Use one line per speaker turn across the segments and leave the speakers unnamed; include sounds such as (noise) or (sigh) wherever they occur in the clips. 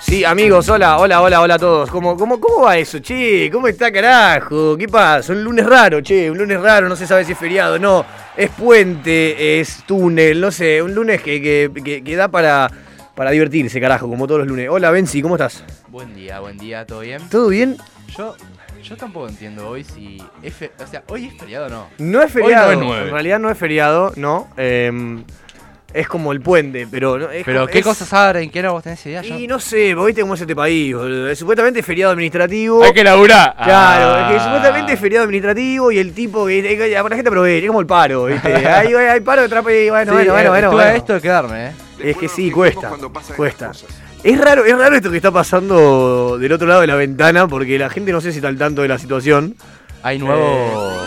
Sí, amigos, hola, hola, hola, hola a todos. ¿Cómo, cómo, ¿Cómo va eso, che? ¿Cómo está, carajo? ¿Qué pasa? Un lunes raro, che, un lunes raro, no se sabe si es feriado, no. Es puente, es túnel, no sé, un lunes que, que, que, que da para, para divertirse, carajo, como todos los lunes. Hola, Benzi, ¿cómo estás?
Buen día, buen día, ¿todo bien?
¿Todo bien?
Yo, yo tampoco entiendo hoy si es fe- o sea, hoy es feriado o no.
No es feriado.
Hoy no es nueve.
En realidad no es feriado, no. Em, es como el puente, pero... no- es
Pero
como-
qué
es-
cosas abren, qué no vos tenés idea yo.
Y no sé, porque viste cómo es este país. boludo. Es Supuestamente es feriado administrativo.
Hay que laburar.
Claro,
Ah.
es que supuestamente es feriado administrativo y el tipo que que- que- la gente aprovecha, es como el
(laughs)
paro, ¿viste? Ahí hay, hay paro de trape, bueno,
Sí,
bueno, bueno,
eh,
bueno,
estuve a
bueno.
esto de quedarme, eh.
Es que
Después
sí,
nos quejamos
cuesta.
cuando pasan estas
Cuesta.
cosas.
Es raro, es raro esto que está pasando del otro lado de la ventana, porque la gente no sé si está al tanto de la situación.
Hay nuevo. Eh.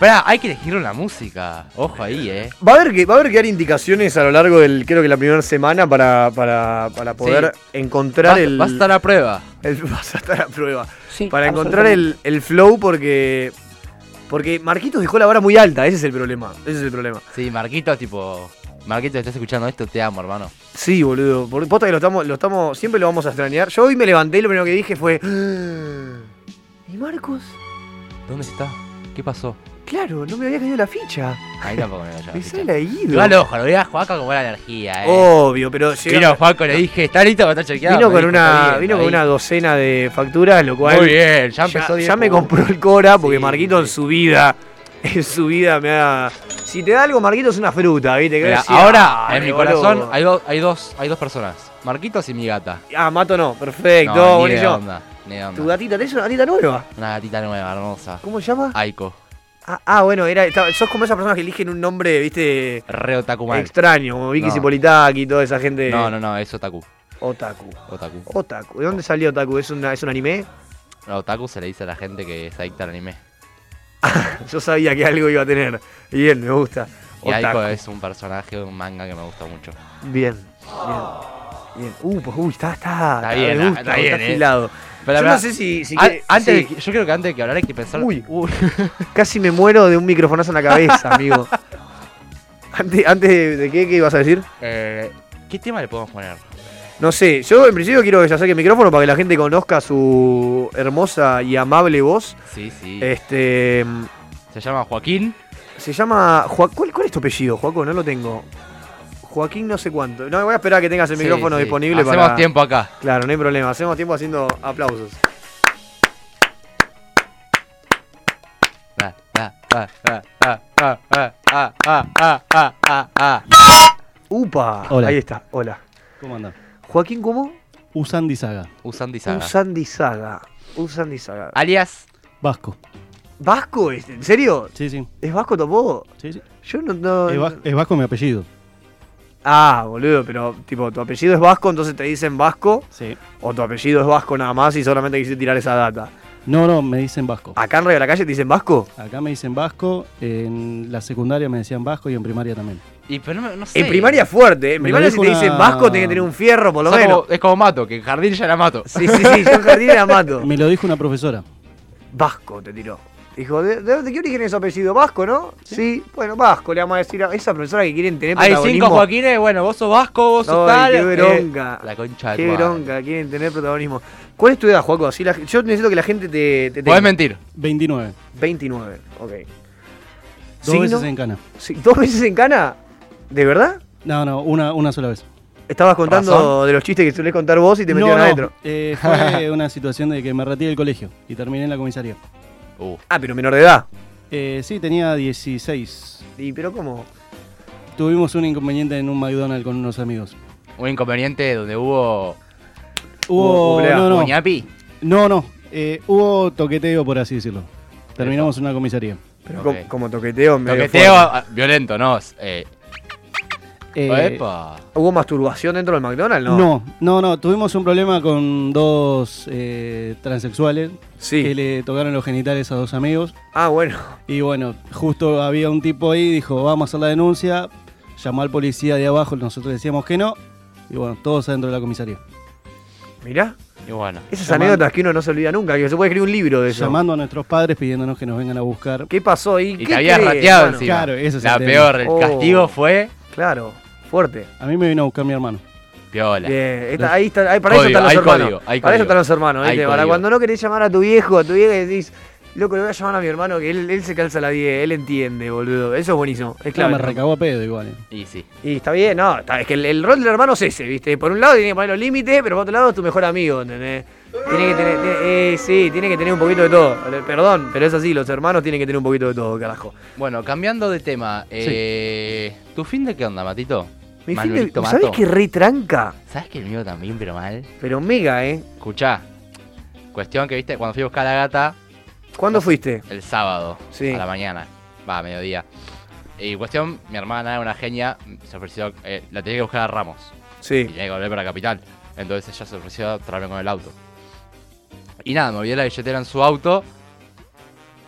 Pará, hay que elegir la música. Ojo ahí, eh.
Va a haber que, va a haber que dar indicaciones a lo largo del, creo que la primera semana para, para, para poder encontrar
Vas,
el.
vas a estar a prueba.
El- (laughs) vas a estar a prueba.
Sí,
para encontrar el, el flow porque. Porque Marquitos dejó la vara muy alta, ese es el problema. Ese es el problema.
Sí, Marquito, tipo. Marquito, estás escuchando esto, te amo, hermano.
Sí, boludo. Por- Posta que lo estamos, lo estamos. Siempre lo vamos a extrañar. Yo hoy me levanté y lo primero que dije fue. "Ah, ¿Y Marcos?
¿Dónde está? ¿Qué pasó?
Claro, no me había caído la ficha.
Ahí tampoco me lo (laughs) llamo.
Me sale ido.
Igual ojo, lo veía a Juaco como la energía, eh.
Obvio, pero llega-
Vino Juaco, le dije, ¿está listo para estar chequeado?
vino
Me
con
dijo,
una.
"Está bien,
vino
ahí".
con una docena de facturas, lo cual.
Muy bien, ya empezó
Ya,
bien.
ya me compró el Cora porque
Sí,
Marquito en
sí.
su vida. (laughs) En su vida me da. Si te da algo, Marquito es una fruta, ¿viste? Que
Mira,
decía,
ahora,
"Ay,
en mi
boludo".
corazón, hay, do- hay, dos, hay dos personas. Marquitos y mi gata.
Ah, Mato no, perfecto,
No, ni de
buenísimo.
onda, ni de
Tu
onda.
gatita, tenés una gatita nueva.
Una gatita nueva, hermosa.
¿Cómo se llama?
Aiko.
Ah, ah, bueno, era, estaba- sos como esas personas que eligen un nombre, viste,
Re otaku mal.
extraño, como Vicky
No.
Zipolitaki y toda esa gente.
No, no, no, es otaku.
Otaku.
Otaku.
Otaku. ¿De dónde salió Otaku? ¿Es, una, ¿Es un anime? (laughs)
No, otaku se le dice a la gente que es adicta al anime.
Yo sabía que algo iba a tener. Bien, me gusta.
Y Aiko
Otaku.
es un personaje de un manga que me gusta mucho.
Bien. Bien. Bien. Uh, pues uy, está, está,
Está bien,
me gusta,
está bien, eh.
afilado.
Pero,
Yo
pero,
no sé si, si
An-
que-
antes
sí.
de que- yo creo que antes de que hablar hay que pensar.
Uy. (laughs) Casi me muero de un microfonazo en
(laughs)
la cabeza, amigo. Antes, antes de, de qué, ¿qué ibas a decir?
eh, ¿Qué tema le podemos poner?
No sé, yo en principio quiero que se acerque el micrófono para que la gente conozca su hermosa y amable voz.
Sí, sí.
Este.
Se llama Joaquín.
Se llama. Joa- ¿Cuál, ¿Cuál es tu apellido, Joaco? No lo tengo. Joaquín no sé cuánto. No, voy a esperar a que tengas el
Sí,
Este micrófono
sí.
disponible
Hacemos
para.
tiempo acá.
Claro, no hay problema. Hacemos tiempo haciendo aplausos.
Ah, ah, ah, ah, ah, ah, ah, ah, ah, ah, ah, ah, ah.
¡Upa!
Hola.
Ahí está, hola.
¿Cómo andan?
Joaquín, ¿cómo?
Usandi Saga,
Usandi Saga.
Usandizaga. Usandizaga.
Alias.
vasco.
¿Vasco? es? ¿En serio?
Sí, sí.
¿Es Vasco Topogo?
sí, sí.
Yo no. no-
Es, vas- es vasco mi apellido.
Ah, boludo, pero tipo, tu apellido es Vasco, entonces te dicen Vasco.
Sí.
O tu apellido es vasco nada más y solamente quisiste tirar esa data.
No, no, me dicen vasco.
¿Acá en Radio de la Calle te dicen vasco?
Acá me dicen vasco, en la secundaria me decían vasco y en primaria también.
Y pero no, no sé.
En primaria fuerte, ¿eh? en
Me
primaria
lo
si
dijo
te dicen
una-
vasco tenés que tener un fierro por lo
Son
menos.
como- es como Mato, que en jardín ya era Mato.
Sí, sí, sí, yo en jardín
(laughs)
era mato.
Me lo dijo una profesora.
Vasco te tiró. Dijo, ¿de, de, de qué origen es su apellido? ¿Vasco, no? Sí, bueno, Vasco, le vamos a decir a esa profesora que quieren tener
Hay
protagonismo.
cinco Joaquines, bueno, vos sos vasco, vos sos tal.
Ay, qué
eh,
bronca.
la concha de
Qué
tu madre.
bronca, quieren tener protagonismo. ¿Cuál es tu edad, Juaco? Así la- yo necesito que la gente te, te tenga.
Podés mentir.
29.
29, ok.
Dos
¿Signo?
veces en cana.
Sí, ¿Dos veces en cana? ¿De verdad?
No, no, una, una sola vez.
Estabas contando de los chistes que solés contar vos y te
no,
metieron
no,
adentro.
eh, (laughs) fue una situación de que me retiré del colegio y terminé en la comisaría.
Uh,
Ah, pero menor de edad.
Eh, sí, tenía 16.
¿Y pero cómo?
Tuvimos un inconveniente en un McDonald's con unos amigos.
un inconveniente donde hubo.
Hubo
Hubo,
bulea,
no, no,
Muñapi.
no, no, eh, hubo toqueteo por así decirlo. Terminamos en una comisaría.
Pero
Ok.
como, como toqueteo, medio
Toqueteo
fuerte.
ah, violento, no. es, Eh,
Eh,
epa.
¿Hubo masturbación dentro del McDonald's? No.
No. no, no, tuvimos un problema con dos eh, transexuales
Sí.
que le tocaron los genitales a dos amigos.
Ah, bueno.
Y bueno, justo había un tipo ahí, dijo, vamos a hacer la denuncia. Llamó al policía de abajo, nosotros decíamos que no. Y bueno, todos adentro de la comisaría.
Mirá.
Y bueno.
Esas
Llamando-
anécdotas que uno no se olvida nunca, que se puede escribir un libro de eso.
Llamando a nuestros padres pidiéndonos que nos vengan a buscar.
¿Qué pasó ahí?
Y
¿Qué
te habías
crees,
rateado
hermano?
encima.
Claro, ese es
La
el tema.
peor, el
Oh.
castigo fue.
Claro, fuerte.
A mí me vino a buscar mi hermano.
Piola.
Bien, está- ahí están, ahí- para eso
Código,
están los
hay
hermanos.
código, hay
para eso
código.
están los hermanos,
Hay
¿viste? Para
código.
cuando no querés llamar a tu viejo, a tu vieja, y decís, loco, le voy a llamar a mi hermano que él, él se calza la 10, él entiende, boludo. Eso es buenísimo.
Claro,
Es clave.
me recagó a pedo igual. eh.
Y sí.
Y está bien, no, está- es que el, el rol del hermano es ese, ¿viste? Por un lado tiene que poner los límites, pero por otro lado es tu mejor amigo, ¿entendés? Tiene que tener, tiene- eh, sí, tiene que tener un poquito de todo. Perdón, pero es así, los hermanos tienen que tener un poquito de todo, carajo.
Bueno, cambiando de tema. eh, ¿Tu fin de qué onda, Matito?
Mi fin de-
Manuelito
¿Sabés
Mato.
que retranca?
¿Sabes que el mío también, pero mal?
Pero mega, ¿eh?
Escuchá. Cuestión que, viste, cuando fui a buscar a la gata
¿Cuándo fuiste?
el sábado
Sí.
a la mañana, va, a mediodía. Y cuestión, mi hermana, una genia, se ofreció, eh, la tenía que buscar a Ramos. y
Sí.
tenía que volver para la capital. Entonces ella se ofreció a traerme con el auto. Y nada, me olvidé la billetera en su auto.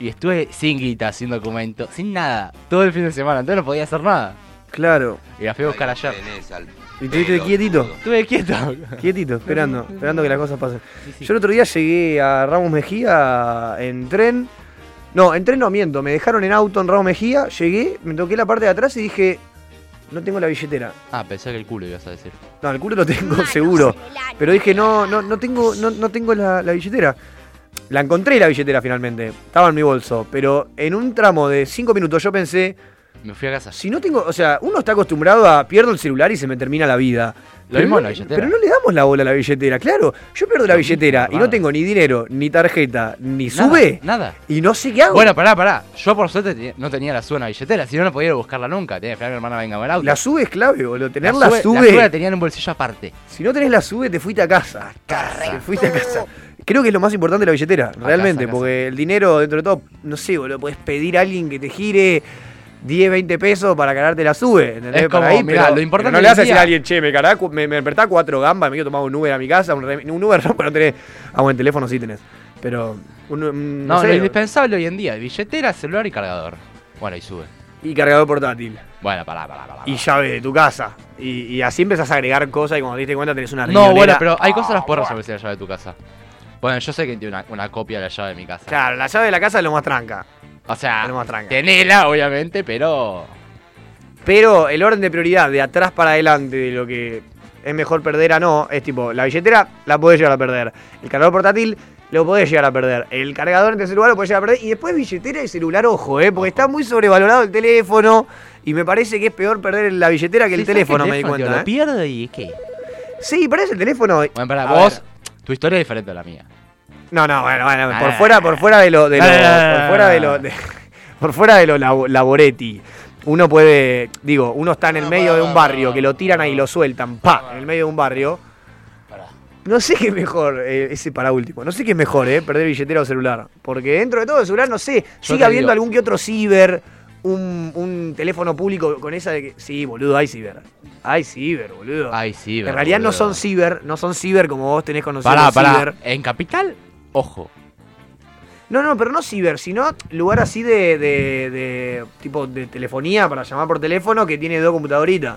Y estuve sin guita, sin documento, sin nada. Todo el fin de semana, entonces no podía hacer nada.
Claro.
Y la fui a buscar
eh.
ayer.
Y
Eh,
estuviste quietito,
Estuve quieto.
quietito, esperando, esperando que las cosas pasen. Yo el otro día llegué a Ramos Mejía en tren. No, en tren no miento, me dejaron en auto en Ramos Mejía, llegué, me toqué la parte de atrás y dije, no tengo la billetera.
Ah, pensé que el culo ibas a decir.
No, el culo lo tengo (laughs) seguro. Pero dije, no, no, no tengo, no, no tengo la, la billetera. La encontré la billetera finalmente. Estaba en mi bolso. Pero en un tramo de cinco minutos yo pensé,
Me fui a casa.
si no tengo. O sea, uno está acostumbrado a pierdo el celular y se me termina la vida.
Lo mismo
no-
en la billetera.
pero no le damos la bola a la billetera, claro. Yo pierdo la
Lo mismo,
billetera y no
bárbaro.
tengo ni dinero, ni tarjeta, ni
Nada,
sube.
Nada.
Y no sé qué hago.
Bueno, pará, pará. Yo por suerte tenía- no tenía la sube en la billetera, si no, no podía ir a buscarla nunca. Tenía que esperar a mi hermana venga con el auto.
la sube es clave, boludo. Tener
la sube,
la sube.
la sube la tenía en un bolsillo aparte.
Si no tenés la sube, te fuiste a casa. Te fuiste a casa. Creo que es lo más importante de la billetera, realmente,
casa, a casa.
porque el dinero, dentro de todo, no sé, boludo, podés pedir a alguien que te gire 10, 20 pesos para cargarte la sube. ¿entendés?
Es
Por
como,
ahí,
mirá,
pero-
lo importante
pero no le vas a
del
decir
día-
a alguien, che, me, cará, cu- me, me despertá cuatro gambas, me quiero tomar un Uber a mi casa, un, rem- un Uber (laughs) no, pero no tenés. Ah, bueno, el teléfono sí tenés. Pero. un- un-
No,
no sé,
lo indispensable hoy en día, billetera, celular y cargador. Bueno, y sube.
y cargador portátil.
Bueno, pará, pará, pará.
Y llave de tu casa. Y, y así empezás a agregar cosas y cuando te diste cuenta tenés una
No, bueno,
riñonera.
pero hay cosas que las
Ah,
puedes resolver sin la llave de tu casa. Bueno, yo sé que tiene una, una copia de la llave de mi casa.
Claro, la llave de la casa es lo más tranca.
o sea,
tenemos tranca.
tenela, obviamente, pero.
Pero el orden de prioridad de atrás para adelante de lo que es mejor perder a no, es tipo, la billetera la podés llegar a perder. El cargador portátil lo podés llegar a perder. El cargador en celular lo podés llegar a perder. Y después billetera y celular, ojo, eh, porque está muy sobrevalorado el teléfono. Y me parece que es peor perder la billetera que el teléfono, me di cuenta.
Lo
¿eh?
pierdo y qué.
Sí, parece el teléfono.
Bueno, pará,
A
vos,
ver.
tu historia es diferente a la mía.
No, no, bueno, bueno, por
Ah.
fuera, por fuera de lo, de lo-
Ah.
por fuera de lo, de- (laughs) por fuera de lo labo- laboretti. Uno puede, digo, uno está en el medio de un barrio que lo tiran ahí y lo sueltan, pa, en el medio de un barrio. No sé qué es mejor, eh, ese para último, no sé qué es mejor, eh, perder billetera o celular. Porque dentro de todo el celular, no sé, sigue
te
habiendo
digo.
algún que otro ciber, un, un teléfono público con esa de que, sí, boludo, hay ciber. Hay ciber, boludo.
Ay, sí,
en realidad no son ciber, no son ciber como vos tenés conocido
Pará,
los
pará.
ciber.
En Capital, ojo.
No, no, pero no ciber, sino lugar así de, de, de tipo de telefonía para llamar por teléfono que tiene dos computadoritas.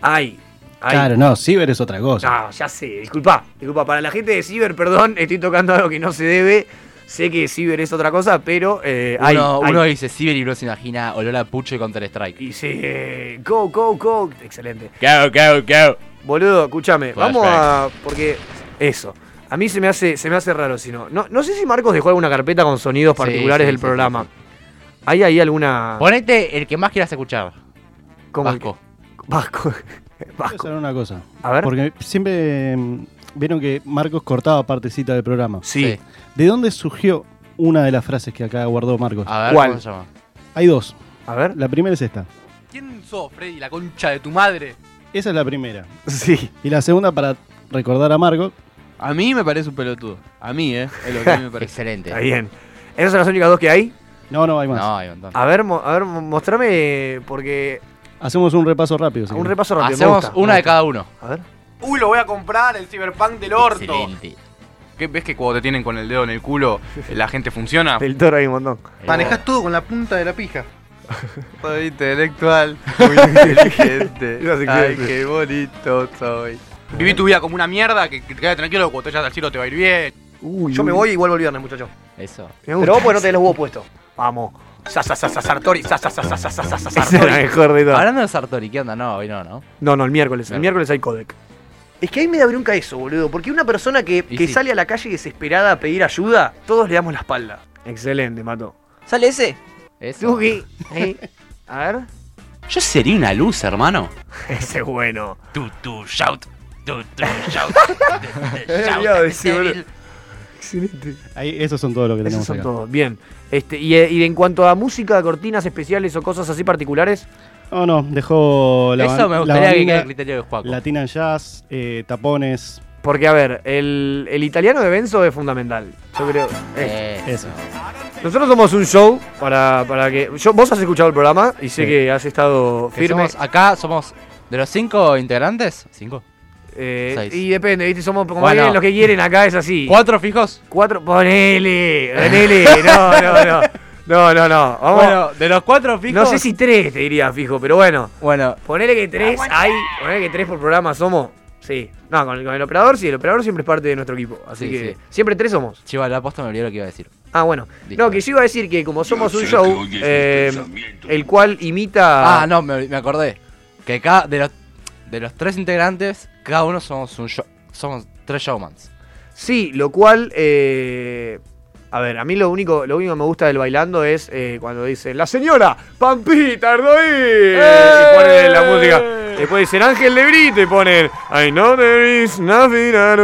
Ay, ay.
Claro, no, ciber es otra cosa.
No, ya sé, disculpa, disculpa. Para la gente de ciber, perdón, estoy tocando algo que no se debe. Sé que ciber es otra cosa, pero eh, hay,
Uno,
hay.
uno dice Ciber y uno se imagina olor a pucho y Counter Strike.
Y sí, eh, go, go, go. Excelente.
Go, go, go.
Boludo, escúchame, vamos a. porque. eso. A mí se me hace, se me hace raro si no. no. No sé si Marcos dejó alguna carpeta con sonidos
Sí, sí,
particulares del
sí,
programa.
sí,
¿Hay ahí alguna.
Ponete el que más quieras escuchar.
como el que-
Vasco.
Vasco. (laughs)
Quiero
Vasco.
saber una cosa.
Ah, A ver.
Porque siempre mm, vieron que Marcos cortaba partecita del programa.
Sí.
¿De dónde surgió una de las frases que acá guardó Marcos?
A ver,
¿Cuál?
¿cómo se llama?
Hay dos.
A ver.
La primera es esta.
¿Quién sos, Freddy, la concha de tu madre?
Esa es la primera.
Sí.
Y la segunda, para recordar a Marcos,
A mí me parece un pelotudo. A mí, ¿eh? Es lo que a mí me parece.
Excelente.
Está bien. ¿Esas son las únicas dos que hay? Ah,
no, no hay más.
No, hay un montón.
A ver, mo- a ver, mo- mostrame porque.
Hacemos un repaso rápido. si
Un
querés.
repaso rápido. me
Hacemos
gusta,
una
me
de cada uno.
gusta. A ver.
Uy, lo voy a comprar, el Cyberpunk del orto.
Excelente.
¿Qué, ¿Ves que cuando te tienen con el dedo en el culo, la gente funciona?
Del toro hay un montón.
Manejás todo con la punta de la pija. Soy intelectual, muy (laughs) inteligente.
Ya se
Ay,
cree.
qué bonito soy. Viví tu vida como una mierda, que, que te quedas tranquilo, cuando te vayas al cielo te va a ir bien.
Yo me voy y vuelvo el viernes, muchacho.
Eh, Eso.
Pero vos pues no tenés los huevos puestos. Vamos. Esa es la mejor de todas.
Hablando de Sartori, ¿qué onda? No, hoy no, ¿no?
No, no, el miércoles. El
Claro.
miércoles hay codec. Es que ahí me da bronca eso, boludo. Porque una persona que,
Y
que
sí.
sale a la calle desesperada a pedir ayuda, todos le damos la espalda. Excelente, mató.
¿Sale ese?
Eso.
Tuki. ahí. (laughs) A ver. (laughs)
Yo sería una luz, hermano.
Ese es bueno.
Tu, tu, shout. Tu, tu,
(laughs)
shout.
Ya, decí, boludo.
Débil.
Excelente.
Ahí, esos son todos los que
Esos
tenemos
son
acá.
todos. Bien. Este, y, eh, y en cuanto a música, cortinas especiales o cosas así particulares,
No, no, dejó la
Eso me
ban- la
gustaría que quede
bandina,
a criterio de Juaco.
Latina Jazz, eh, tapones,
porque a ver, el, el italiano de Benzo es fundamental. Yo creo. Eh,
eso.
Eso.
Nosotros somos un show para, para que. Yo, vos has escuchado el programa y sé
Sí.
que has estado
Que
firme.
somos- acá somos de los cinco integrantes. ¿Cinco?
eh,
seis.
y depende, ¿viste? Somos como
Bueno.
quieren, los que quieren acá es así.
¿Cuatro fijos?
Cuatro. Ponele, ponele. No, no, no. No, no, no. Vamos.
Bueno, de los cuatro fijos.
no sé si tres te diría fijo, pero bueno.
Bueno,
Ponele que tres hay. Ponele que tres por programa somos. Sí. No, con, con el operador sí. El operador siempre es parte de nuestro equipo. Así
Sí,
que.
sí.
Siempre tres somos.
chiva, la aposta me olvidé lo que iba a decir.
Ah, bueno.
Listo.
No, que yo iba a decir que como somos
Yo
un
sé
show,
que oyes mis
eh,
pensamientos.
el cual imita.
Ah, no, me, me acordé. Que cada. De los, de los tres integrantes, cada uno somos un show. Somos tres showmans.
Sí, lo cual. eh, a ver, a mí lo único, lo único que me gusta del bailando es eh, cuando dicen ¡La señora! ¡Pampita Ardoí!
¡Eh!
Y ponen la música. Después dicen Ángel de Brito y ponen I know there is nothing at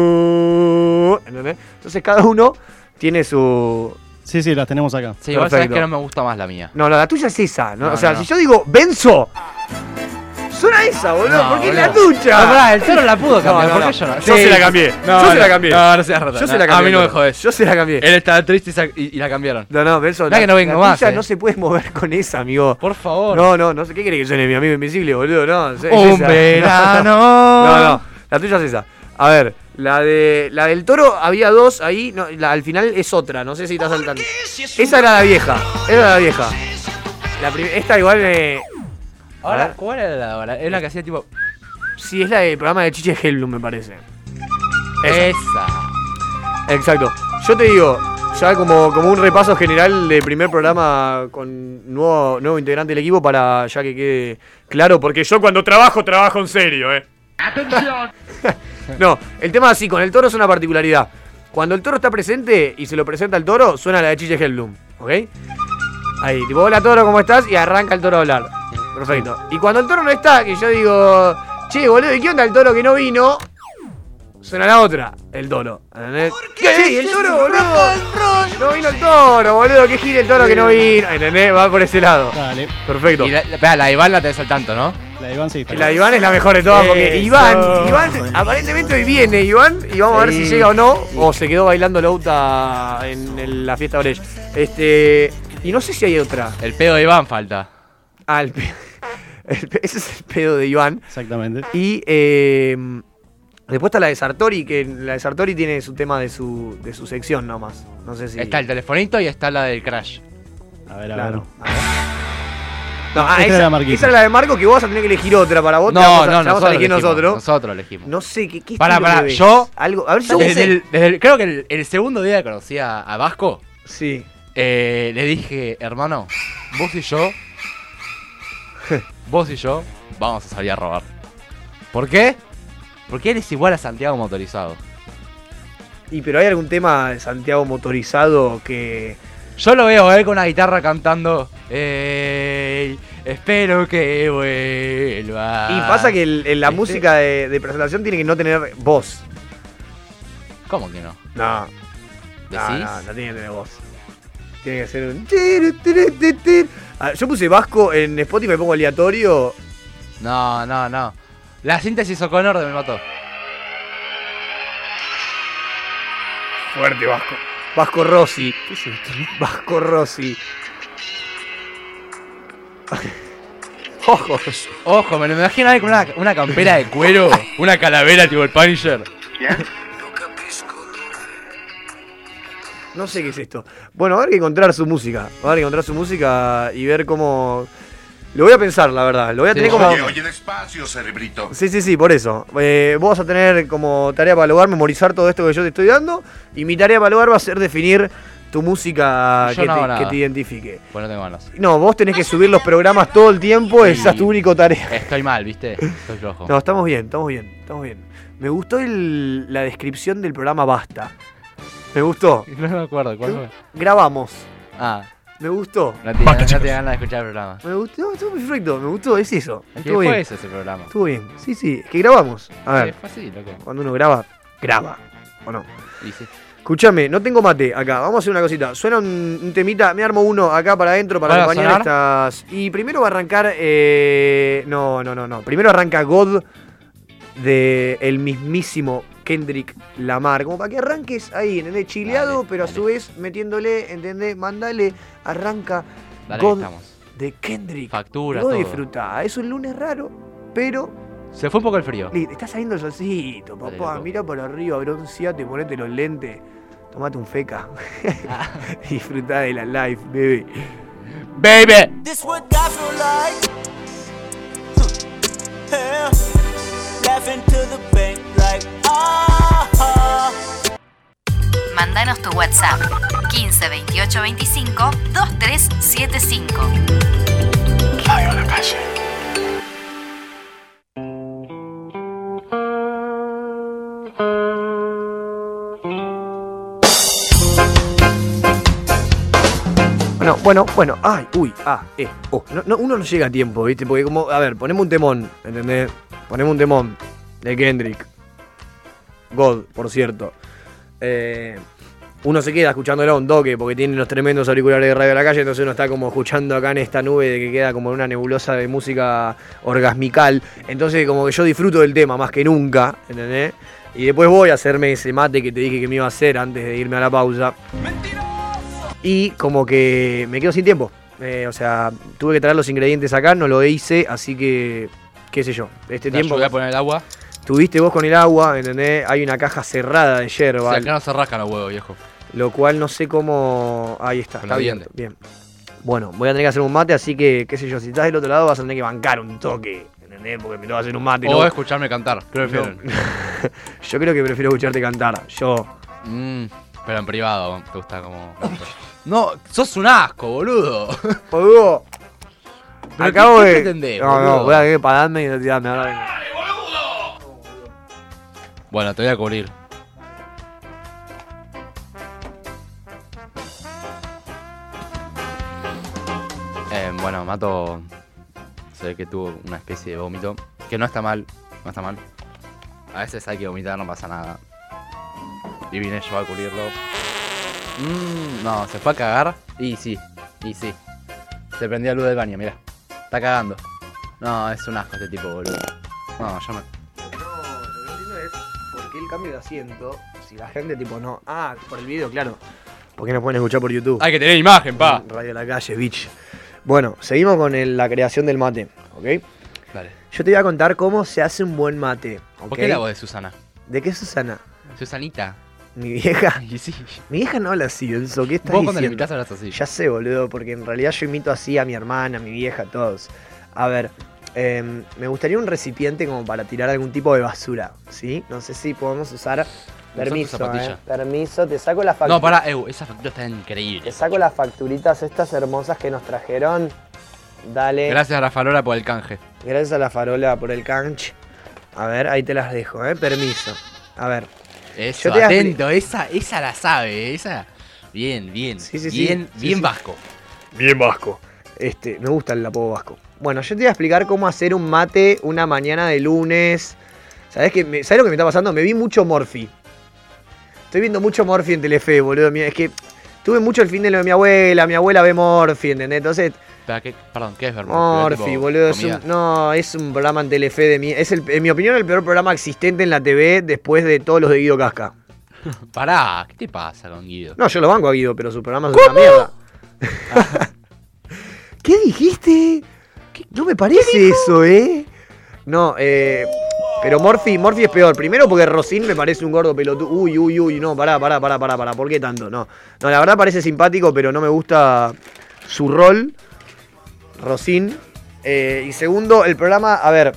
all. ¿Entendés? Entonces cada uno tiene su.
Sí, sí, las tenemos acá.
Sí, igual sabes
Perfecto.
que no me gusta más la mía.
No, no, la tuya es esa. ¿no?
No,
o sea,
no, no.
si yo digo Benzo, suena esa, boludo,
No,
porque es la
boludo. Ah,
tuya.
Pará, el Toro la pudo cambiar,
No,
¿por
no, no.
qué yo no?
Yo
Sí.
se la cambié.
No,
yo
no.
se la cambié.
No, no seas rata.
Yo se
No,
la cambié.
a mí no me
Toro.
jodés.
Yo se la cambié.
Él estaba triste y, sa- y- y la cambiaron.
No, no, Benzo,
Mirá que no vengo
la
más,
tuya
eh.
no se puede mover con esa, amigo.
Por favor.
No, no, no sé. ¿Qué crees que suene mi amigo invisible, boludo? No, es- es
Un
esa.
verano.
(laughs) No, no, la tuya es esa. A ver, la de la del toro había dos ahí, no, la- al final es otra, no sé si estás saltando. Esa era la vieja, esa era la vieja. La prim- esta igual eh, A
Ahora,
ver.
¿cuál era la hora? Era la que hacía tipo.
sí es la del programa de Chiche Hellblum, me parece. Esa.
Esa.
Exacto. Yo te digo, ya como, como un repaso general de primer programa con nuevo, nuevo integrante del equipo para ya que quede claro, porque yo cuando trabajo, trabajo en serio, ¿eh? ¡Atención! no, el tema así, con el toro es una particularidad. Cuando el toro está presente y se lo presenta al toro, suena la de Chiche Hellblum, ¿ok? Ahí, tipo, hola toro, ¿cómo estás? Y arranca el toro a hablar. Perfecto. Y cuando el toro no está, que yo digo, che, boludo, ¿y qué onda el toro que no vino? Suena la otra, el toro. ¿Entendés? Sí, el toro, boludo. No vino el toro, boludo. Que gire el toro que no vino. ¿Entendés? Va por ese lado.
Dale,
Perfecto.
Y la, la, espera, la de Iván la tenés al tanto, ¿no?
la de Iván sí. está
Y La de
bien.
Iván es la mejor de todas porque
Eso.
Iván, Iván, aparentemente hoy viene Iván y vamos a ver si llega o no o se quedó bailando Louta en el- la fiesta Orech. Este, y no sé si hay otra.
El pedo de Iván falta.
Ah, el pe- (laughs) el pe- ese es el pedo de Iván.
Exactamente.
Y eh, después está la de Sartori, que la de Sartori tiene su tema de su, de su sección nomás. No sé si.
Está el telefonito y está la del Crash.
A ver, a
Claro.
ver.
No, ah,
Esta era
esa,
la marquita.
esa era la de Marco que vos vas a tener que elegir otra para vos. te
No,
vamos
no,
a- te vamos a
nosotros
elegir
elegimos,
nosotros.
Nosotros elegimos.
No sé qué, qué
Pará,
estilo
pará,
le ves?
yo-
Algo, a ver si
Desde el- desde el- creo que el, el segundo día que conocí a, a Vasco,
Sí.
eh, le dije, hermano, vos y yo, vos y yo, vamos a salir a robar. ¿Por qué? Porque él es igual a Santiago motorizado.
Y pero hay algún tema de Santiago motorizado que
Yo lo veo a él con una guitarra cantando, "Ey, espero que vuelva.
y pasa que el- el- la
este-
música de, de presentación tiene que no tener voz.
¿Cómo que no?
No,
¿Decís?
no, no, no tiene que tener voz. Tiene que ser un tiru, tiru, tiru, tiru. Ah, Yo puse Vasco en Spotify, pongo aleatorio.
No, no, no. La síntesis O'Connor de me mató.
Fuerte Vasco. Vasco Rossi. ¿Qué es esto? (laughs) Vasco Rossi. (laughs)
(laughs)
Ojos.
Ojo, me lo imagino a él con una, una campera de cuero, (laughs) Pues una calavera tipo el Punisher.
No sé qué es esto. Bueno, habrá que encontrar su música. Habrá que encontrar su música y ver cómo. Lo voy a pensar, la verdad. Lo voy a
Sí,
tener como.
Oye, oye, despacio,
(laughs)
cerebrito.
Sí, sí, sí, por eso. Eh, vos vas a tener como tarea para el hogar memorizar todo esto que yo te estoy dando. Y mi tarea para el hogar va a ser definir tu música
Yo
que,
no
te,
hago
que
nada.
te identifique.
Pues no tengo ganas.
No, vos tenés que subir los programas todo el tiempo, esa es tu
Y-
única tarea.
Estoy mal, ¿viste? Estoy flojo.
No, estamos bien, estamos bien, estamos bien. Me gustó el- la descripción del programa Basta. Me gustó.
No me acuerdo, ¿cuál fue?
Grabamos.
Ah,
Me gustó.
no te, no te ganas de escuchar el programa.
Me gustó, estuvo perfecto, me gustó, es eso.
¿Qué
Estuvo bien.
fue ese ese programa?
Estuvo bien. Sí, sí, es que grabamos. A
Sí,
ver,
fue así, loco.
cuando uno graba, graba. ¿O no?
Y sí.
Escúchame, no tengo mate acá. Vamos a hacer una cosita. Suena un, un temita, me armo uno acá para adentro para
¿Van a
acompañar estas. Y primero va a arrancar. eh, No, no, no, no. Primero arranca God de el mismísimo Kendrick Lamar. Como para que arranques ahí, ¿entendés? Chileado,
Dale,
pero a
dale.
su vez metiéndole, ¿entendés? Mandale, arranca
Dale,
God
ahí estamos.
de Kendrick.
Factura,
Vos
todo.
disfrutá. Es un lunes raro, pero
Se fue un poco el frío.
Listo, está saliendo el solcito,
Dale,
papá.
loco.
Mira para arriba, bronceate, ponete los lentes. Tomate un feca.
Ah.
(laughs) Disfruta de la life, bebé.
¡Baby!
This what I feel like. Yeah. Laughing to the bank like ah. ah.
Mándanos tu WhatsApp 15 28 25 2375.
Bueno, bueno, bueno. Ay, uy, ah, eh, oh. No, no, uno no llega a tiempo, ¿viste? Porque como, a ver, ponemos un temón, ¿entendés? Ponemos un temón de Kendrick. God, por cierto. Eh, uno se queda escuchándolo a un toque porque tiene unos tremendos auriculares de radio a la calle, entonces uno está como escuchando acá en esta nube de que queda como en una nebulosa de música orgasmical. Entonces, como que yo disfruto del tema más que nunca, ¿entendés? Y después voy a hacerme ese mate que te dije que me iba a hacer antes de irme a la pausa. Y como que me quedo sin tiempo. Eh, o sea, tuve que traer los ingredientes acá, no lo hice, así que, qué sé yo,
Te
este tiempo...
ayudé a poner el agua.
Tuviste vos con el agua, ¿entendés? Hay una caja cerrada de yerba,
Si acá no se rascan los huevos, viejo.
lo cual no sé cómo... Ahí está,
Con
está
la
bien. Bien. Bueno, voy a tener que hacer un mate, así que, qué sé yo, si estás del otro lado vas a tener que bancar un toque, ¿entendés? Porque me lo vas a hacer un mate.
O
¿no?
escucharme cantar. ¿Qué prefieren?
(laughs) Yo creo que prefiero escucharte cantar, yo.
Mm, pero en privado, te gusta (laughs) como. No, sos un asco, boludo.
Boludo,
¿Pero
acabo
qué- qué
de...
pretendés,
no, no,
boludo?
voy a tener que pararme y retirarme. ahora vengo.
Bueno, te voy a cubrir. Eh, bueno, Mato se ve que tuvo una especie de vómito, que no está mal, no está mal. A veces hay que vomitar, no pasa nada. Y vine yo a cubrirlo. Mm, no, se fue a cagar. Y sí, y sí. Se prendió la luz del baño, mira. Está cagando. No, es un asco este tipo, boludo. No, yo me...
No, lo que entiendo es por qué el cambio de asiento, si la gente tipo no, ah, por el video, claro. ¿Por qué no pueden escuchar por YouTube?
Hay que tener imagen, pa.
Radio La Calle, bitch. Bueno, seguimos con el- la creación del mate, ¿ok?
Uh, Dale.
Yo te voy a contar cómo se hace un buen mate, ¿ok?
¿Por qué la voz de Susana?
¿De qué Susana?
Susanita.
Mi vieja.
Y sí.
Mi vieja no habla así, Enzo, ¿qué estás
Vos cuando le
diciendo?
invitás hablas así.
Ya sé, boludo, porque en realidad yo imito así a mi hermana, a mi vieja, a todos. A ver, em, me gustaría un recipiente como para tirar algún tipo de basura, ¿sí? No sé si podemos usar...
Usa tu
Permiso,
zapatilla.
eh. Permiso, te saco las
No,
facturitas.
pará, Ew, esa factura está increíble.
Te saco las facturitas estas hermosas que nos trajeron. Dale.
Gracias a Rafa Lora por el canje.
Gracias a la farola por el canch. A ver, ahí te las dejo, ¿eh? Permiso. A ver.
Eso,
Yo te
atento, esa, esa la sabe, esa. Bien, bien.
Sí, sí, sí.
bien,
Sí,
bien
sí.
vasco.
Bien vasco. Este, me gusta el apodo vasco. Bueno, yo te voy a explicar cómo hacer un mate una mañana de lunes. ¿Sabes qué? Me- ¿Sabés lo que me está pasando? Me vi mucho Morphy. Estoy viendo mucho Morphy en Telefe, boludo. Mira, Es que tuve mucho el fin de lo de mi abuela. Mi abuela ve Morphy, ¿entendés? Entonces,
Espera, ¿qué- Perdón, ¿qué es verbo?
Morphy, boludo. es un- no, es un programa en Telefe de mí. Es, el- en mi opinión, el peor programa existente en la TV después de todos los de Guido Casca.
Pará, ¿qué te pasa con Guido?
No, yo lo banco a Guido, pero sus programas son una mierda. (laughs) ¿Qué dijiste? No me parece eso, ¿eh? No, eh. Pero Morphy, Morphy es peor. Primero porque Rocín me parece un gordo pelotudo. Uy, uy, uy, no, pará, pará, pará, pará, pará. ¿Por qué tanto? No. No, la verdad parece simpático, pero no me gusta su rol. Rocín. Eh, y segundo, el programa, a ver,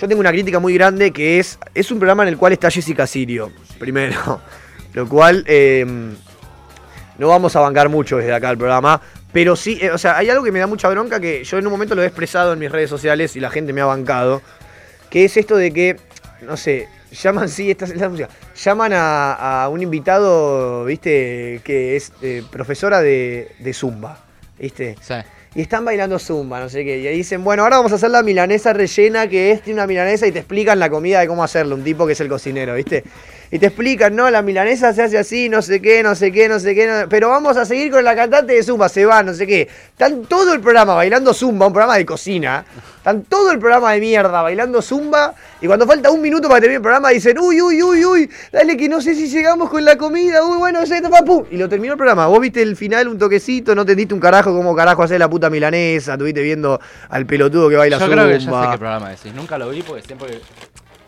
yo tengo una crítica muy grande que es, es un (laughs) programa en el cual está Jessica Sirio, primero, lo cual eh, em, No vamos a bancar mucho desde acá el programa. Pero sí, eh, o sea, hay algo que me da mucha bronca que yo en un momento lo he expresado en mis redes sociales y la gente me ha bancado. Que es esto de que, no sé, llaman, sí, esta es la música. Llaman a, a un invitado, viste, que es eh, profesora de, de Zumba. ¿Viste?
Sí.
y están bailando zumba, no sé qué. Y ahí dicen, bueno, ahora vamos a hacer la milanesa rellena, que es tiene una milanesa, y te explican la comida de cómo hacerlo, un tipo que es el cocinero, ¿viste? Y te explican, no, la milanesa se hace así, no sé qué, no sé qué, no sé qué, no- pero vamos a seguir con la cantante de zumba, se va, no sé qué. Están todo el programa bailando zumba, un programa de cocina. Están todo el programa de mierda bailando zumba, y cuando falta un minuto para terminar el programa dicen, uy, uy, uy, uy, dale que no sé si llegamos con la comida, uy, bueno, se papu. Y lo terminó el programa. Vos viste el final un toquecito, no entendiste un carajo cómo carajo hacer la puta milanesa, estuviste viendo al pelotudo que baila
Yo creo que ya sé
zumba.
qué programa decís. Nunca lo vi porque siempre.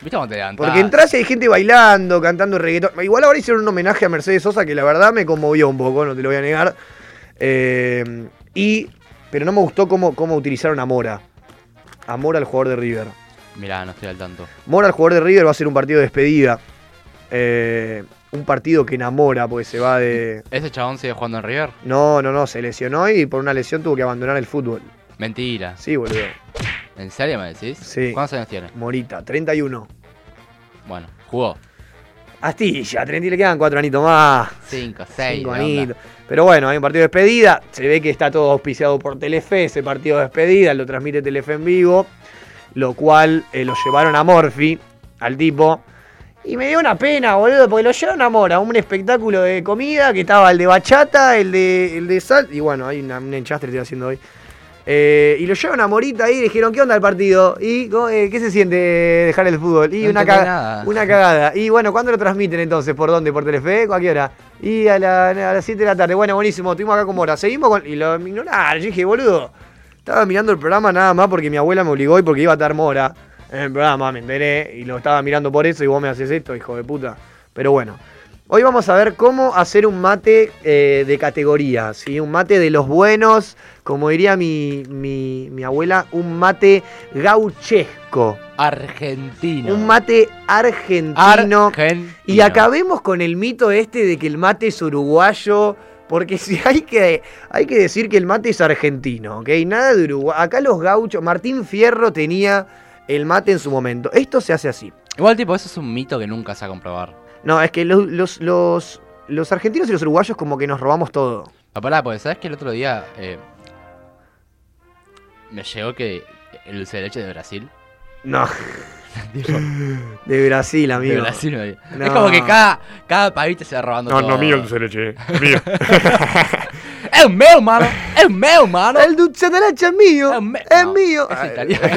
¿Viste cómo te dan?
Porque entras y hay gente bailando, cantando reggaetón. Igual ahora hicieron un homenaje a Mercedes Sosa que la verdad me conmovió un poco, no te lo voy a negar. Eh, y. Pero no me gustó cómo, cómo utilizaron a Mora. A Mora, el jugador de River.
Mirá, no estoy al tanto.
Mora, el jugador de River, va a ser un partido de despedida. Eh, un partido que enamora, porque se va de.
¿Ese chabón sigue jugando en River?
No, no, no, se lesionó y por una lesión tuvo que abandonar el fútbol.
Mentira.
Sí, boludo.
¿En serio me decís?
Sí.
¿Cuántos años tiene?
Morita, 31.
Bueno, jugó.
Astilla, 30 y le quedan cuatro anitos más.
Cinco, seis.
Cinco
la onda.
anitos. Pero bueno, hay un partido de despedida. Se ve que está todo auspiciado por Telefe, ese partido de despedida, lo transmite Telefe en vivo. Lo cual eh, lo llevaron a Morphy, al tipo. Y me dio una pena, boludo, porque lo llevaron a Mora, un espectáculo de comida que estaba el de bachata, el de, el de sal. Y bueno, hay una- un enchastre que estoy haciendo hoy. Eh, y lo llevaron a Morita ahí y le dijeron, ¿qué onda el partido? ¿Y co- eh, qué se siente dejar el fútbol? Y
No
una,
entendí
caga-
nada.
una cagada. Y bueno, ¿cuándo lo transmiten entonces? ¿Por dónde? ¿Por Telefe? ¿A qué hora? Y a, la- a las 7 de la tarde. Bueno, buenísimo, estuvimos acá como hora. Seguimos con... Y lo ignoraron. Yo dije, boludo, estaba mirando el programa nada más porque mi abuela me obligó y porque iba a estar Mora en el programa, me enteré. Y lo estaba mirando por eso y vos me haces esto, hijo de puta. Pero bueno. Hoy vamos a ver cómo hacer un mate eh, de categoría, ¿sí? Un mate de los buenos, como diría mi, mi- mi abuela, un mate gauchesco.
Argentino.
Un mate argentino.
Argentino.
Y acabemos con el mito este de que el mate es uruguayo. Porque (laughs) si hay que, hay que decir que el mate es argentino, ¿ok? Nada de Uruguay. Acá los gauchos. Martín Fierro tenía el mate en su momento. Esto se hace así.
Igual, tipo, eso es un mito que nunca se va a comprobar.
No, es que los, los, los, los argentinos y los uruguayos como que nos robamos todo.
Ah, pará, porque sabes que el otro día eh, me llegó que el dulce de leche de Brasil. (laughs)
No,
Digo,
de Brasil, amigo.
de Brasil me-
No.
Es como que cada, cada país te se va robando todo.
leche. eh. Mío. (laughs)
¡Es mío, mano! ¡Es mío, mano!
El dulce de leche es mío.
Es me-
Es
no,
mío.
es
Ay.
italiano.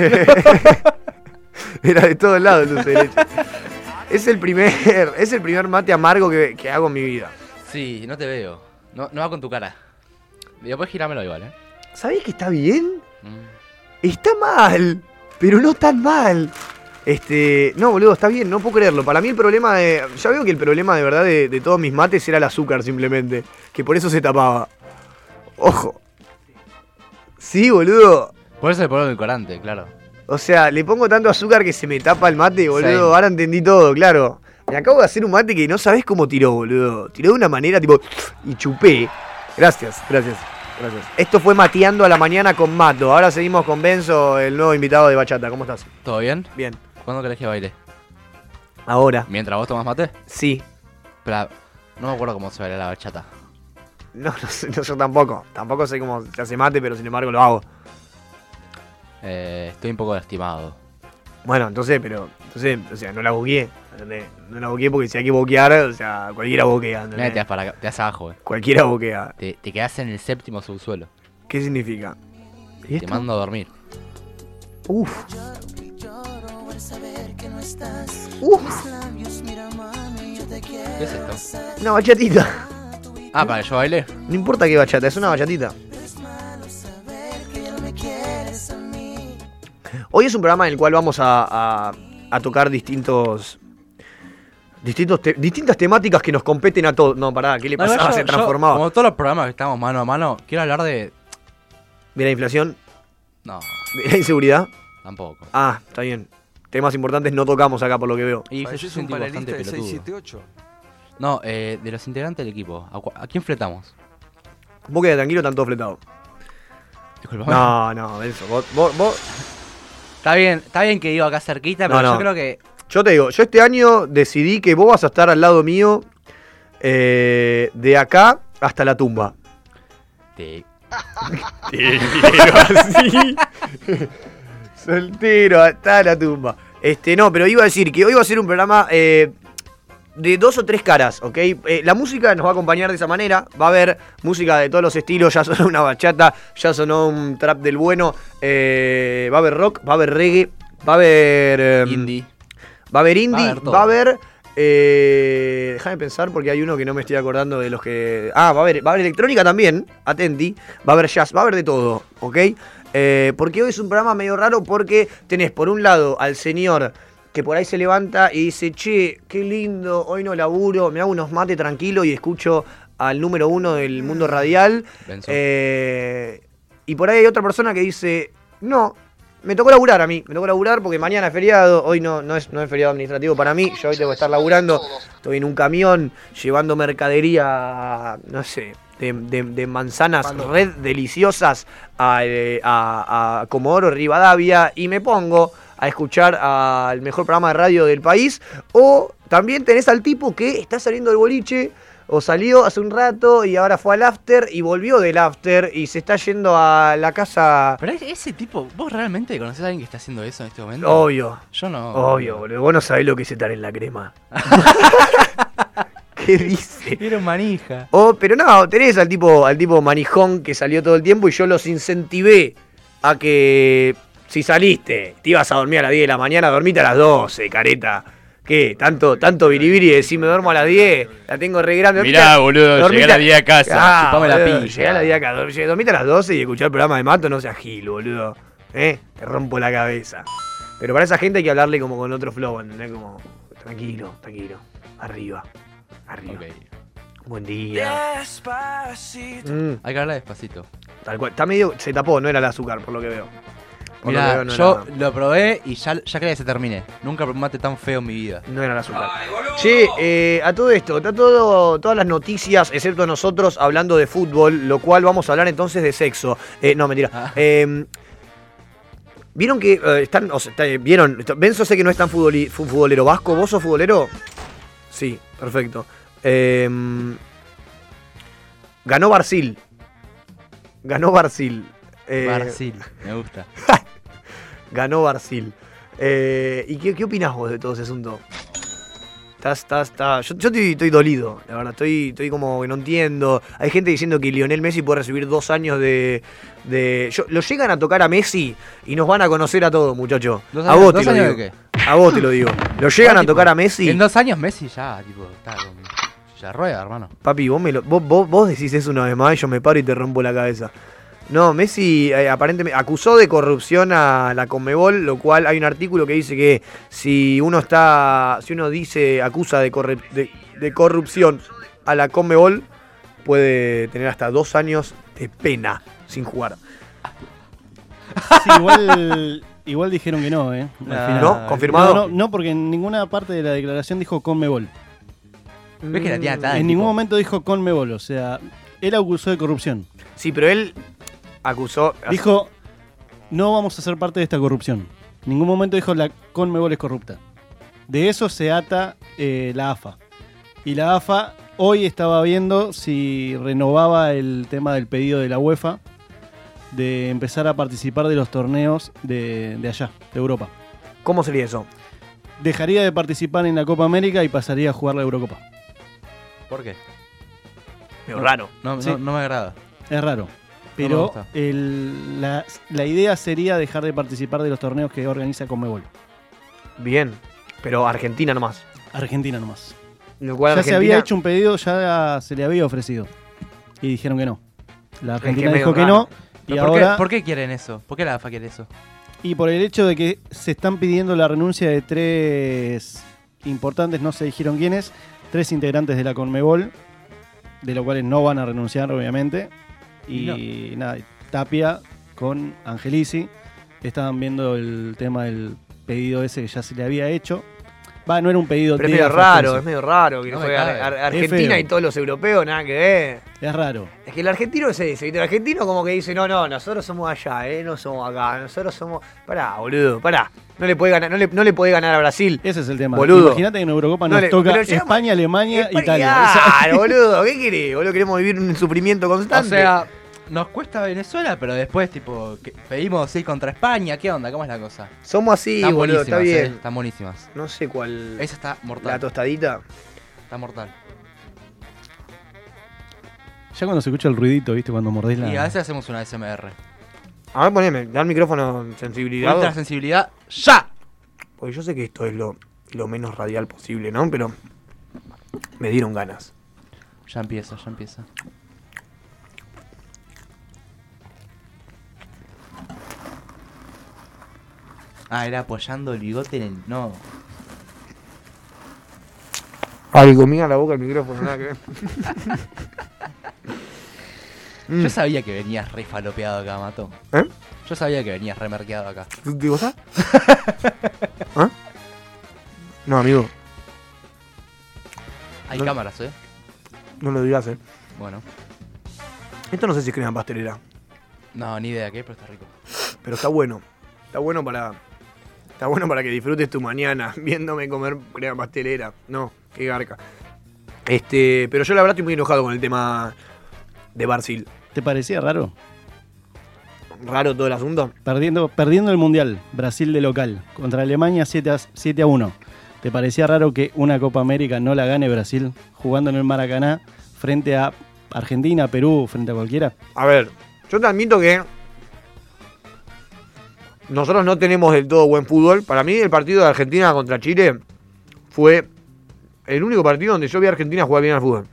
(laughs) Era de todos lados el dulce de leche. Es el primer, es el primer mate amargo que, que hago en mi vida.
Sí, no te veo. No, no va con tu cara. Y después girámelo igual, ¿eh?
¿Sabés que está bien?
Mm.
Está mal, pero no tan mal. Este, no, boludo, está bien, no puedo creerlo. Para mí el problema de. Ya veo que el problema de verdad de, de todos mis mates era el azúcar simplemente. Que por eso se tapaba. Ojo. Sí, boludo.
Por eso le pongo edulcorante, claro.
O sea, le pongo tanto azúcar que se me tapa el mate, boludo.
Sí.
Ahora entendí todo, claro. Me acabo de hacer un mate que no sabés cómo tiró, boludo. Tiró de una manera tipo. Y chupé. Gracias, gracias, gracias. Esto fue Mateando a la mañana con Mato. Ahora seguimos con Benzo, el nuevo invitado de Bachata. ¿Cómo estás?
¿Todo bien?
Bien.
¿Cuándo querés que baile?
Ahora.
¿Mientras vos tomás mate?
Sí.
Espera, no me acuerdo cómo se baila la bachata.
No, no, sé, no, yo tampoco. Tampoco sé cómo se hace mate, pero sin embargo lo hago.
Eh, estoy un poco lastimado.
Bueno, entonces, pero. Entonces, o sea, no la boqueé. ¿entendés? No la boqueé porque si hay que boquear, o sea, cualquiera boquea. ¿entendés?
Mira, te das para acá- te das abajo, eh.
Cualquiera boquea.
Te, te quedas en el séptimo subsuelo.
¿Qué significa? ¿Y
Te mando a dormir.
Uf.
¿Qué es esto?
Una bachatita.
Ah, para que yo baile.
No importa qué bachata, es una bachatita. Hoy es un programa en el cual vamos a, a- a tocar distintos. Distintos te- distintas temáticas que nos competen a todos. No, pará, ¿qué le pasaba? Se transformaba.
como todos los programas que estamos mano a mano, quiero hablar de.
De la inflación,
No,
de la inseguridad.
tampoco.
Ah, está bien. Temas importantes no tocamos acá por lo que veo.
Y yo soy un tipo bastante pelotudo. No, eh, de los integrantes del equipo. ¿A, cua- a quién fletamos?
Vos quedate tranquilo, están todos fletados.
Disculpame.
No, no, Belso. Vos, vos, vos-
(laughs) Está bien, está bien que digo acá cerquita,
No,
pero
no.
yo creo que.
Yo te digo, yo este año decidí que vos vas a estar al lado mío eh, de acá hasta la tumba.
Te-
Soltero así. Soltero hasta la tumba. Este, no, pero iba a decir que hoy va a ser un programa eh, de dos o tres caras, ¿ok? Eh, la música nos va a acompañar de esa manera. Va a haber música de todos los estilos. (laughs) Ya sonó una bachata, ya sonó un trap del bueno. eh, va a haber rock, va a haber reggae, va a haber. eh,
Indie.
Va a haber indie,
Va a haber todo.
va a haber. eh, déjame pensar porque hay uno que no me estoy acordando de los que. Ah, va a haber, va a haber electrónica también, atenti. Va a haber jazz, va a haber de todo, ¿ok? Eh, porque hoy es un programa medio raro porque tenés por un lado al señor que por ahí se levanta y dice, che, qué lindo, hoy no laburo, me hago unos mates tranquilo y escucho al número uno del mundo radial.
Benzo.
Eh, y por ahí hay otra persona que dice, no, me tocó laburar a mí, me tocó laburar porque mañana es feriado, hoy no, no, es, no es feriado administrativo para mí, yo hoy tengo que estar laburando, estoy en un camión llevando mercadería, no sé, de, de- de manzanas red deliciosas a, eh, a- a Comodoro Rivadavia y me pongo a escuchar al mejor programa de radio del país o también tenés al tipo que está saliendo del boliche o salió hace un rato y ahora fue al after y volvió del after y se está yendo a la casa.
Pero ese- ese tipo, ¿vos realmente conocés a alguien que está haciendo eso en este momento?
Obvio, Oh.
Yo no.
obvio, boludo. Vos no sabés lo que es estar en la crema. (laughs) ¿Qué dice?
Quiero manija.
Oh, pero no, tenés al tipo, al tipo manijón que salió todo el tiempo y yo los incentivé a que si saliste, te ibas a dormir a las 10 de la mañana, dormite a las 12, careta. ¿Qué? Tanto, tanto biribiri decir me duermo a las 10, la tengo re grande. Dormite
Mirá,
a-
boludo,
dormite
llegar a 10 a casa.
Ah,
chupame la
boludo,
pilla.
Llegar a las 10 a casa. Dorm- Dormite a las 12 y escuchar el programa de Mato, no seas gil, boludo. ¿Eh? Te rompo la cabeza. Pero para esa gente hay que hablarle como con otro flow, ¿entendés? Como, tranquilo, tranquilo. Arriba, arriba. Buen día. Mm.
Hay que hablar despacito.
Tal cual. Está medio. Se tapó, no era el azúcar, por lo que veo. Por lo que
Mirá,
veo, no
yo
Era,
lo probé y ya, ya quería que se termine. Nunca probé un mate tan feo en mi vida.
no era el azúcar. Che, eh, a todo esto, está todo, todas las noticias, excepto nosotros, hablando de fútbol, lo cual vamos a hablar entonces de sexo. Eh, no, mentira.
Ah.
Eh, Vieron que eh, están, o sea, está- eh, vieron, está- Benzo sé que no es tan futboli- fu- futbolero vasco, ¿vos sos futbolero? Sí, perfecto. Eh, ganó Brasil. Ganó Brasil. Eh,
Barcil, me gusta.
ganó Brasil. Eh, ¿Y qué, qué opinás vos de todo ese asunto? Estás, estás, estás. Yo, yo estoy, estoy dolido, la verdad, estoy, estoy como que no entiendo. Hay gente diciendo que Lionel Messi puede recibir dos años de. de... yo- lo llegan a tocar a Messi y nos van a conocer a todos, muchacho.
¿Dos
A
años-
vos te
dos
lo
años
digo.
de
A vos te lo digo. Lo llegan
Ah,
a
tipo,
tocar a Messi.
En dos años Messi ya, tipo, está con. Ya rueda, hermano.
Papi, vos, me lo- vos, vos, vos decís eso una vez más y yo me paro y te rompo la cabeza. No, Messi eh, aparentemente acusó de corrupción a la Conmebol, lo cual hay un artículo que dice que si uno está, si uno dice, acusa de, corre- de- de corrupción a la Conmebol, puede tener hasta dos años de pena sin jugar.
Sí, igual, igual dijeron que no, ¿eh? Al
No,
¿no? ¿Confirmado?
No, no, no, porque en ninguna parte de la declaración dijo Conmebol.
¿Ves que la tiene atada?
Mm, en
Ah, tipo,
ningún momento dijo Conmebol, o sea, él acusó de corrupción.
Sí, pero él acusó.
Dijo, no vamos a ser parte de esta corrupción. En ningún momento dijo la Conmebol es corrupta. De eso se ata eh, la AFA. Y la AFA hoy estaba viendo si renovaba el tema del pedido de la UEFA de empezar a participar de los torneos de, de allá, de Europa.
¿Cómo sería eso?
Dejaría de participar en la Copa América y pasaría a jugar la Eurocopa.
¿Por qué?
Medio raro.
No,
Sí.
no, no me agrada.
Es raro.
me
Pero
gusta.
el- la, la idea sería dejar de participar de los torneos que organiza Conmebol.
Bien, pero Argentina nomás.
Argentina nomás.
Lo cual
ya se
Argentina-
había hecho un pedido, ya se le había ofrecido. Y dijeron que no. La Argentina
medio
dijo que no.
raro.
Y
¿Pero por,
ahora,
qué, por qué quieren eso? ¿Por qué la AFA quiere eso?
y por el hecho de que se están pidiendo la renuncia de tres importantes, no se dijeron quiénes, tres integrantes de la Conmebol, de los cuales no van a renunciar, obviamente. Y nada, Tapia con Angelici estaban viendo el tema del pedido ese que ya se le había hecho. Va, no era un pedido.
Pero es
de
medio
Alfonso.
raro, es medio raro que
No
no
me
juegue
cabe.
Ar- Ar-
Es
Argentina
feo.
y todos los europeos, nada que ver.
Es raro.
Es que el argentino es ese, ¿viste? El argentino como que dice, no, no, nosotros somos allá, ¿eh? No somos acá, nosotros somos... Pará, boludo, pará. No le podés ganar, no le, no le podés ganar a Brasil.
Ese es el tema.
Boludo.
Imagínate que en Eurocopa
No
nos
le-
toca
pero llegamos-
España, Alemania,
España-
Italia.
Eh,
(laughs)
Claro, boludo, ¿qué querés? Boludo, queremos vivir un sufrimiento
O
constante.
sea, nos cuesta Venezuela, pero después, tipo, que- pedimos ir contra España. ¿Qué onda? ¿Cómo es la cosa?
somos así,
están
boludo,
buenísimas,
está bien.
eh, están buenísimas.
No sé cuál...
Esa está
La
mortal.
tostadita.
Está mortal.
Ya cuando se escucha el ruidito, ¿viste? Cuando mordés la.
Y a veces hacemos una SMR.
A ver, poneme, da el micrófono sensibilidad.
Ultra sensibilidad, ¡ya!
Porque yo sé que esto es lo, lo menos radial posible, ¿no? Pero me dieron ganas.
Ya empieza, ya empieza. Ah, era apoyando el bigote en el. No.
Ay, comía la boca el micrófono, nada que ver.
Yo sabía que venías re falopeado acá, Mato.
¿Eh?
Yo sabía que venías remerqueado acá.
¿Te gozás? ¿Ah? No, amigo,
Hay
No.
cámaras, eh.
no lo digas, eh.
Bueno.
Esto no sé si es crema pastelera,
No, ni idea qué, pero está rico.
pero está bueno. Está bueno para. Está bueno para que disfrutes tu mañana (laughs) viéndome comer crema pastelera. No, qué garca. Este, pero yo la verdad estoy muy enojado con el tema de Brasil.
¿Te parecía raro?
Raro todo el asunto.
Perdiendo, perdiendo el mundial, Brasil de local, contra Alemania 7 a, 7 a 1. ¿Te parecía raro que una Copa América no la gane Brasil jugando en el Maracaná frente a Argentina, Perú, frente a cualquiera?
A ver, yo te admito que nosotros no tenemos del todo buen fútbol. Para mí el partido de Argentina contra Chile fue el único partido donde yo vi a Argentina jugar bien al fútbol.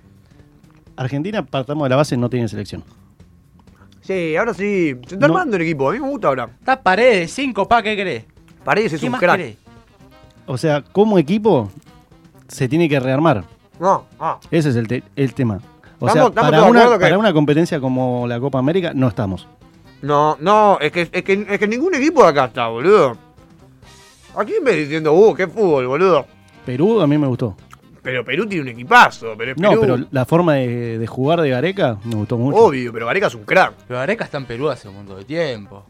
Argentina, partamos de la base, no tiene selección.
Sí, ahora sí. Se está
No.
armando el equipo. A mí me gusta ahora.
Está pared de 5, pa, ¿qué crees?
Paredes es
¿Qué
un
más
crack.
crees?
O sea, como equipo, se tiene que rearmar.
No, ah.
Ese es el, te- el tema. O
Estamos-
sea,
estamos
para,
todos de
una,
acuerdo que-
para una competencia como la Copa América, no estamos.
No, no. Es que, es, que, es que ningún equipo de acá está, boludo. Aquí me diciendo, uh, qué fútbol, boludo.
Perú a mí me gustó.
Pero Perú tiene un equipazo. Pero es
No,
Perú.
pero la forma de, de jugar de Gareca me gustó mucho.
Obvio, pero Gareca es un crack.
Pero Areca está en Perú hace un montón de tiempo.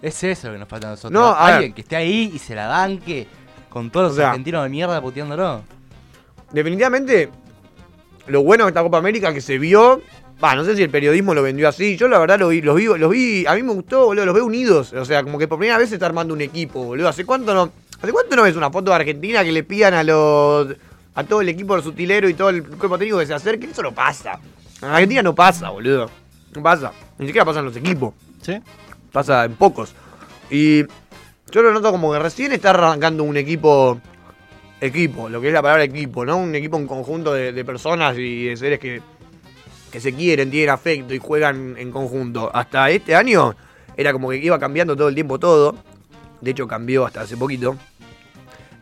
Es eso lo que nos falta a nosotros.
No, a
Alguien
ver.
que esté ahí y se la banque con todos los
O sea-
argentinos de mierda puteándolo.
definitivamente lo bueno de esta Copa América que se vio, va, no sé si el periodismo lo vendió así, yo la verdad lo vi, los vi, los vi, a mí me gustó, boludo, los veo unidos, o sea, como que por primera vez se está armando un equipo, boludo, ¿hace cuánto no? ¿Hace cuánto no ves una foto de Argentina que le pidan a los a todo el equipo del sutilero y todo el cuerpo técnico que se acerque? Eso no pasa. En Argentina no pasa, boludo. No pasa. Ni siquiera pasan los equipos
¿Sí?
pasa en pocos. Y yo lo noto como que recién está arrancando un equipo, equipo, lo que es la palabra equipo, ¿no? Un equipo, un conjunto de, de personas y de seres que, que se quieren, tienen afecto y juegan en conjunto. Hasta este año era como que iba cambiando todo el tiempo todo. De hecho cambió hasta hace poquito.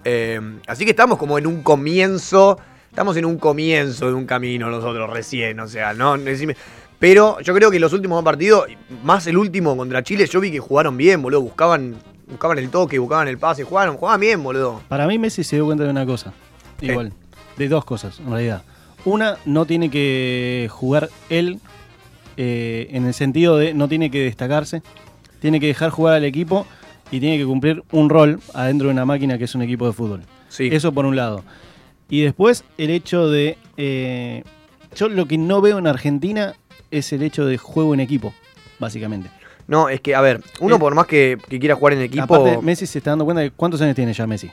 Eh, así que estamos como en un comienzo, estamos en un comienzo de un camino nosotros recién, o sea, no, decime, pero yo creo que los últimos dos partidos, más el último contra Chile, yo vi que jugaron bien, boludo. Buscaban, buscaban el toque, buscaban el pase, jugaron, jugaban bien, boludo.
Para mí Messi se dio cuenta de una cosa.
¿Qué?
Igual. De dos cosas, en realidad. Una, no tiene que jugar él eh, en el sentido de no tiene que destacarse. Tiene que dejar jugar al equipo y tiene que cumplir un rol adentro de una máquina que es un equipo de fútbol.
Sí.
Eso por un lado. Y después el hecho de... eh, yo lo que no veo en Argentina es el hecho de juego en equipo, básicamente.
No, es que, a ver, uno
Eh,
por más que, que quiera jugar en equipo.
Aparte, Messi se está dando cuenta de cuántos años tiene ya Messi.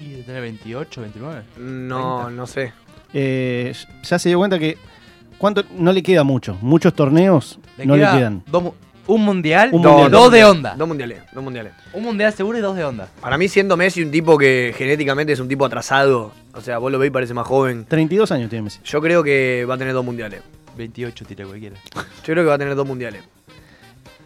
Y de tener 28, 29.
no,
30.
no sé.
Eh, ya se dio cuenta que cuánto no le queda mucho. Muchos torneos no le quedan.
dos mu- un mundial,
Un
dos,
mundial.
dos de
mundiales,
onda.
Dos mundiales, dos mundiales.
Un mundial seguro y dos de onda.
Para mí, siendo Messi un tipo que genéticamente es un tipo atrasado, o sea, vos lo veis y parece más joven.
32 años tiene Messi.
Yo creo que va a tener dos mundiales.
28 tira cualquiera.
Yo creo que va a tener dos mundiales.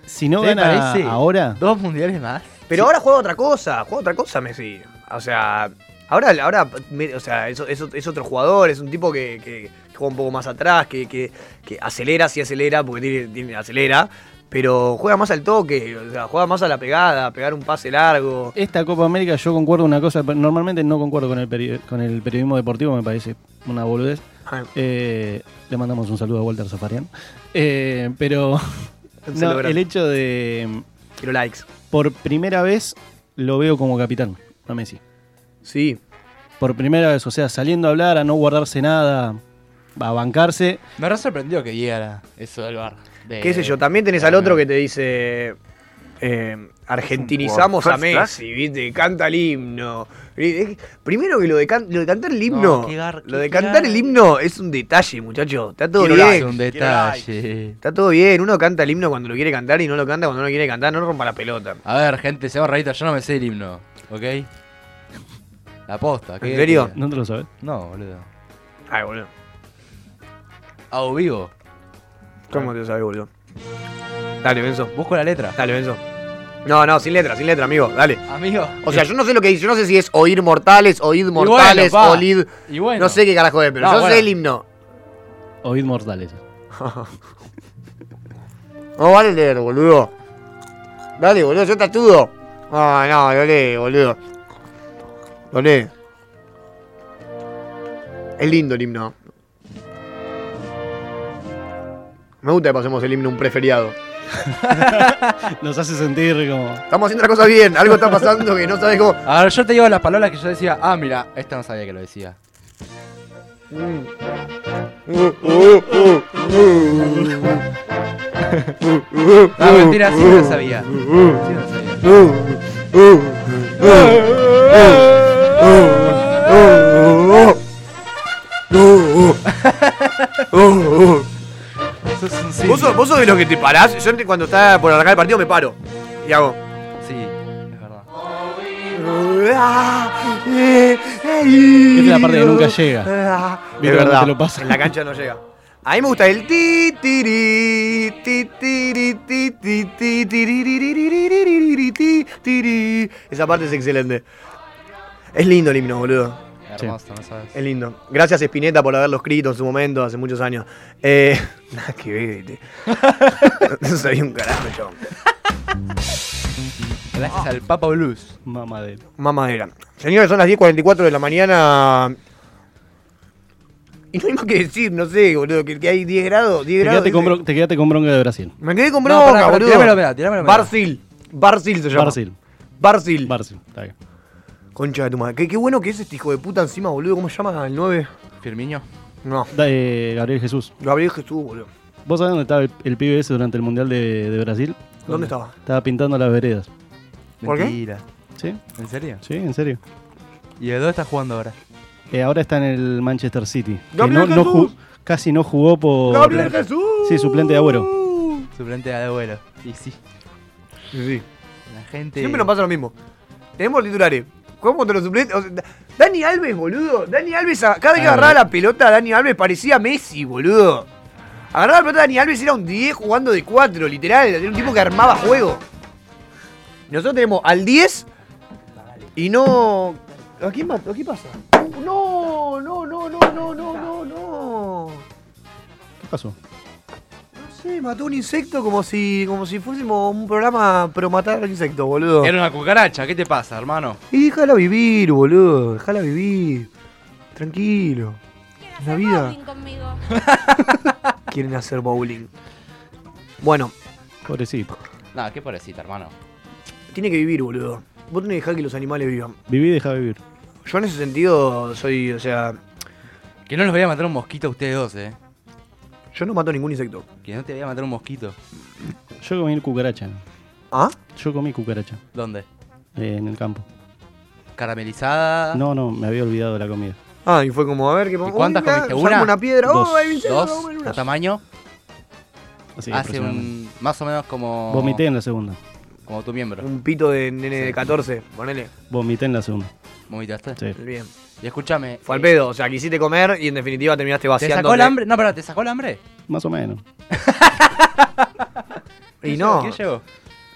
Si no
¿Te
gana
parece?
ahora,
Dos mundiales más.
Pero ahora juega otra cosa, juega otra cosa Messi. O sea, ahora, ahora me- o sea, es, es- es otro jugador, es un tipo que, que- que juega un poco más atrás, que, que- que acelera, sí acelera, porque tiene, tiene- acelera, pero juega más al toque, o sea, juega más a la pegada, a pegar un pase largo.
Esta Copa América yo concuerdo una cosa, pero normalmente no concuerdo con el, peri- con el periodismo deportivo, me parece una boludez.
Ah,
Eh, le mandamos un saludo a Walter Zafarian. Eh, pero
Un
no,
saludo grande.
el hecho de mm,
Quiero likes.
por primera vez lo veo como capitán a Messi.
Sí,
Por primera vez, o sea, saliendo a hablar, a no guardarse nada, a bancarse.
Me re sorprendió que llegara eso del bar. De-
qué sé yo, también tenés al otro que te dice. eh, argentinizamos a
First class.
Messi, ¿viste? Canta el himno. Eh, eh, Primero que lo de, can- lo de cantar el himno.
qué gar-
lo
qué
de cantar
gar-
el himno es un detalle, muchachos. Está todo
Quiero
bien.
darse un detalle.
Está todo bien. Uno canta el himno cuando lo quiere cantar y no lo canta cuando no lo quiere cantar. No rompa la pelota.
A ver, gente, seamos raritos, yo no me sé el himno, ¿ok? La posta, ¿qué?
¿En serio?
qué?
¿No te lo sabes?
No, boludo.
Ay, boludo.
A vivo,
¿Cómo te sabes, boludo? Dale, Benzo.
busco la letra.
Dale, Benzo. No, no, sin letra, sin letra, amigo. Dale.
Amigo. (laughs)
O sea, yo no sé lo que dice. Yo no sé si es oír mortales, oíd mortales,
bueno, pa.
olid.
y bueno.
No sé qué carajo es, pero
No,
yo
bueno.
sé el himno.
Oíd mortales.
No vale leer, boludo. Dale, boludo, yo te ayudo. No, no, lo lee, boludo. Lo lee. Es lindo el himno. Me gusta que pasemos el himno un preferiado.
Nos hace sentir como.
Estamos haciendo las cosas bien, algo está pasando que no sabes cómo.
A ver, yo te digo las palabras que yo decía. Ah, mira, esta no sabía que lo
(laughs)
decía. No, Ah, mentira, sí lo sabía. Sí lo sabía. Sos un sí.
¿Vos, sos, vos sos de los que te parás. Yo cuando está por arrancar el partido me paro. Y hago.
Sí, es verdad.
Es
la parte que nunca llega.
De
Viste cuando
verdad.
te lo pasa.
En la cancha no llega. A mí me gusta el ti tiri ti tiri ti ti ti tiririririririri, ti tiri. Esa parte es excelente. Es lindo el himno, boludo.
Hermoso, no sabes.
Es lindo. Gracias, Spinetta, por haberlo escrito en su momento, hace muchos años. Eh, (laughs) nada que ver, viste. (laughs) No sabía un carajo yo.
Gracias al Papa Blues.
Mamadera.
Mamadera. Señores, son las 10.44 de la mañana. Y no hay más que decir, no sé, boludo, que, que hay 10 grados, 10
Te
grados.
quedaste, con
dice-
bron- te quedaste con bronca de Brasil.
Me quedé con
No,
bronca,
pará, pará,
boludo.
tirámelo, mirá, tirámelo, mirá.
Barcil. Barcil se llama.
Brasil.
Barcil.
Brasil. está bien.
Concha de tu madre. Qué, qué bueno que es este hijo de puta encima, boludo. ¿Cómo se llama el 9?
Firmiño.
No,
Da- eh, Gabriel Jesús.
lo abrí que estuvo, boludo.
¿Vos sabés dónde estaba el, el pibe ese durante el Mundial de, de Brasil?
¿Dónde estaba?
Estaba pintando las veredas.
¿Por qué?
Mentira.
¿Sí?
¿En serio?
Sí, en serio.
¿Y el 2 está jugando ahora?
Eh, ahora está en el Manchester City. que
¡Gabriel
no- no
Jesús!
ju- casi no jugó
Oh,
por.
¡Gabriel Jesús!
Sí, suplente de Agüero.
Suplente de abuelo. Y sí.
Sí, sí.
La gente.
Siempre nos pasa lo mismo. Tenemos titulares. ¿Cómo contra los suplentes? O sea, Da- Dani Alves, boludo. Dani Alves, a- cada vez que
Ah,
agarraba
verdad.
la pelota, Dani Alves parecía Messi, boludo. Agarraba la pelota Dani Alves era un 10 jugando de 4, literal. Era un tipo que armaba juego. Nosotros tenemos al 10 y no. ¿A quién mató? ¿Qué pasa? No, no, no, no, no, no, no, no.
¿Qué pasó?
No sé, mató un insecto como si, como si fuésemos un programa pro matar insectos, boludo.
Era una cucaracha, ¿qué te pasa, hermano?
Y déjala vivir, boludo. Déjala vivir. Tranquilo. La vida. (laughs) Quieren hacer bowling. Bueno,
Pobrecito.
Nada, qué pobrecita, hermano.
tiene que vivir, boludo. Vos tenés que dejar que los animales vivan.
Viví y deja vivir.
Yo en ese sentido soy, o sea,
Que no los voy a matar un mosquito a ustedes dos, eh.
yo no mato ningún insecto.
Que no te voy a matar un mosquito.
Yo comí cucaracha.
¿Ah?
Yo comí cucaracha
¿Dónde?
eh, en el campo.
Caramelizada.
No, no, me había olvidado de la comida.
Ah, y fue como, a ver, ¿qué pasa?
cuántas comiste? ¿Una?
una piedra.
Dos.
Oh, hay un insecto,
Dos,
vamos a ver
de
una.
tamaño,
Así que
hace
aproximadamente.
un. más o menos como.
Vomité en la segunda.
Como tu miembro.
Un pito de nene de 14, ponele.
Vomité en la segunda.
¿Vomitaste?
Sí.
Bien.
Y escúchame.
Fue al pedo, o sea, quisiste comer y en definitiva terminaste
¿Te
vaciando.
sacó el hambre? No, pero ¿te sacó el hambre?
Más o menos.
Y no.
¿Qué Pues, llegó?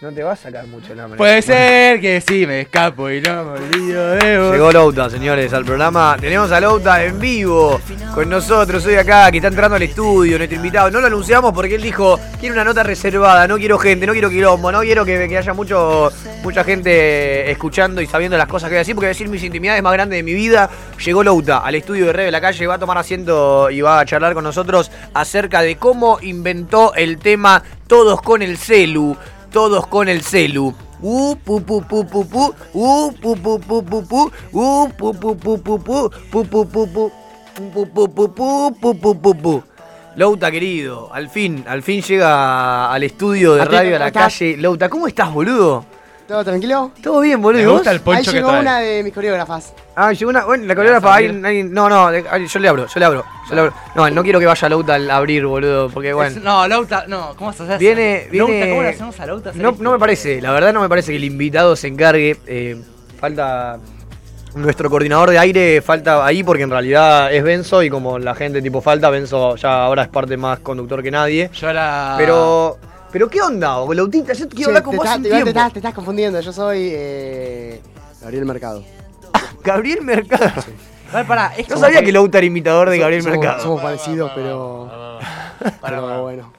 No te va a sacar mucho el hambre.
Puede ser que sí, me escapo y no me olvido de vos.
Llegó Louta, señores, al programa. Tenemos a Louta en vivo con nosotros hoy acá, que está entrando al estudio, nuestro invitado. No lo anunciamos porque él dijo, quiero una nota reservada, no quiero gente, no quiero quilombo, no quiero que, que haya mucho, mucha gente escuchando y sabiendo las cosas que voy a decir, porque voy a decir mis intimidades más grandes de mi vida. Llegó Louta al estudio de Rebe la calle, va a tomar asiento y va a charlar con nosotros acerca de cómo inventó el tema Todos con el celu, todos con el celu. Uh, pu, pu, pu, pu, pu. Uh, pu, pu, pu, pu, pu. Uh, pu, pu, pu, pu, pu. Pu, pu, pu, pu. Pu, pu, pu, pu, pu. Pu, pu, pu, pu. Louta, querido, al fin, al fin llega al estudio de
Al fin,
radio a la
¿cómo estás?
calle. Louta, ¿cómo estás, boludo?
¿Todo tranquilo?
¿Todo bien, boludo? ¿Y
Me
vos?
gusta el
Ahí
poncho que
llegó
trae.
una de mis coreógrafas.
Ah, llegó una. Bueno, la coreógrafa,
Samir.
alguien, alguien- No, no, de- alguien- yo le abro, yo le abro, yo le abro. No, no quiero que vaya Louta al abrir, boludo, porque
Es-
bueno.
No, Lauta, no, ¿cómo vas a hacer?
Viene-
Lauta,
viene-
¿cómo le hacemos a Lauta? hacer
No,
esto?
no me parece, la verdad no me parece que el invitado se encargue. eh, falta nuestro coordinador de aire, falta ahí porque en realidad es Benzo y como la gente tipo falta, Benzo ya ahora es parte más conductor que nadie.
Yo ahora.
Pero, pero ¿qué onda, Lautita? Yo te quiero
Che,
hablar con
te
vos
estás-
un
te, igual te
tiempo.
estás- te estás confundiendo, yo soy eh, Gabriel Mercado.
Gabriel Mercado.
Igual, pará, es
Yo
como
sabía
que-
que Lauta era imitador de Gabriel
Somos-
Mercado.
Somos parecidos, pero. (laughs) Pero bueno.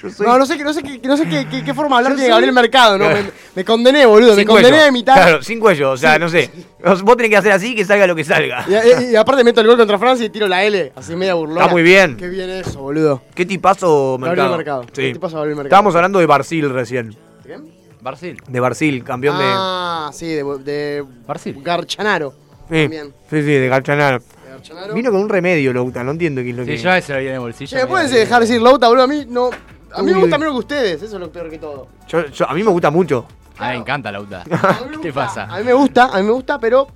Yo soy-
No, no sé, qué- no sé, qué- no sé qué, qué- qué forma de hablar
Yo
tiene
soy-
Gabriel Mercado, ¿no? Me, me condené, boludo, me
sin
condené
cuello.
de mitad.
Claro, sin cuello, o sea, no sé. Vos tenés que hacer así que salga lo que salga.
Y, y- y aparte meto el gol contra Francia y tiro la L, así media burlona.
Está muy bien.
Qué bien eso, boludo.
¿Qué tipazo mercado?
Gabriel Mercado.
Sí.
¿Qué te pasa, Gabriel Mercado?
Estábamos hablando de Barcil recién.
¿Bien?
Barcil.
De Barcil, campeón de.
Ah, sí, de, de
Barcil.
Garchanaro.
Sí,
también.
sí, sí, de Garchanaro.
De Garchanaro.
Vino con un remedio, Louta, no entiendo quién lo
Sí,
tiene.
yo ese lo vi en el bolsillo.
Che, ¿me
mira,
pueden
mira.
dejar decir Lauta, boludo? A mí no. A mí me
Uy.
gusta menos que ustedes, eso es lo peor que todo.
Yo- yo- a mí me gusta mucho.
A mí me encanta Lauta.
A mí me
¿Qué te
gusta,
pasa?
A mí me gusta, a mí me gusta, pero.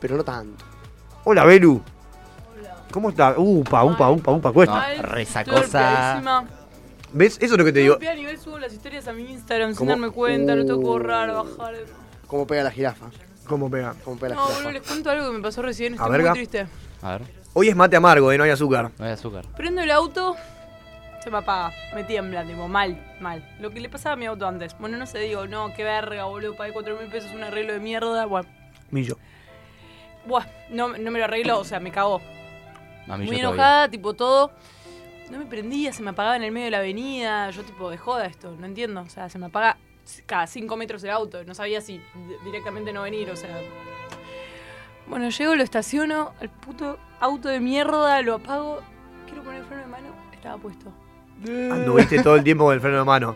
Pero no tanto.
Hola, Belu. ¿Cómo está? Upa, upa, upa, upa, cuesta.
Mal,
resacosa.
Estoy
¿Ves? Eso es lo que te digo.
a nivel subo las historias a mi Instagram
¿Cómo?
sin darme cuenta, no tengo que borrar,
Uh.
bajar.
Como pega la jirafa.
¿Cómo pega?
Como pega la
No,
jirafa.
boludo, les cuento algo que me pasó recién, estoy
verga.
muy triste.
A ver,
Hoy es mate amargo, eh, no hay azúcar.
no hay azúcar.
Prendo el auto, se me apaga, me tiembla, tipo, mal, mal. Lo que le pasaba a mi auto antes. Bueno, no sé, digo, no, qué verga, boludo, pagué 4 mil pesos, un arreglo de mierda, bueno.
Millo.
Buah, no, no me lo arreglo, o sea, me cagó.
A mí yo
Muy
todavía.
enojada, tipo todo. No me prendía, se me apagaba en el medio de la avenida. Yo, tipo, de joda esto, no entiendo. O sea, se me apaga cada cinco metros el auto. No sabía si d- directamente no venir, o sea. Bueno, llego, lo estaciono, al puto auto de mierda, lo apago. Quiero poner el freno de mano, estaba puesto. Mm.
Anduviste todo el tiempo con el freno de
(laughs)
mano.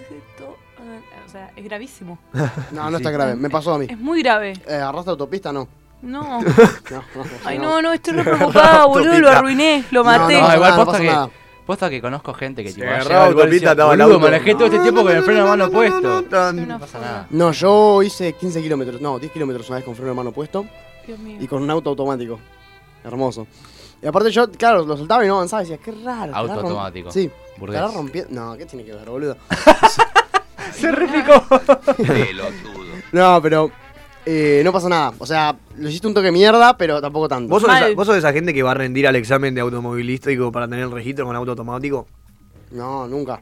Es de to- ah, O sea, es gravísimo.
(laughs) No, no está grave, me pasó a mí.
Es muy grave.
Eh, ¿Arrastra autopista? No.
No.
(laughs) No, no,
Ay, no,
(laughs)
no, estoy re preocupada, boludo. Lo arruiné, lo maté.
No, no,
No, Ah, igual
nada, no
posta
pasa nada.
que. Posta que conozco gente que tipo. ha
agarraba
llegado al
autopista,
bolsillo,
estaba el
boludo,
auto.
manejé todo este tiempo con el freno de mano puesto.
Soy una
puesto.
pasa
forra.
nada.
No, yo hice 15 kilómetros, no, 10 kilómetros una vez con freno de mano puesto
Dios mío.
y con un auto automático. Hermoso. Y aparte yo, claro, lo soltaba y no avanzaba, decía, qué raro.
Auto
estará rom-
automático.
Sí.
Burgués.
Estará rompiendo. No, ¿qué tiene que ver, boludo?
Se repicó.
Pelotudo.
No, pero eh, no pasa nada. O sea, lo hiciste un toque mierda, pero tampoco tanto.
¿Vos sos,
Mal.
esa, vos sos esa gente que va a rendir al examen de automovilístico para tener el registro con auto automático?
No, nunca.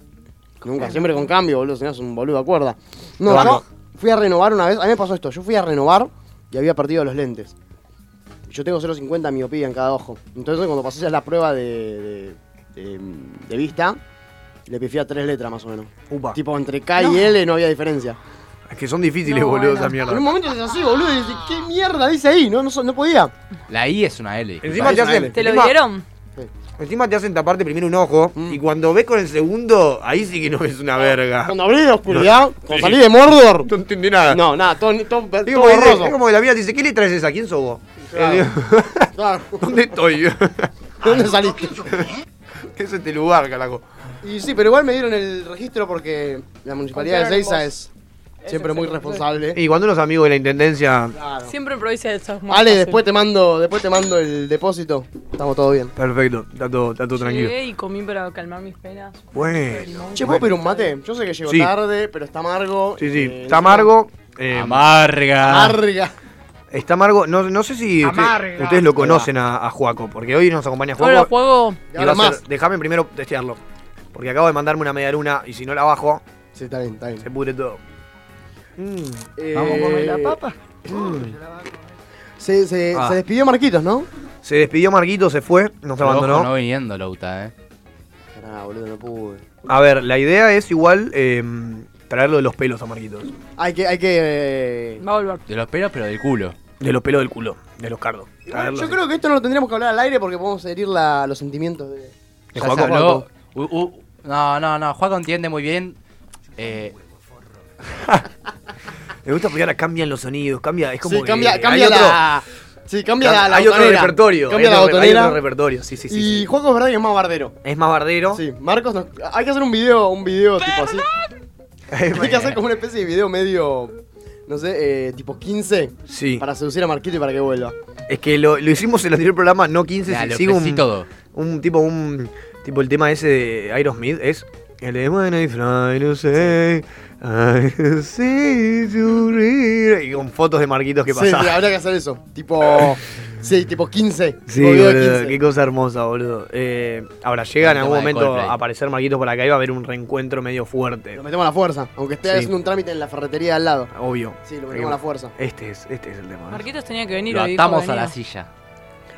Nunca, siempre con cambio, boludo, si no es un boludo, acuerda. No,
Claro.
yo fui a renovar una vez, a mí me pasó esto, yo fui a renovar y había perdido los lentes. Yo tengo 0,50 miopía en cada ojo. Entonces cuando pasé ya la prueba de, de, de, de vista, le pifié a tres letras más o menos.
Upa.
Tipo, entre K y L no había diferencia.
Es que son difíciles,
No,
boludo,
bueno.
esa
En un
mierda.
momento es así, boludo, y dice, ¿qué mierda dice ahí? No, no, so- no podía.
La I es una L. disculpa.
Encima te hacen.
¿Te lo
encima-
dijeron?
Encima te hacen taparte primero un ojo
Mm.
y cuando ves con el segundo, ahí sí que no ves una verga.
Cuando abrí la oscuridad, cuando salí de Mordor.
No entendí nada.
No, nada, todo, todo, todo
Es como, que dice-
borroso.
es como que la vida te dice, ¿qué letra es esa? ¿Quién sos vos?
Claro.
Eh,
Claro.
(laughs) ¿Dónde estoy?
Ah, (laughs) ¿Dónde saliste?
¿Qué es este lugar, carajo?
Y sí, pero igual me dieron el registro porque la municipalidad de
Confiaron en
Seiza
vos.
es siempre muy responsable.
Y cuando unos amigos de la intendencia.
Claro.
Siempre en provincia de esos
Ale, después te mando, después te mando el depósito. Estamos todo bien.
Perfecto, está todo, está todo tranquilo.
Llegué y comí para calmar mis penas.
Bueno.
Che, ¿puedo pedir un mate? Yo sé que llego
Sí.
tarde, pero está amargo.
Sí, sí,
eh,
está amargo. eh,
Amarga.
Amarga.
está amargo. No, no sé si usted-
Amarga.
ustedes lo conocen a, a Juaco, porque hoy nos acompaña Juaco.
Ahora juego.
Y
Y ahora
va a ser-
más.
Déjame primero testearlo. Porque acabo de mandarme una media luna y si no la bajo,
Sí, está bien, está bien. Se
pudre todo.
Eh, Mm. Se, se-
Ah.
se despidió Marquitos, ¿no?
Se despidió Marquito, se fue, nos
Pero
abandonó.
ojo, no viniendo, Lauta, eh.
Ah, boludo, no pude.
A ver, la idea es igual eh, traerlo de los pelos a Marquitos.
Hay que, eh, hay que.
Va a volver.
De los pelos, pero del culo.
De los pelos del culo, de los cardos.
Yo creo que esto no lo tendríamos que hablar al aire porque podemos herir la- los sentimientos de.
Ya
Juaco.
se habló. U- u- no, no, no. Juaco entiende muy bien. Eh,
Me gusta porque ahora cambian los sonidos, cambia, es como
Sí,
que
cambia,
hay
cambia
otro-
la. Sí, cambia la, la
Hay otro
botonera.
repertorio.
Cambia
hay
la
otro- hay
botonera.
otro repertorio, sí, sí, sí.
y Juaco es verdad que es más bardero.
Es más bardero. (laughs)
Sí, Marcos, nos- hay que hacer un video, un video tipo así. (laughs) hay que hacer como una especie de video medio, no sé, eh, tipo 15.
Sí.
Para seducir a Marquito y para que vuelva.
Es que lo, lo hicimos en el anterior programa, no 15,
Ya,
si-
lo
sigue
ofrecí
un,
todo.
un tipo, un tipo el tema ese de Aerosmith es el de When I fly to say I see you here", y con fotos de marquitos que
Sí,
pasaban.
sí, habría que hacer eso.
(laughs)
Tipo, sí, tipo 15.
Sí,
tipo video
boludo, qué cosa hermosa, boludo. Eh, ahora, llega en
El tema
algún
de
momento
Coldplay.
a aparecer Marquitos por acá y va a haber un reencuentro medio fuerte.
Lo metemos a la fuerza, aunque esté
Sí.
haciendo un trámite en la ferretería de al lado.
Obvio.
Sí, lo metemos a la fuerza.
Este es, este es el tema.
Marquitos tenía que venir
lo
hoy, dijo
atamos a
venía.
la silla.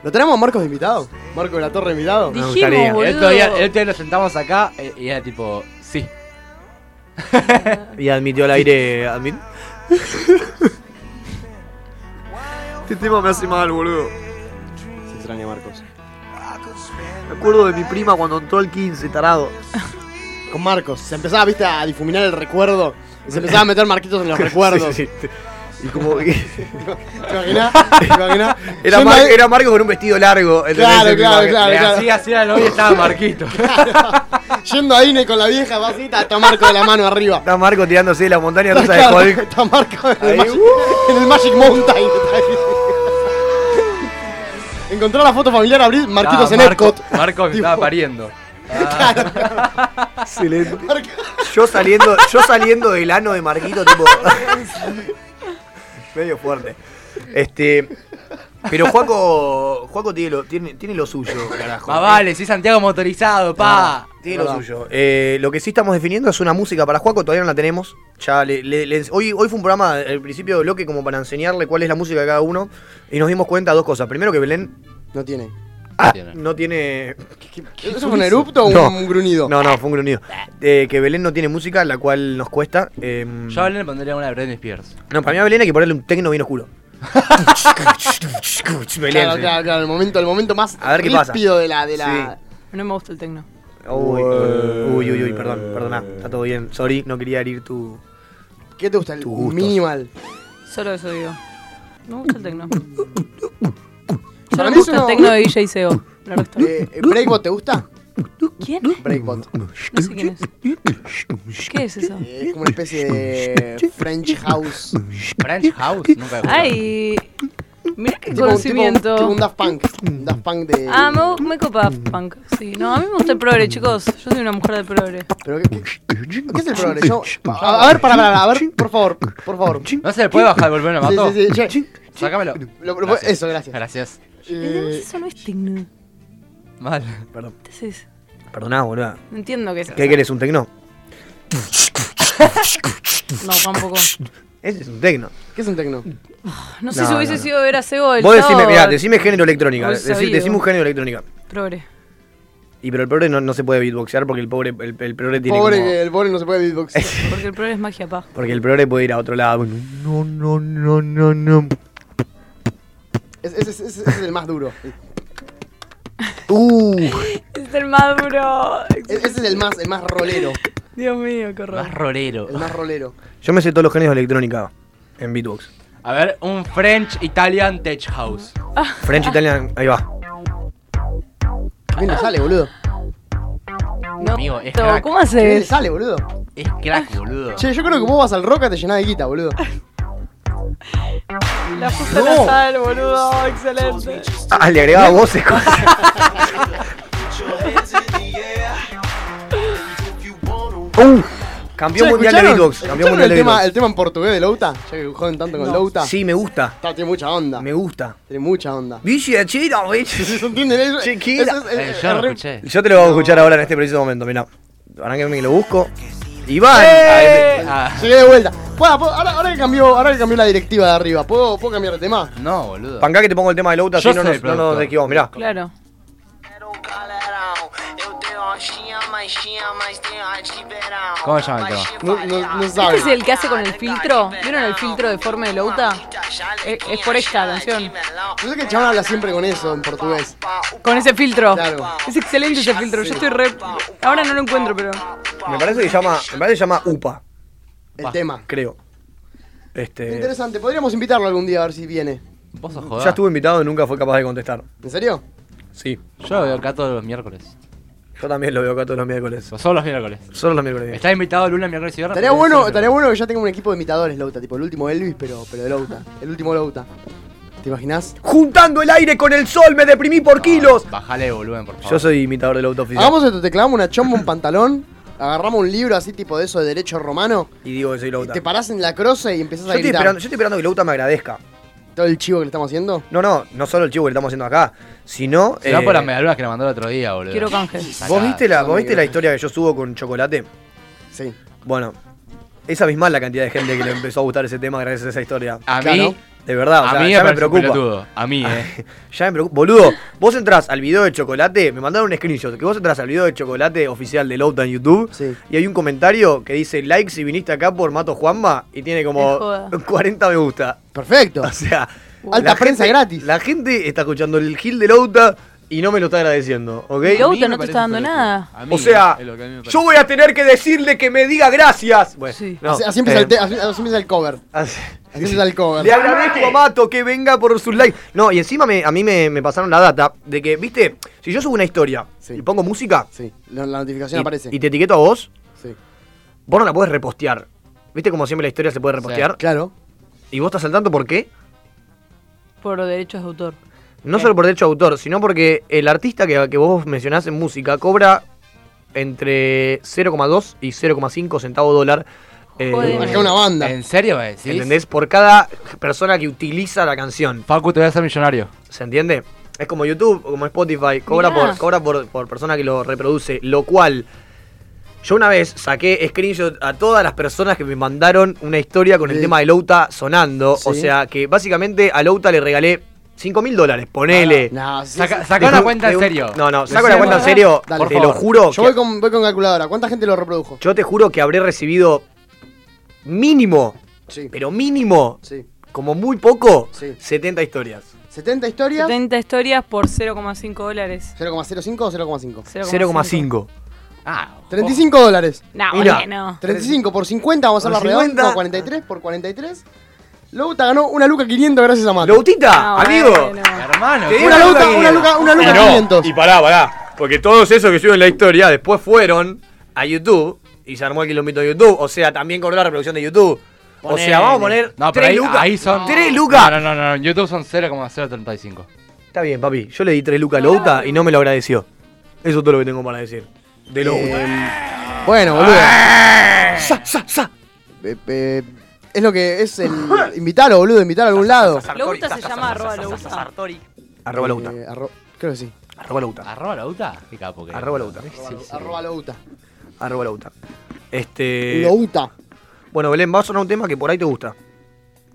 ¿Lo tenemos a Marcos de invitado? ¿Marco de la Torre invitado?
Me Dijimos, gustaría. boludo.
El otro, día, el otro día nos sentamos acá eh, y era tipo, sí.
Y admitió al aire. admi- (laughs) este tema me hace mal, boludo.
Se extraña Marcos.
Me acuerdo de mi prima cuando entró al 15,
(laughs)
tarado.
Con Marcos. Se empezaba, viste, a difuminar el recuerdo. Y se empezaba a meter marquitos en los recuerdos.
(laughs) Sí, sí, sí. Y
(laughs)
como que-
¿Te
(laughs)
imaginás? ¿Te imaginás?
Era,
Yo
Mar-
me-
era Marco con un vestido largo. ¿entendés?
Claro,
En mi
claro,
imagen.
claro,
Le
claro.
hacía así a la novia,
(laughs)
estaba Marquito.
Yendo a Ine con la vieja vasita, está Marco de la mano
(laughs)
arriba.
Está Marco tirándose de la montaña rusa de
Claro,
Hulk.
está Marco en el,
Ahí, uh.
Magic, en el Magic Mountain. (laughs) está ahí. Encontró la foto familiar, abrí Marquitos
Ah,
Estaba
en
Marco-
Epcot.
Marco
(laughs)
me estaba pariendo.
Excelente. Yo saliendo, yo saliendo del ano de Marquito, tipo. (laughs) medio fuerte. Este. Pero Juaco. Juaco tiene lo, tiene, tiene lo suyo, carajo.
Más vale, sí, Santiago motorizado, pa.
Tiene lo suyo. Eh, lo que sí estamos definiendo es una música para Juaco, todavía no la tenemos. Ya le- le- le- hoy, hoy fue un programa al principio de bloque como para enseñarle cuál es la música de cada uno. Y nos dimos cuenta de dos cosas. Primero que Belén
No tiene.
Ah, no tiene.
¿Eso fue un erupto o
No.
un gruñido?
No, no, fue un gruñido. Eh, que Belén no tiene música, la cual nos cuesta. eh,
Yo a Belén le pondría una de Britney Spears.
No, para mí a Belén hay que ponerle un tecno
(laughs)
bien oscuro. Belén.
Claro,
sí.
claro, claro, el momento, el momento más
A ver qué pasa.
ríspido de la, de la.
No me gusta el tecno.
Uy, uy, uy, uy, perdón, perdona. Está todo bien. Sorry, no quería herir tu.
¿Qué te gusta? El
Tus gustos.
minimal.
Solo eso digo. Me gusta el tecno.
Para mí
Solo me
es
gusta el
uno-
tecno de DJ Seo. La resto.
Eh, eh, ¿Breakbot te gusta?
¿Quién?
Breakbot.
No sé quién es. ¿Qué es eso?
Es Eh, como una especie de French house.
French House, nunca
Ay. Mirá qué
Tipo un- tipo un-
conocimiento.
tipo un Daft Punk. Un Daft Punk de.
Ah, me, gu- me copa Daft Punk. Sí, no, a mí me gusta el progre, chicos. Yo soy una mujer de progre.
Pero qué, qué- qué es el progreso? a, a ver, para, para, a ver, por favor, por favor.
No se le puede bajar el volumen a
Sí,
Mato.
sí, Eh, sí, che.
Sácamelo.
Lo- lo- eso, gracias.
Gracias.
Además,
Eh,
eso no es tecno.
Mal.
Perdón.
¿Qué es eso?
Perdoná, boluda.
No entiendo qué es eso.
¿Qué querés? ¿Un tecno?
No, tampoco.
Ese es un tecno.
¿Qué es un tecno?
No sé
No,
si hubiese
no, no.
sido ver a Sego el
Vos decime,
sábado.
mirá, decime género electrónica.
Hubiese
Decí-
sabido.
decime un género electrónica.
Progre.
Y pero el pobre no, no se puede beatboxear porque el pobre, el, el progre tiene
Pobre,
como-
que el pobre no se puede
(laughs)
beatboxear.
Porque el progre es magia, pa.
Porque el progre puede ir a otro lado. No, no, no, no, no.
Ese ese- ese- ese es el más
(laughs)
duro.
Uh.
Es el maduro.
E- Ese es el más, el más rolero.
Dios mío, qué horror.
Rolero.
El más rolero.
Yo me sé todos los géneros de electrónica en beatbox.
A ver, un French Italian Tech House.
French, Italian, ahí va.
Bien, le sale, boludo.
No,
Amigo, es
to-
crack.
¿Cómo
Qué bien le
haces?
sale, boludo.
Es crack, boludo.
Che, yo creo que vos vas al roca te llenás de guita, boludo.
La puse
No.
en la sal, boludo. Excelente.
Ah, le agregaba voces.
(laughs)
Uh, campeón
Che,
mundial de
¿escucharon-
beatbox. Campeón
escucharon
mundial
el
de
tema,
beatbox.
el tema en portugués de Louta? Ya que joden tanto con Louta.
Sí, me gusta.
Está, tiene mucha onda.
Me gusta.
Tiene mucha
(laughs)
onda.
Biche, chido, (laughs) biche.
¿Se entienden? Es-
Chiquita.
es- es- es-
Eh, yo
es
lo
re-
escuché.
Yo te lo voy a escuchar ahora en este preciso momento, mirá. Ahora que me lo busco. Iván.
¡Eh! Llegué de vuelta. Bueno, puedo- ahora, ahora que cambió, ahora que cambió la directiva de arriba, ¿puedo, ¿puedo cambiar de tema?
No, boludo.
Pancá que te pongo el tema de Louta,
Yo
así no
soy
nos,
el
no nos
productor.
desquivamos. Mirá.
Claro.
¿Cómo se llama el tema?
No, no, no
¿Este
sabe.
es el que hace con el filtro? ¿Vieron el filtro deforme de Louta? Es, Eh, es por esta canción.
Yo sé que el chabón habla siempre con eso en portugués.
Con ese filtro.
Claro.
Es excelente ese filtro. Yo estoy re. Ahora no lo encuentro, pero.
Me parece que llama, me parece que llama UPA,
El tema.
creo. Este,
Interesante, podríamos invitarlo algún día a ver si viene.
Vos sos
ya
joda.
estuve invitado y nunca fue capaz de contestar.
¿En serio?
Sí,
Yo lo veo acá todos los miércoles.
yo también lo veo acá todos los miércoles.
Solo los miércoles.
Solo los miércoles.
Está invitado lunes, miércoles y viernes.
Estaría bueno, estaría bueno que ya tenga un equipo de imitadores, Louta, tipo el último Elvis, pero, pero de Louta. El último Louta. ¿Te imaginas?
Juntando el aire con el sol, me deprimí por kilos.
Bajale de volumen, por favor.
Yo soy imitador del auto oficial.
Hagamos esto, te clavamos una chomba, un pantalón, agarramos un libro así tipo de eso de derecho romano,
Y digo que soy Louta.
te parás en la croce y empiezas
Yo
a
estoy,
gritar
esperando, yo estoy esperando que Louta me agradezca.
todo el chivo que le estamos haciendo.
No, no, no solo el chivo que le estamos haciendo acá, sino.
Se va
eh,
por las medialunas que nos mandó el otro día, boludo.
Quiero canje.
¿Vos viste, la,
Son
¿Vos viste la
negros.
historia que yo subo con chocolate?
Sí.
Bueno, esa misma es la cantidad de gente que le empezó a gustar ese tema gracias a esa historia.
A mí,
Claro.
De verdad, o
Ah, a
sea,
mí
ya me
parece un
preocupa. Ah.
pelotudo. A mí, eh.
Ya me preocupa. Boludo, vos entrás al video de chocolate, me mandaron un screenshot, que vos entrás al video de chocolate oficial de Louta en YouTube,
Sí.
y hay un comentario que dice like si viniste acá por Mato Juanma, y tiene
Me
como (laughs)
joda.
40 me gusta.
Perfecto.
O sea,
Alta
la
prensa
gente-
gratis.
La gente está escuchando el Gil de Louta y no me lo está agradeciendo, ¿ok?
Louta
A mí me
no te
parece
está
un
dando
pelotudo.
nada.
A mí,
O sea,
es lo que a mí me
yo voy a tener que decirle que me diga gracias. Bueno,
Sí.
no,
así, así empieza
eh,
el te- así- así empieza el cover.
así-
Así empieza el cover.
Le agradezco a Mato que venga por sus likes. No, y encima me- a mí me, me pasaron la data de que, viste, si yo subo una historia
Sí.
y pongo música
Sí, la, la
y,
notificación aparece.
y te etiqueto a vos,
Sí.
vos no la podés repostear. ¿Viste como siempre la historia se puede repostear?
Claro.
¿Y vos estás al tanto por qué?
Por derechos de autor.
No solo por derecho de autor, sino porque el artista que, que vos mencionás en música cobra entre 0,2 y 0,5 centavos dólar. eh,
Joder.
Acá una banda.
¿En serio me decís?
¿Entendés? Por cada persona que utiliza la canción.
Facu, te voy a hacer millonario.
¿Se entiende? Es como YouTube, o como Spotify, cobra,
Mirá.
por, cobra por, por persona que lo reproduce, lo cual yo una vez saqué screenshot a todas las personas que me mandaron una historia con el
Sí.
tema de Louta sonando, o
Sí.
sea que básicamente a Louta le regalé 5 mil dólares, ponele.
No, sí,
Saca,
sí.
saca
De
una
un-
cuenta
de
en
un-
serio.
No, no, saca
Decime
una cuenta en
la
serio,
Dale,
te
por
lo
favor. Yo
juro. que-
voy con, voy con calculadora. ¿Cuánta gente lo reprodujo?
yo te juro que habré recibido mínimo,
Sí.
pero mínimo,
Sí.
como muy poco,
Sí.
70 historias.
70 historias.
70 historias por 0,5 dólares.
0,05 o 0,5.
0,5.
Ah, ojo.
35 dólares.
No,
Mira.
bueno.
35 por 50, vamos a
Por
la redonda.
50.
No, 43 por 43. Louta ganó una luca 500 gracias a Mato.
Loutita,
No,
amigo.
Ah, bueno.
Hermano,
Te
¿qué?
digo
Una luca,
guía.
una luca, una luca
Y no,
500.
Y pará, pará. Porque todos esos que suben la historia después fueron a YouTube y se armó el kilómetro de YouTube. O sea, también cobró la reproducción de YouTube. O sea, vamos a poner
No, pero
tres
ahí,
lucas.
ahí son.
Tres lucas.
No, no, no, no, en YouTube son 0,035.
Está bien, papi. Yo le di tres lucas a Louta y no me lo agradeció. Eso es todo lo que tengo para decir. De Louta.
Eh,
Bueno, boludo.
Sa, sa, sa.
Eh, eh, es lo que es
(laughs)
el. Invitarlo, boludo, invitar a algún lado.
Ah, Louta se llama arroba Louta.
Arroba Louta.
Eh, arro- creo que sí.
Arroba Louta.
¿Arroba la UTA? Qué capo que
Arroba la UTA.
Sí, sí.
Arroba Louta.
Arroba Louta.
Eh,
Este.
Louta.
Bueno, Belén, va a sonar un tema que por ahí te gusta.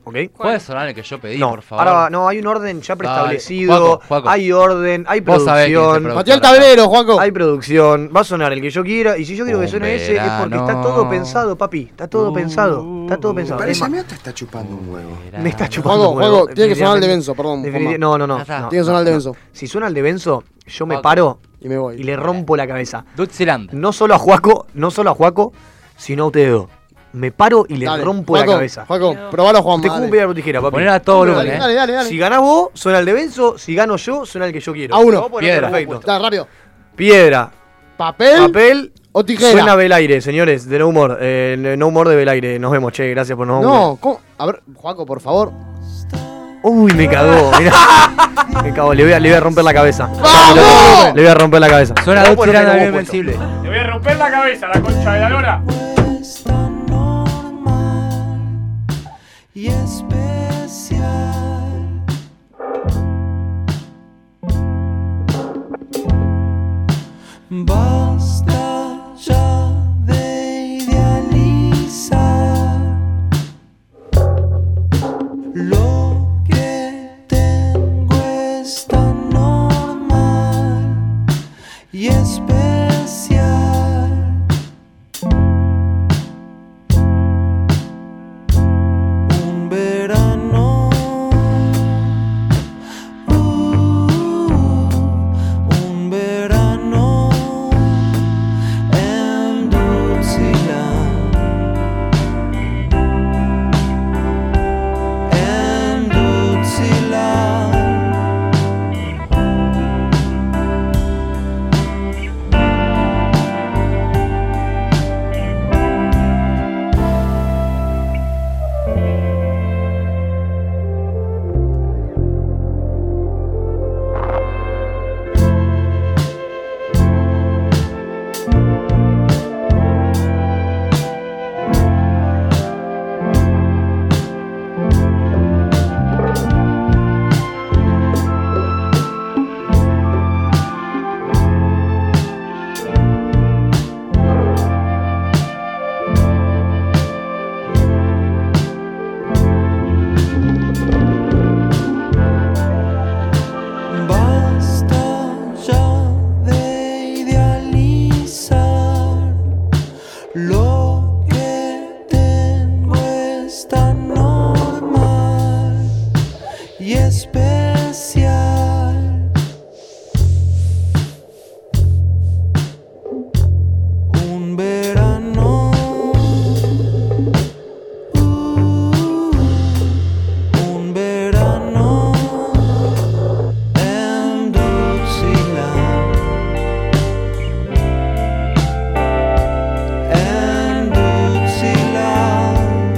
¿Ok?
¿Puede sonar el que yo pedí,
no,
por favor?
ahora va- no, hay un orden ya preestablecido.
Juaco, Juaco.
Hay orden, hay
Vos sabés quién es el
producción.
productor.
Mateo el tablero, Juaco.
Hay producción, va a sonar el que yo quiera y si yo quiero que suene ese es porque está todo
Verano.
pensado, papi, está todo pensado, está todo pensado. Es más, me está chupando.
Juaco,
un huevo,
Juaco, tiene que sonar el de
definitivamente.
Benzo, perdón.
Definitiv-
Juanma.
No, no, no.
Ya está.
no,
Tiene que sonar el de
no.
Benzo.
Si suena el de Benzo, yo me
Juaco.
paro
Y me voy.
y le rompo la cabeza.
Dutziland.
No solo a Juaco, no solo a Juaco, sino a ustedes dos. Me paro y le
Dale,
rompo
Juaco,
la cabeza.
Juaco, probalo, Juan.
Te juro un piedra por tijera, papi.
Poner a todo volumen,
Dale,
eh.
dale, dale. dale.
Si ganás vos, suena el de Benzo. Si gano yo, suena el que yo quiero.
A uno.
Vamos a poner
Piedra.
Perfecto.
Dale, rápido.
Piedra,
Papel,
papel
o tijera.
Suena Belaire, señores, de No Humor. Eh, no Humor de Belaire. Nos vemos, che. Gracias por no
no, ¿cómo? A ver, Juaco, por favor.
Uy, me cagó.
(laughs)
Mirá. Me cagó. Le voy, a, le voy a romper la cabeza. Le voy a romper la cabeza.
Suena
Vamos a poner
Dutziland
como
a
puesto.
invencible.
y especial. Basta ya de ideal.
especial. Un verano. Uh, un verano en Dulciland. En Dulciland. Basta ya de idealizar lo que tengo es tan normal y especial. Un verano, uh, un verano. En Dulciland, en Dulciland.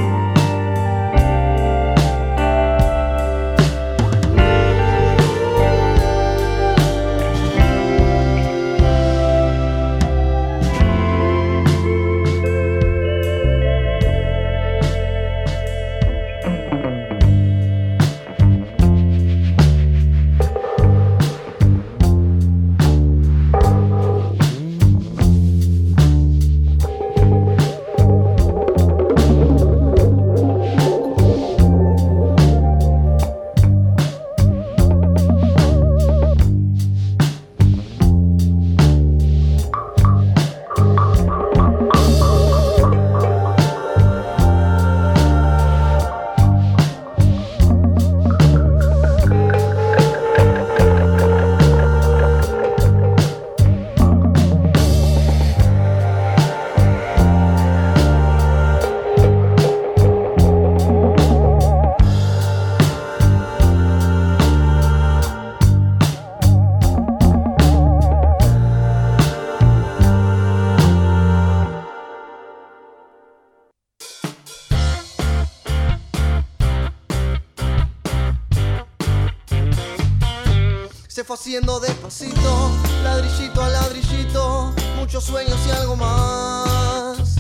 Se fue haciendo despacito, ladrillito a ladrillito, muchos sueños y algo más.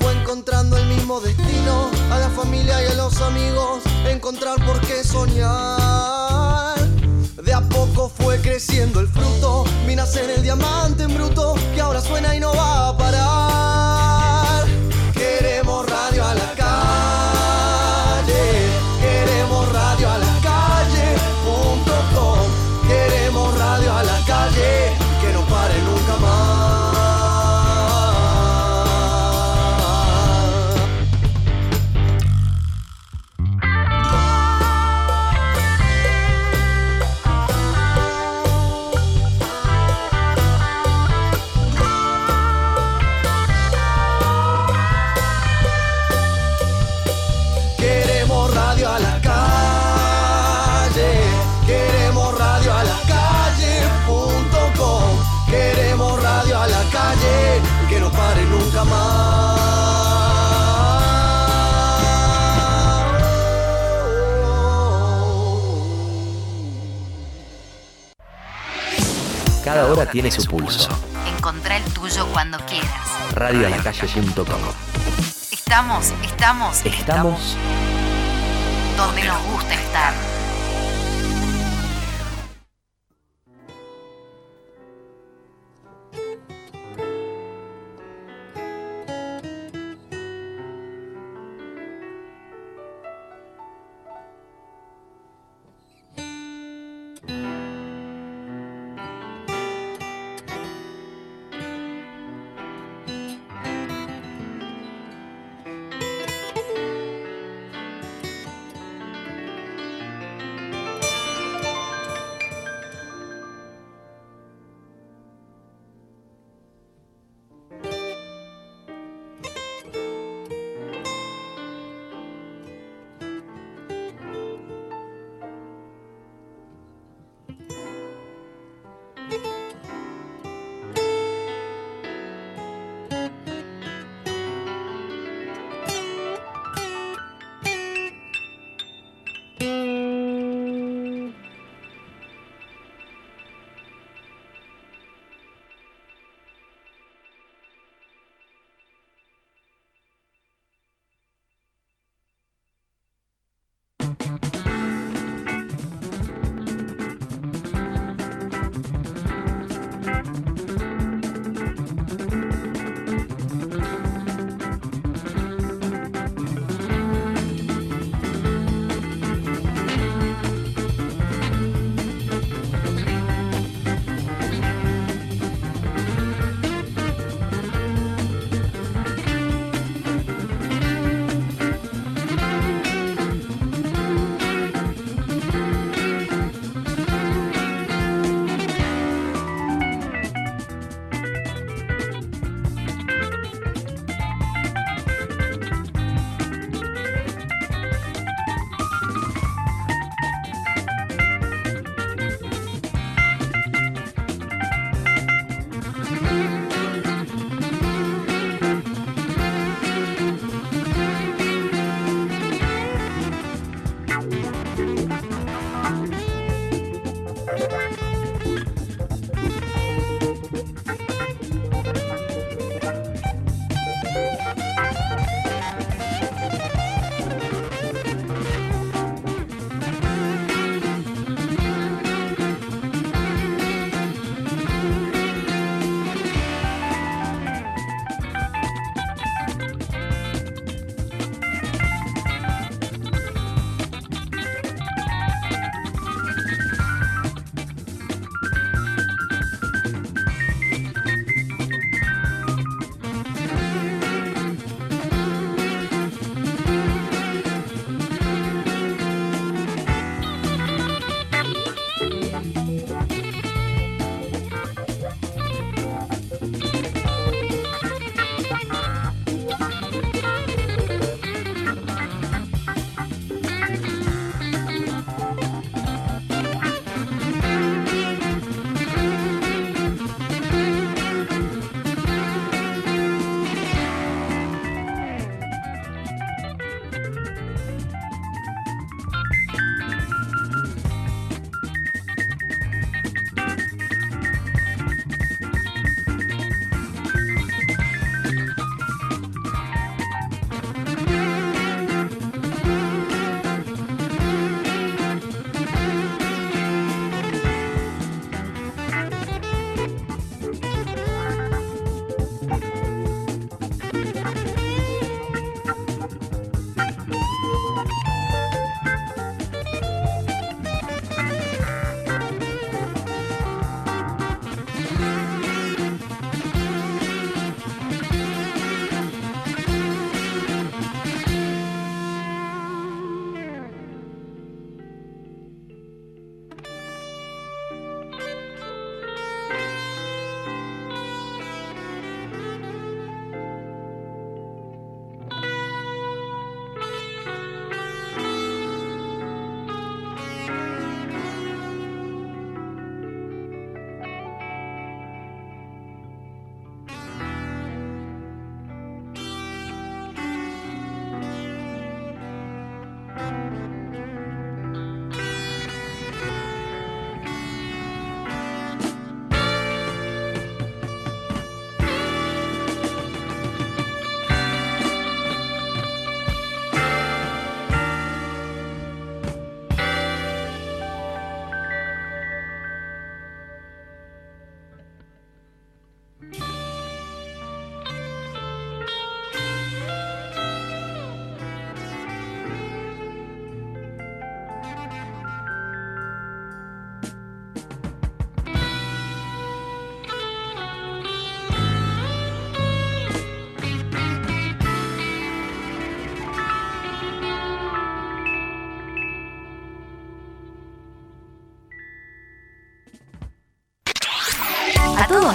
Fue encontrando el mismo destino, a la familia y a los amigos, encontrar por qué soñar. De a poco fue creciendo el fruto, vino a ser el diamante en bruto, que ahora suena y no va a parar. Queremos radio a la calle, queremos radio a la calle.com, queremos radio a la calle, que no pare nunca más. Queremos radio a la calle, queremos radio a la calle.com, queremos radio a la calle, que no pare nunca más.
Cada hora tiene su pulso.
Encontrá el tuyo cuando quieras.
Radioalacalle.com.
Estamos, estamos
Estamos
donde nos gusta estar.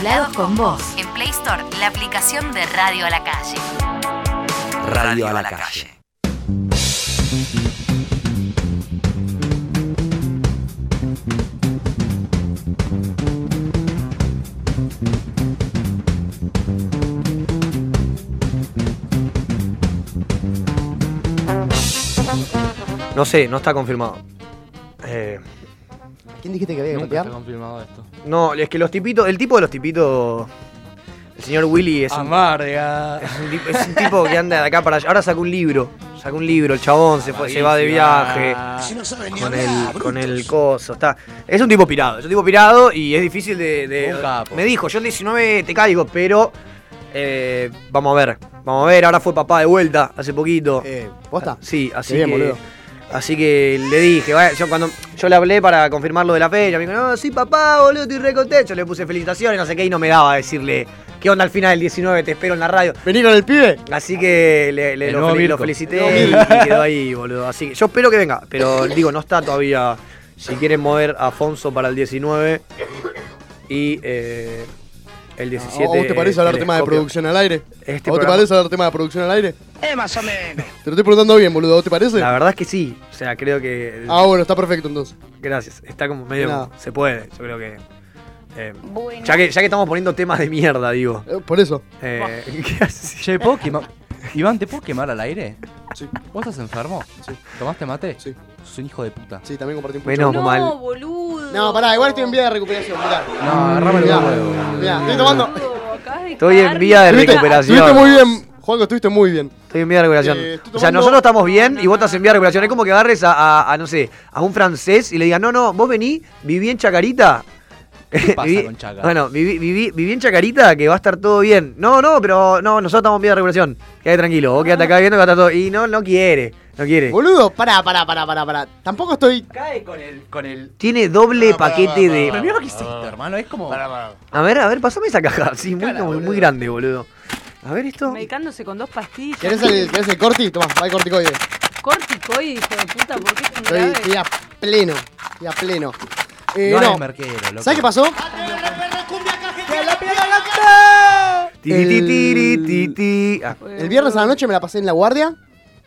lados con vos. En Play Store, la aplicación de Radio a la Calle.
Radio a la calle.
No sé, no está confirmado. Eh,
¿Quién dijiste que había que
Nunca
patear?
está confirmado esto.
no, es que los tipitos, el tipo de los tipitos, el señor Willy es un,
Amarga.
es un tip- es un tipo que anda de acá para allá. Ahora sacó un libro, sacó un libro, el chabón se, fue, se va de viaje.
Ah,
Con el, con el coso, está. Es un tipo pirado, es un tipo pirado y es difícil de. de-
Un capo.
Me dijo, yo el 19 te caigo, pero. eh, vamos a ver, vamos a ver, ahora fue papá de vuelta hace poquito.
eh, ¿Posta?
Ah, Sí, así
Qué bien,
que.
boludo.
Así que le dije, vaya, yo cuando yo le hablé para confirmar lo de la fecha, me dijo, no, sí, papá, boludo, estoy re contento. Yo le puse felicitaciones, no sé qué, y no me daba decirle, ¿qué onda al final del 19? Te espero en la radio.
¿Vení con el pibe?
Así que le, le-
El
lo,
nuevo
fel- lo
Mirko.
felicité y quedó ahí, boludo. Así que yo espero que venga,
(laughs)
pero digo, no está todavía. Si quieren mover a Afonso para el 19 y eh, el 17.
¿A Oh, vos te parece
el
hablar tema de
telescopio.
producción al aire? ¿A
Este
vos te
programa-
parece hablar tema de producción al aire?
Eh, más o menos.
Te lo estoy preguntando bien, boludo. ¿A vos te parece?
La verdad es que sí, o sea, creo que.
Ah, bueno, está perfecto entonces.
Gracias, está como medio.
Nada.
Se puede, yo creo que. eh, ya que. Ya que estamos poniendo temas de mierda, digo.
Eh, por eso.
eh, (laughs) ¿qué haces?
Che, ¿puedo quemar? Iván, ¿te puedo quemar al aire?
Sí.
¿Vos estás enfermo?
Sí.
¿Tomaste mate?
Sí.
Sos un hijo de puta.
Sí, también compartí un
Menos
pucho.
No,
mal.
boludo.
No, pará, igual estoy en vía de recuperación, mirá.
No, agarrame los
Mirá,
dos huevos.
mirá, estoy tomando.
Boludo, acabas de
Estoy en
cagarme.
vía de
Estuviste-
recuperación.
Estuviste muy bien, Juanco, estuviste muy bien.
Estoy en vía de recuperación.
Eh, estoy
o sea,
tomando-
nosotros estamos bien y vos estás en vía de recuperación. Es como que agarres a, a- a, no sé, a un francés y le digas, no, no, vos vení, viví en Chacarita.
¿Qué pasa
(laughs) Viví-
con Chaca?
Bueno, viví, viví, viví en Chacarita que va a estar todo bien. No, no, pero no, nosotros estamos en vía de recuperación. Quédate tranquilo, vos quédate acá viendo que va a estar todo. Y no, no quiere, no quiere.
Boludo, pará, pará, pará, pará, pará. Tampoco estoy.
Cae con el. con el.
Tiene
Ah,
doble paquete de.
Eh, Pero mira lo que hiciste, hermano. Es como.
A ver, a ver, pasame esa caja. Sí, muy, muy, muy grande, boludo. A ver esto.
Medicándose con dos pastillas.
¿Querés el, ¿Querés el corti? Tomá, va el corticoide.
Corticoide, hijo de puta, ¿por qué es tan
Estoy,
grave?
estoy a pleno. Estoy a pleno. Eh,
no,
no.
es merquero, loco.
¿Sabes qué pasó?
Tiri, tiri,
El-
tiri, ti, ti. Ah,
El viernes a la noche me la pasé en la guardia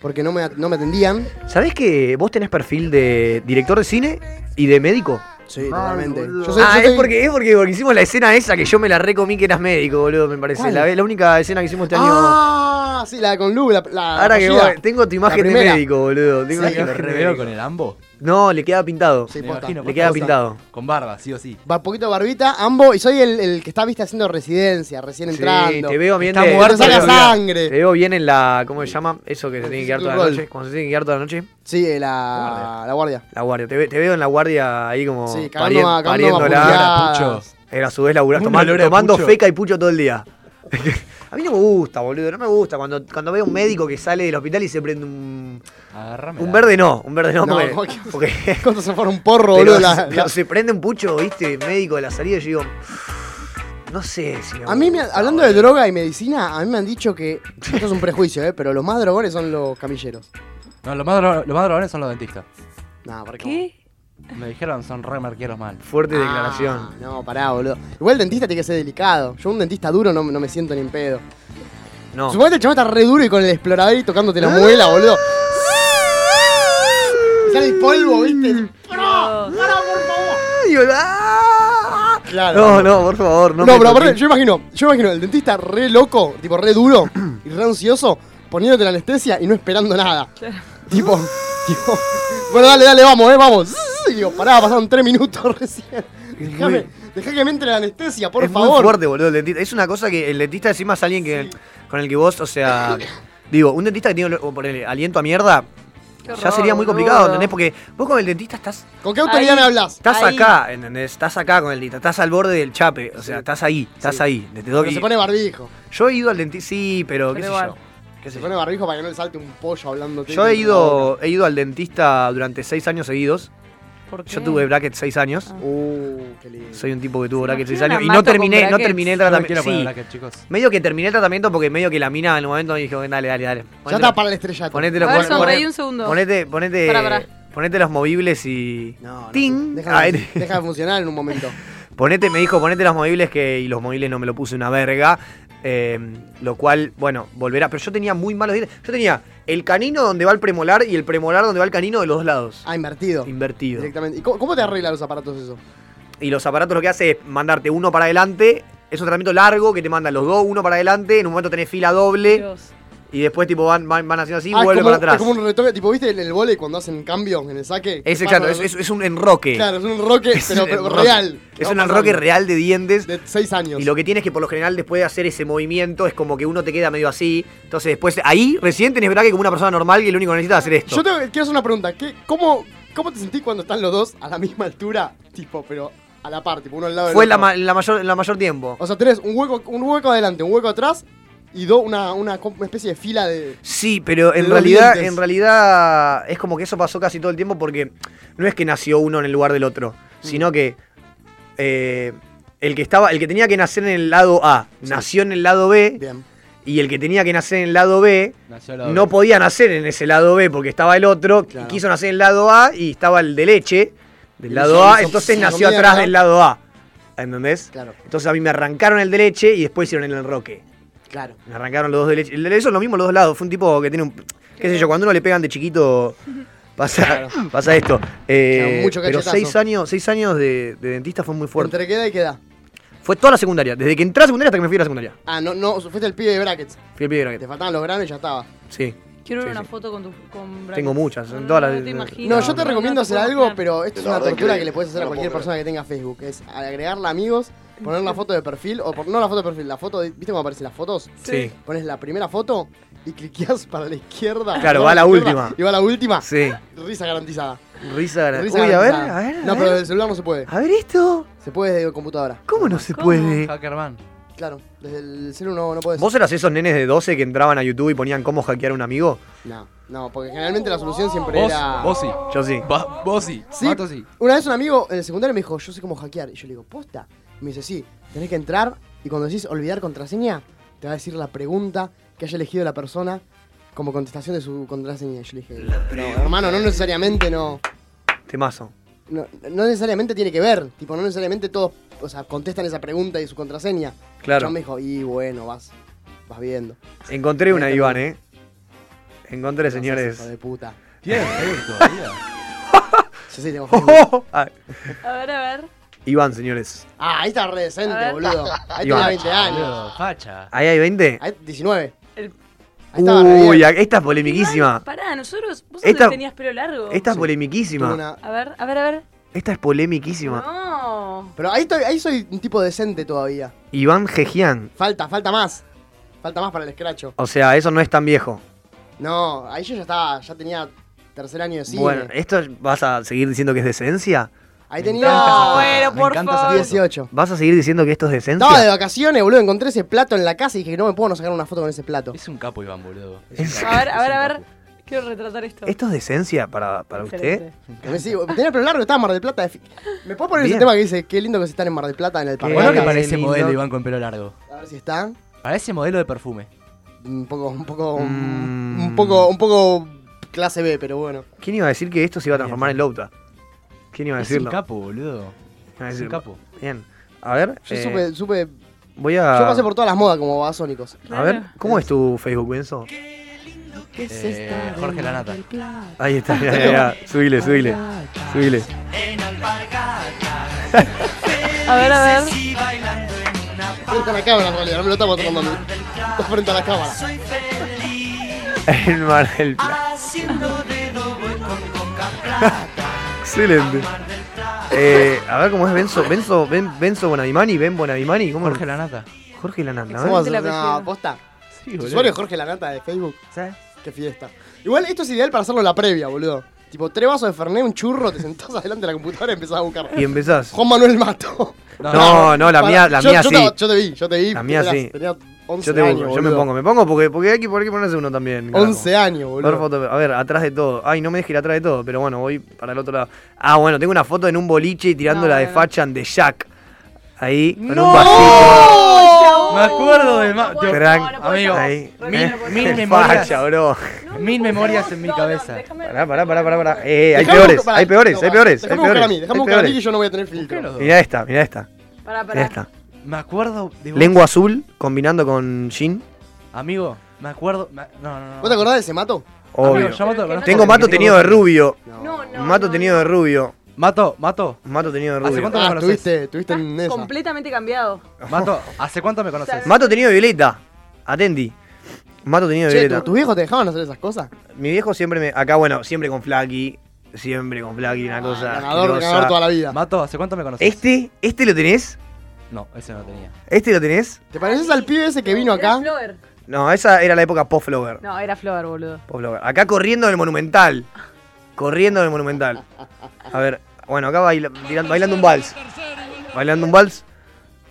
porque no me, no me atendían.
¿Sabés que vos tenés perfil de director de cine y de médico?
Sí, totalmente. Yo soy-
Ah,
yo
es
soy-
porque, es porque, porque hicimos la escena esa que yo me la recomí que eras médico, boludo, me parece.
¿Cuál?
La, la única escena que hicimos este año.
Ah, sí, la con Lu, la, la
Ahora que
fallida.
voy, tengo tu imagen de
primera.
médico, boludo. Tengo
¿Sabés
tu
que me
imagen de
reveo
médico.
con el ambo?
No, le queda pintado.
Sí,
Me
posta.
imagino,
le queda
posta.
pintado.
Con barba, sí o sí.
Va poquito barbita, ambos, y soy el, el que está, viste, haciendo residencia, recién
Sí,
entrando.
te veo bien
Está
de- Eh.
muerto,
te veo
saca
bien-
sangre.
Te veo bien en la. ¿Cómo se llama? Eso que se tiene que quedar toda la
Rol.
noche. Cuando se tiene que quedar toda la noche.
Sí, eh, la, la guardia.
La guardia, te, ve- te veo en la guardia ahí como
Sí, cagando
parien-
a- cagando a
Oh, pariéndola.
Ah.
puteadas.
pucho.
Era a su vez laburar,
Un
tomando,
olor a
tomando
pucho.
feca y pucho todo el día. (laughs) a mí no me gusta, boludo, no me gusta. Cuando, cuando veo un médico que sale del hospital y se prende un.
Agarrame.
Un verde no, un verde no,
No,
porque-
¿cómo que-
(laughs) porque-
¿Cuánto se fuera un porro,
pero,
(laughs) boludo? la-
pero
la-
se prende un pucho, viste, médico de la salida, y yo digo. No sé si me
A mí, me-
gusta,
hablando de
boludo.
droga y medicina, a mí me han dicho que. Esto es un prejuicio, ¿eh? Pero los más drogones son los camilleros.
No, los más, dro- los más drogones son los dentistas.
Nah, ¿para qué?
¿Qué?
Me dijeron son re marqueros mal.
Fuerte
Ah,
declaración.
No, pará, boludo. Igual el dentista tiene que ser delicado. Yo un dentista duro no, no me siento ni en pedo.
No.
Suponete que el chabón está re duro y con el explorador y tocándote la muela, boludo. Y Sale el polvo,
Mm.
¿viste?
No.
Ay, digo, ah.
Claro.
No, no, por favor, no.
No,
me
pero
toques.
aparte, yo imagino, yo imagino el dentista re loco, tipo re
(clears throat)
duro y re ansioso, poniéndote la anestesia y no esperando nada. Tipo, tipo, bueno, dale, dale, vamos, eh, vamos. Y digo, pará, pasaron tres minutos (laughs) recién. Déjame, dejá que me entre la anestesia, por
es muy
favor.
fuerte, boludo, el dentista. Es una cosa que el dentista encima es alguien que, con el que vos,
(coughs)
o sea... digo, un dentista que tiene por aliento a mierda,
Qué
ya
horror,
sería muy complicado,
boludo.
¿entendés? Porque vos con el dentista estás,
¿Con qué autoridad
Ahí.
me hablas?
estás
Ahí.
acá, ¿entendés? Estás acá con el dentista, estás al borde del chape, o sea, estás ahí, estás
Sí.
ahí. Te doy-
Pero se pone barbijo.
Yo he ido al dentista, sí, pero,
Pero
qué sé
igual.
yo. qué sé
Se
yo.
pone barbijo para que no le salte un pollo hablándote.
Yo he
en la boca.
ido, he ido al dentista durante seis años seguidos.
¿Por qué? Ah.
Yo tuve bracket seis años.
Uh, qué lindo.
Soy un tipo que tuvo
¿Se
bracket seis
imaginan
años
a
y no
Mato con
terminé, no
brackets?
terminé el
No me quiero
tratamiento.
poner
Sí,
bracket, chicos.
Medio que terminé el tratamiento porque medio que la mina en el momento me dijo, dale, dale, dale.
Ya está para el estrellato.
Ponételo,
A ver,
pon- pon-
sonreí un segundo.
Ponete, ponete,
Pará, pará.
ponete los movibles y...
No, no.
¡Ting!
Deja, de-
Ay,
deja de funcionar en un momento.
(laughs) Ponete, me dijo, ponete los móviles que, y los móviles no me lo puse una verga. eh, lo cual, bueno, volverá. Pero yo tenía muy malos dientes. Yo tenía el canino donde va el premolar y el premolar donde va el canino de los dos lados.
Ah, invertido.
Invertido.
Directamente. ¿Y cómo, cómo te arreglan los aparatos eso?
Y los aparatos lo que hace es mandarte uno para adelante. Es un tratamiento largo que te mandan los dos, uno para adelante. En un momento tenés fila doble. Y después, tipo, van, van, van haciendo así y
Ah, es
vuelve
como-
para atrás.
Es como un retoque, tipo, ¿viste en el volei cuando hacen cambio en el saque?
Es
Que
exacto, es,
pasan-
es- es un enroque.
Claro, es un enroque,
(laughs) Es
pero,
un
pero
enroque.
real.
Es
No,
un
pasando.
enroque real de dientes.
De 6 años.
Y lo que tienes que por lo general después de hacer ese movimiento es como que uno te queda medio así. Entonces después ahí recién tenés braque como una persona normal y lo único que necesitas es hacer esto.
Yo te quiero hacer una pregunta. ¿Qué, cómo, ¿Cómo te sentís cuando están los dos a la misma altura? Tipo, pero a la par, tipo, uno al lado del
Fue
otro.
la, ma- la mayor, la mayor tiempo.
O sea, tenés un hueco, un hueco adelante, un hueco atrás y dos, una, una, co- una especie de fila de.
Sí, pero en
dos
realidad,
dientes.
en realidad es como que eso pasó casi todo el tiempo porque no es que nació uno en el lugar del otro, sino que eh, el que estaba, el que tenía que nacer en el lado A, nació en el lado B. Y el que tenía que nacer en el lado B,
Nació al lado
no
B.
podía nacer en ese lado B porque estaba el otro, y quiso nacer en el lado A y estaba el de leche del
Y
lado
hizo-
A,
hizo-
entonces
hizo
nació
mierda.
atrás del lado A. ¿Entendés?
Claro.
Entonces a mí me arrancaron el de leche y después hicieron el enroque.
Claro.
Me arrancaron los dos de leche. El de leche son lo mismo los dos lados. Fue un tipo que tiene un. qué sé yo, cuando uno le pegan de chiquito. (laughs) Pasa, pasa esto. Eh,
Claro, mucho
pero
cachetazo.
seis años, seis años de, de dentista fue muy fuerte.
Entre queda y queda.
Fue toda la secundaria. Desde que entré a la secundaria hasta que me fui a la secundaria.
Ah, no, no, fuiste el pibe de brackets.
Fui el pibe de bracket.
Te faltaban los granos y ya estaba.
Sí.
Quiero
Sí,
ver una
sí.
foto con tu con
Tengo
brackets.
muchas.
No,
en todas
no,
las-
no te imagino.
No, yo te recomiendo
no
hacer
te puedo
algo,
imaginar.
pero esto es
La
una
verdad
tortura
que
que le puedes hacer
no
a
lo
cualquier
puedo
persona que tenga Facebook. Es agregarle amigos, poner la foto de perfil, o por- no la foto de perfil, la foto, de- ¿viste cómo aparecen las fotos?
Sí.
Pones la primera foto y cliqueas para la izquierda. para
Claro, va la
izquierda,
última.
Y va la última.
Sí.
Risa garantizada.
Risa, gra-
Ah. Risa
Uy, a ver,
garantizada.
a ver.
No,
a ver.
pero del celular no se puede.
A ver esto.
Se puede desde computadora.
¿Cómo no se puede?
Hackerman.
Claro, desde el celular no, no puedes.
¿Vos eras esos nenes de 12 que entraban a YouTube y ponían cómo hackear a un amigo?
No, no, porque generalmente la solución siempre
Vos-
era.
vos sí. Yo sí.
Vos sí.
Sí.
Mato sí.
Una vez un amigo en el secundario me dijo, yo sé cómo hackear. Y yo le digo, posta. Y me dice, sí, tenés que entrar y cuando decís olvidar contraseña, te va a decir la pregunta que haya elegido la persona como contestación de su contraseña. Y yo le dije, no, hermano, no necesariamente no,
Temazo.
no. no necesariamente tiene que ver. Tipo, no necesariamente todos, o sea, contestan esa pregunta y su contraseña.
Claro. Este
Yo me dijo, y bueno, vas, vas viendo.
Encontré una, Iván, ¿eh? Encontré, señores. (laughs)
Hijo de puta. (laughs)
¿Tienes
todavía? Yo sí tengo Facebook.
Ah,
A ver, a ver.
Iván, señores.
Ah, ahí está re
A
decente,
ver. (laughs)
boludo. Ahí
Iván.
tenía 20 años.
Facha.
¿Ahí hay 20?
Ahí 19. Ahí estaba re bien.
Uy, a- esta es polemiquísima.
Pará, nosotros. Vos
Esta-
esta, tenías pelo largo.
Esta es
Tuve
polemiquísima.
una-
A ver, a ver, a ver.
Esta es polemiquísima.
No.
Pero ahí, estoy- ahí soy un tipo decente todavía.
Iván Gejian.
Falta, falta más. Falta más para el escracho.
O sea, eso no es tan viejo.
No, ahí yo ya estaba, ya tenía tercer año de cine.
Bueno, eh, ¿esto vas a seguir diciendo que es decencia?
ahí
No,
tenía
bueno, por favor.
18.
¿Vas a seguir diciendo que esto es decencia?
Estaba de vacaciones, boludo, encontré ese plato en la casa y dije, no me puedo no sacar una foto con ese plato.
Es un capo, Iván, boludo.
A ver, a ver, a ver. Quiero retratar esto.
¿Esto es decencia para, para usted?
Excelente.
Me sí, tenía el pelo largo, estaba en Mar del Plata. de fi- ¿Me puedo poner
Bien.
ese tema que dice, qué lindo que se están en Mar del Plata en el parque?
Bueno, que
A ver
parece
lindo.
modelo, Iván, con pelo largo.
si está.
Parece modelo de perfume.
Un poco, un poco,
Mm.
un poco, un poco clase B, pero bueno.
¿Quién iba a decir que esto se iba a transformar en Louta? ¿Quién iba a
Es
decirlo?
un capo, boludo.
Iba a
Es un
decirlo.
capo.
Bien. A ver.
Yo
eh,
supe, supe,
Voy a.
yo pasé por todas las modas como basónicos.
A ver, ¿cómo es tu Facebook, Benzo?
¿Qué es
Eh,
esta
Jorge
de
Lanata.
Mar del Plata?
Ahí está, mirá, mirá, mirá. Subile, subile. Subile. (laughs)
A ver, a ver.
Frente a la cámara, en realidad, no me lo está mostrando a mí. Está frente a la cámara.
En Mar del Plata. Excelente. Eh, a ver cómo es Benzo. Benzo, ben, Benzo Bonavimani, Ben Bonavimani. ¿Cómo
Jorge Lanata.
Jorge Lanata. a
¿Cómo
ver.
hacer una posta?
Sí,
Tu
boludo.
usuario es Jorge Lanata de Facebook. ¿Sabes? Qué fiesta. Igual esto es ideal para hacerlo en la previa, boludo. Tipo, tres vasos de Fernet, un churro, te sentás (laughs) adelante de la computadora y empezás a buscar.
Y empezás.
Juan Manuel Mato.
No, (laughs) no, no, la mía- la
yo,
mía
yo
sí.
Te, yo te vi, yo te vi.
La mía
tenías-
sí.
Tenía 11
Yo, te
años,
busco, yo me
boludo.
pongo, me pongo porque, porque hay que, hay que ponerse uno también. carajo.
11 años, boludo.
Ver foto- a ver, atrás de todo. Ay, no me dejes ir atrás de todo, pero bueno, voy para el otro lado. Ah, bueno, tengo una foto en un boliche tirándola de Fachan de Jack. Ahí, en un vasito.
Me acuerdo de ma-
puedo,
te-
no, no puedo,
Amigo,
Ahí.
mil, mil
Qué
memorias.
facha, bro.
Mil memorias en mi cabeza.
Pará, pará, pará, pará. pará. Eh, hay
Dejame
peores,
buscar- pará,
hay peores,
no,
hay
pará,
peores. hay
Dejame buscar a
peores,
mí, dejame
hay
buscar a mí que
peores.
yo no voy a tener filtro.
Mirá esta, mirá esta.
Pará,
Mirá
pará.
esta.
Me acuerdo de vos.
Lengua azul combinando con Jin.
Ah,
Amigo, me acuerdo. me- No, no, no.
¿Vos te acordás de ese mato?
Obvio.
Amigo, yo Mato lo conozco
Tengo
porque
mato
me tengo
tenido de
que-
rubio. mato tenido de rubio.
Mato, mato.
Mato tenido de rubio.
¿Hace cuánto me conoces?
Ah, tuviste en ¿Este
Completamente cambiado.
Mato, ¿hace cuánto me conoces?
Mato tenido de violeta. Atendi. Mato tenido de
Che,
violeta.
¿tu- ¿tus viejos te dejaban hacer esas cosas?
Mi viejo siempre me. Acá, bueno, siempre con Flaky. Siempre con Flaky, una cosa. asquerosa.
vida.
Mato, ¿hace cuánto me conoces?
¿Este? ¿Este lo tenés?
No, ese no lo tenía.
¿Este lo tenés?
¿Te pareces al pibe ese que vino
Era
acá?
Flower.
No, esa era la época post-flower.
No, era Flower, boludo.
Post-flower. Acá corriendo en el Monumental. Corriendo en el Monumental. A ver, bueno, acá baila- tirando- bailando un vals. Bailando un vals.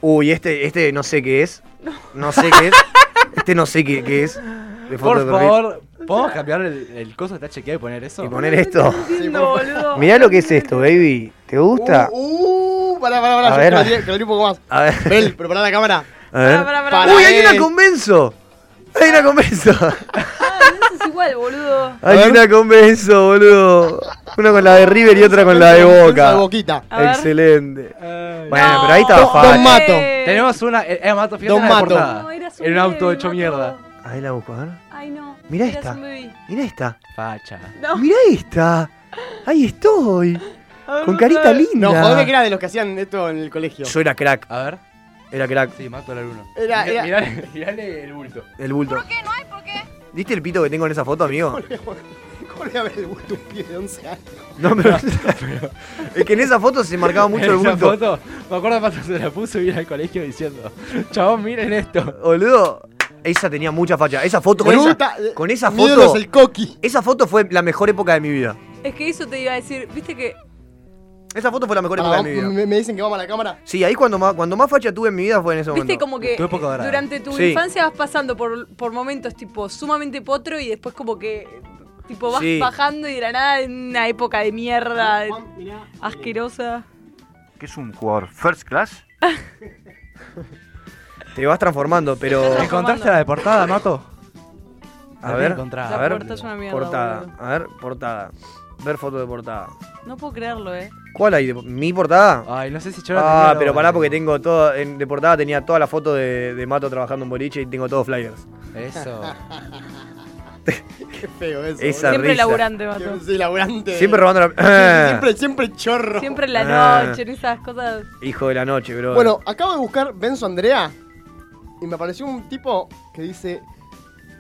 Uy, este, este no sé qué es. No sé qué es. Este no sé qué, qué es. De foto
Por
de perfil.
favor, ¿podemos cambiar el, el coso que está chequeado y poner eso?
Y poner este. esto.
No, boludo.
Mirá lo que es esto, baby. ¿Te gusta?
Uh, pará, pará, pará.
A
yo
ver,
que
a-
lo tiré- que lo tiré un poco más.
(laughs) A ver.
Bel, prepará la cámara.
A ver.
pará,
pará.
Uy, hay
Eh.
una convenzo. Hay
(laughs)
una convenzo.
Ah, eso es igual, boludo.
Hay una convenzo, boludo. Una con la de River y otra con la de
Convenzo
Boca.
de Boquita.
A ver.
Excelente. Bueno, pero ahí estaba
Don-
fácil.
Don Mato.
Tenemos una. Eh, eh, Mato, fíjate
Don
en la
Mato.
portada.
No, era su
en un
bebé,
auto hecho mierda.
Ahí la busco, a ver.
Ay, no.
Mirá
Eras
esta.
un bebé.
Mirá esta.
Facha.
No.
Mirá esta. Ahí estoy.
A ver,
Con
no
carita
sabes.
linda.
No, jodeme que era de los que hacían esto en el colegio.
Yo era crack.
A ver.
Era crack.
Sí, Mato era el uno.
Era-
Mirá-
era-
Mirale, mirale el bulto.
El bulto. ¿Por qué? ¿No hay por qué? ¿Viste el pito que tengo en esa
(laughs)
foto, amigo?
(laughs) ¿Cómo le voy a ver el gusto a un pibe de 11 años?
No, pero. (laughs) es que en esa foto se marcaba mucho el
Esa
bulto.
foto, me acuerdo cuando se la puso y vine al colegio diciendo, chabón, miren esto.
Boludo, esa tenía mucha facha. Esa foto, con
Me
esa,
gusta, eh,
con esa
mi ídolo
foto.
es el coqui.
Esa foto fue la mejor época de mi vida.
Es que eso te iba a decir. Viste que.
Esa foto fue la mejor
Pará,
época de
vamos-
mi vida.
Ah, me, me dicen que vamos a la cámara.
Sí, ahí cuando más, cuando más facha tuve en mi vida fue en ese momento.
Viste como que
Tu época
eh,
dorada.
durante tu
Sí.
infancia vas pasando por, por momentos tipo sumamente potro y después como que eh, tipo vas
Sí.
bajando y de la nada en una época de mierda de- asquerosa.
¿Qué es un jugador? ¿First class?
Te vas transformando, pero.
¿Encontraste la de portada, Mato?
A ver,
encontrada.
a ver.
puerta es una mierda,
portada.
boludo.
A ver, portada. Ver foto de portada.
No puedo creerlo, eh.
¿Cuál hay? de- ¿Mi portada?
Ay, no sé si yo la tenía
Ah,
la
pero
otra.
pará porque tengo todo. En, de portada tenía toda la foto de, de Mato trabajando en boliche y tengo todos flyers.
Eso.
Qué feo eso. boludo.
Esa
Siempre
risa.
laburante, Mato.
Qué- Sí, laburante.
Siempre robando (clears throat)
(laughs)
la.
Siempre, siempre chorro.
Siempre en la
Ah.
noche, en esas cosas.
Hijo de la noche, bro.
Bueno, acabo de buscar Benzo Andrea y me apareció un tipo que dice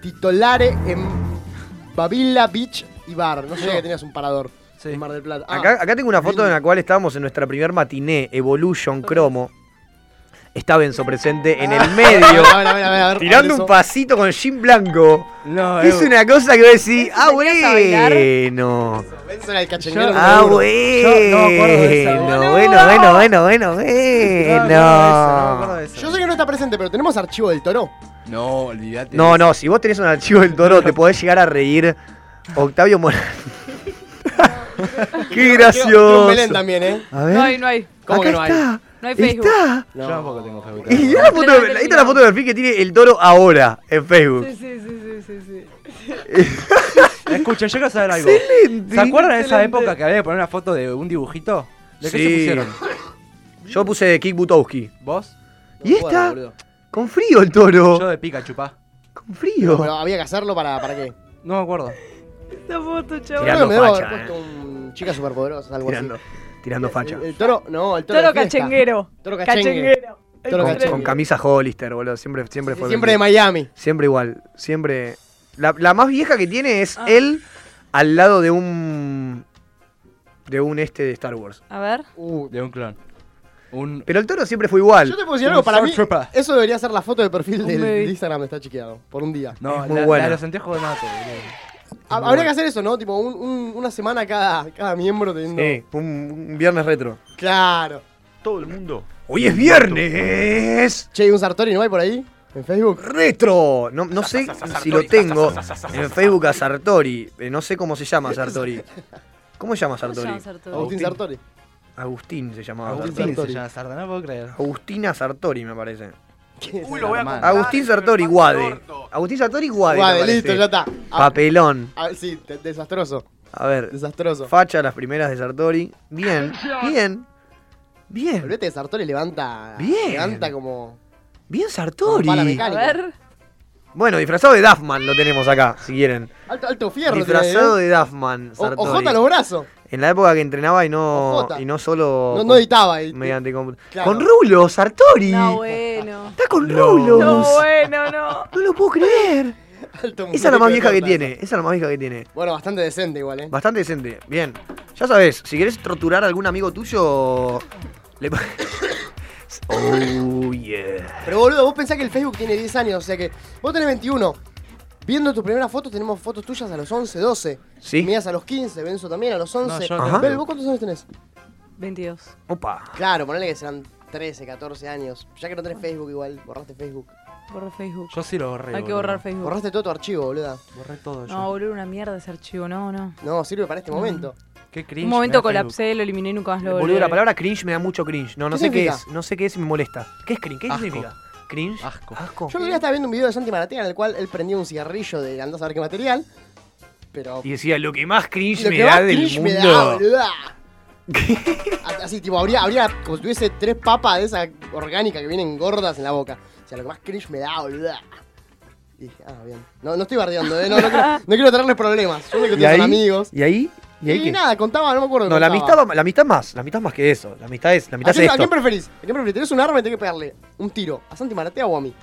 titolare en Babila Beach y Bar. No sé que tenías un parador en Mar del Plata. Ah,
Acá, acá tengo una foto en la cual estábamos en nuestra primer matiné, Evolution Cromo. Está Benzo presente en el
a
(laughs)
medio,
ver, (laughs) a ver, a ver, a ver,
tirando
abre
un
eso.
pasito con Jim Blanco.
No,
Es
eh,
una cosa que voy a decir,
¿Eso
ah,
venías a
bueno.
Benzo era el cachenguero
Yo-
Ah,
número uno.
no me acuerdo de esa,
bueno.
boludo.
Bueno, bueno, bueno, bueno,
no, me acuerdo de eso,
bueno.
Yo
no, me acuerdo de eso.
sé que no está presente, pero tenemos archivo del toro.
No, olvídate.
No, no, si vos tenés un archivo del toro, te podés llegar a reír. Octavio Morán.
(laughs)
Qué
Quiero un Belén
gracioso.
también, ¿eh?
A
No
ver,
hay, no hay.
¿Cómo
acá
que no hay?
está.
No hay Facebook.
Está.
Yo tampoco tengo
(laughs)
Facebook.
Y mirá la foto de-
Claramente
ahí está la
no.
foto de perfil que tiene el toro ahora en Facebook.
Sí, sí, sí, sí, sí, sí.
Escucha, yo quiero saber algo.
Excelente.
¿Se acuerdan de esa
Excelente.
época que había que poner una foto de un dibujito? ¿De qué
Sí.
se pusieron?
Yo puse Kick Butowski.
¿Vos?
y esta, con frío el
Yo
toro.
de Pikachu, pa.
Con frío.
Pero había que hacerlo para, para qué.
No me acuerdo.
Esta foto,
Tirando
chaval.
Creo que me debo
facha,
haber puesto
eh.
un chica superpoderosa, algo
Tirando,
así.
tirando facha.
El, el toro, no, el toro. de
Toro
fiesta.
cachenguero.
Toro cachengue.
Cachenguero. El
Toro
Con,
tren.
con camisa Hollister, boludo. Siempre, siempre fue.
Siempre de
lo mismo.
Miami.
Siempre igual. Siempre. La, la más vieja que tiene es
Ah.
él al lado de un. De un este de Star Wars.
A ver.
Uh,
De un clon. Un.
Pero el toro siempre fue igual.
Yo te puedo decir algo,
Un
para mí
Stormtrooper.
eso debería ser la foto de perfil
Un
del
baby.
de Instagram de Está Chequeado, por un día.
No,
Es muy
la, la
buena.
de los anteojos de Mato, boludo.
Ha- Habría que hacer eso, ¿no? Tipo, un- un- una semana cada, cada miembro teniendo...
Sí, un, un viernes retro.
Claro.
Todo el mundo.
¡Hoy es viernes!
Che, ¿y un Sartori no hay por ahí? ¿En Facebook?
Retro. No, no sé si lo tengo en Facebook a Sartori. Eh, No sé cómo se llama Sartori. ¿Cómo se llama
¿Cómo se
Sartori?
llama Sartori?
Agustín Sartori.
Agustín se llamaba.
Agustín
Sartori.
Sartori.
se llama Sarda, no puedo creer.
Agustina Sartori me parece.
¿Qué (laughs) es?
Uy, lo voy a
Agustín Sartori Guade. Agustín Sartori Guade. me
Guade,
parece.
listo, ya está. Ah,
Papelón.
ah, sí, de- desastroso.
A ver.
Desastroso.
Facha las primeras de Sartori. Bien. Bien. Bien.
El brete de Sartori levanta.
Bien.
Levanta como.
Bien, Sartori.
Pala mecánica.
Bueno, disfrazado de Duffman lo tenemos acá, si quieren.
Alto, alto fierro.
disfrazado
trae,
de
¿eh?
Duffman.
O-
Sartori.
Ojota a los brazos.
En la época que entrenaba y no,
Ojota.
y no solo.
No- no editaba, eh.
Mediante compu-
Claro.
Con Rulo, Sartori.
No, bueno.
Está con Rulo.
No, bueno, no.
No lo puedo creer.
Alto
Esa es la
muñeco
más
de
vieja que
torta.
tiene. Esa es la más vieja que tiene.
Bueno, bastante decente igual, ¿eh?
Bastante decente. Bien. Ya sabes, si querés torturar a algún amigo tuyo. Le... pa- (coughs) oh, yeah.
Pero boludo, vos pensás que el Facebook tiene 10 años, o sea que vos tenés 21. Viendo tus primeras fotos, tenemos fotos tuyas a los 11, 12.
Sí.
Mías a los 15, Benzo también a los 11.
yo no.
Bel, ¿vos cuántos años tenés?
22.
Opa.
Claro, ponele que serán 13, 14 años. Ya que no tenés Facebook igual, borraste Facebook.
Borré Facebook.
Yo sí lo borré.
Hay que
boludo.
borrar Facebook.
Borraste todo tu archivo, boluda.
Borré todo yo.
No, boludo, una mierda ese archivo, no, no.
No, sirve para este momento.
Qué cringe.
Un momento colapsé, lo eliminé y nunca más lo volví.
Boludo, la palabra cringe me da mucho cringe. No, no
¿Qué
sé qué es.
significa?
No sé qué es y me molesta. ¿Qué es cringe? ¿Qué
Asco.
significa? Cringe. Asco. Asco.
Yo el otro día estaba viendo un video de Santi Maratea en el cual él prendía un cigarrillo de andás a ver qué material. Pero.
Y decía, lo que más cringe
Lo
me
que
da
más
del
cringe
mundo.
me da, boluda.
(laughs)
Así, tipo, habría, habría como si tuviese tres papas de esas orgánicas que vienen gordas en la boca. O sea, lo que más cringe me da, boluda. Y dije, ah, bien. No, no estoy bardeando, ¿eh? No, no quiero, no quiero tenerles problemas. Yo lo que
(laughs) ¿Y
tengo son
ahí?
amigos.
¿Y ahí? ¿Y ahí
Y
qué?
nada, contaba, no me acuerdo.
No, la amistad, va- la amistad más. La amistad más que eso. La amistad es. La
¿A
amistad
quién,
es
a
esto.
quién preferís? ¿A quién preferís? ¿Tenés un arma y tenés que pegarle un tiro? ¿A Santi Maratea o a mí?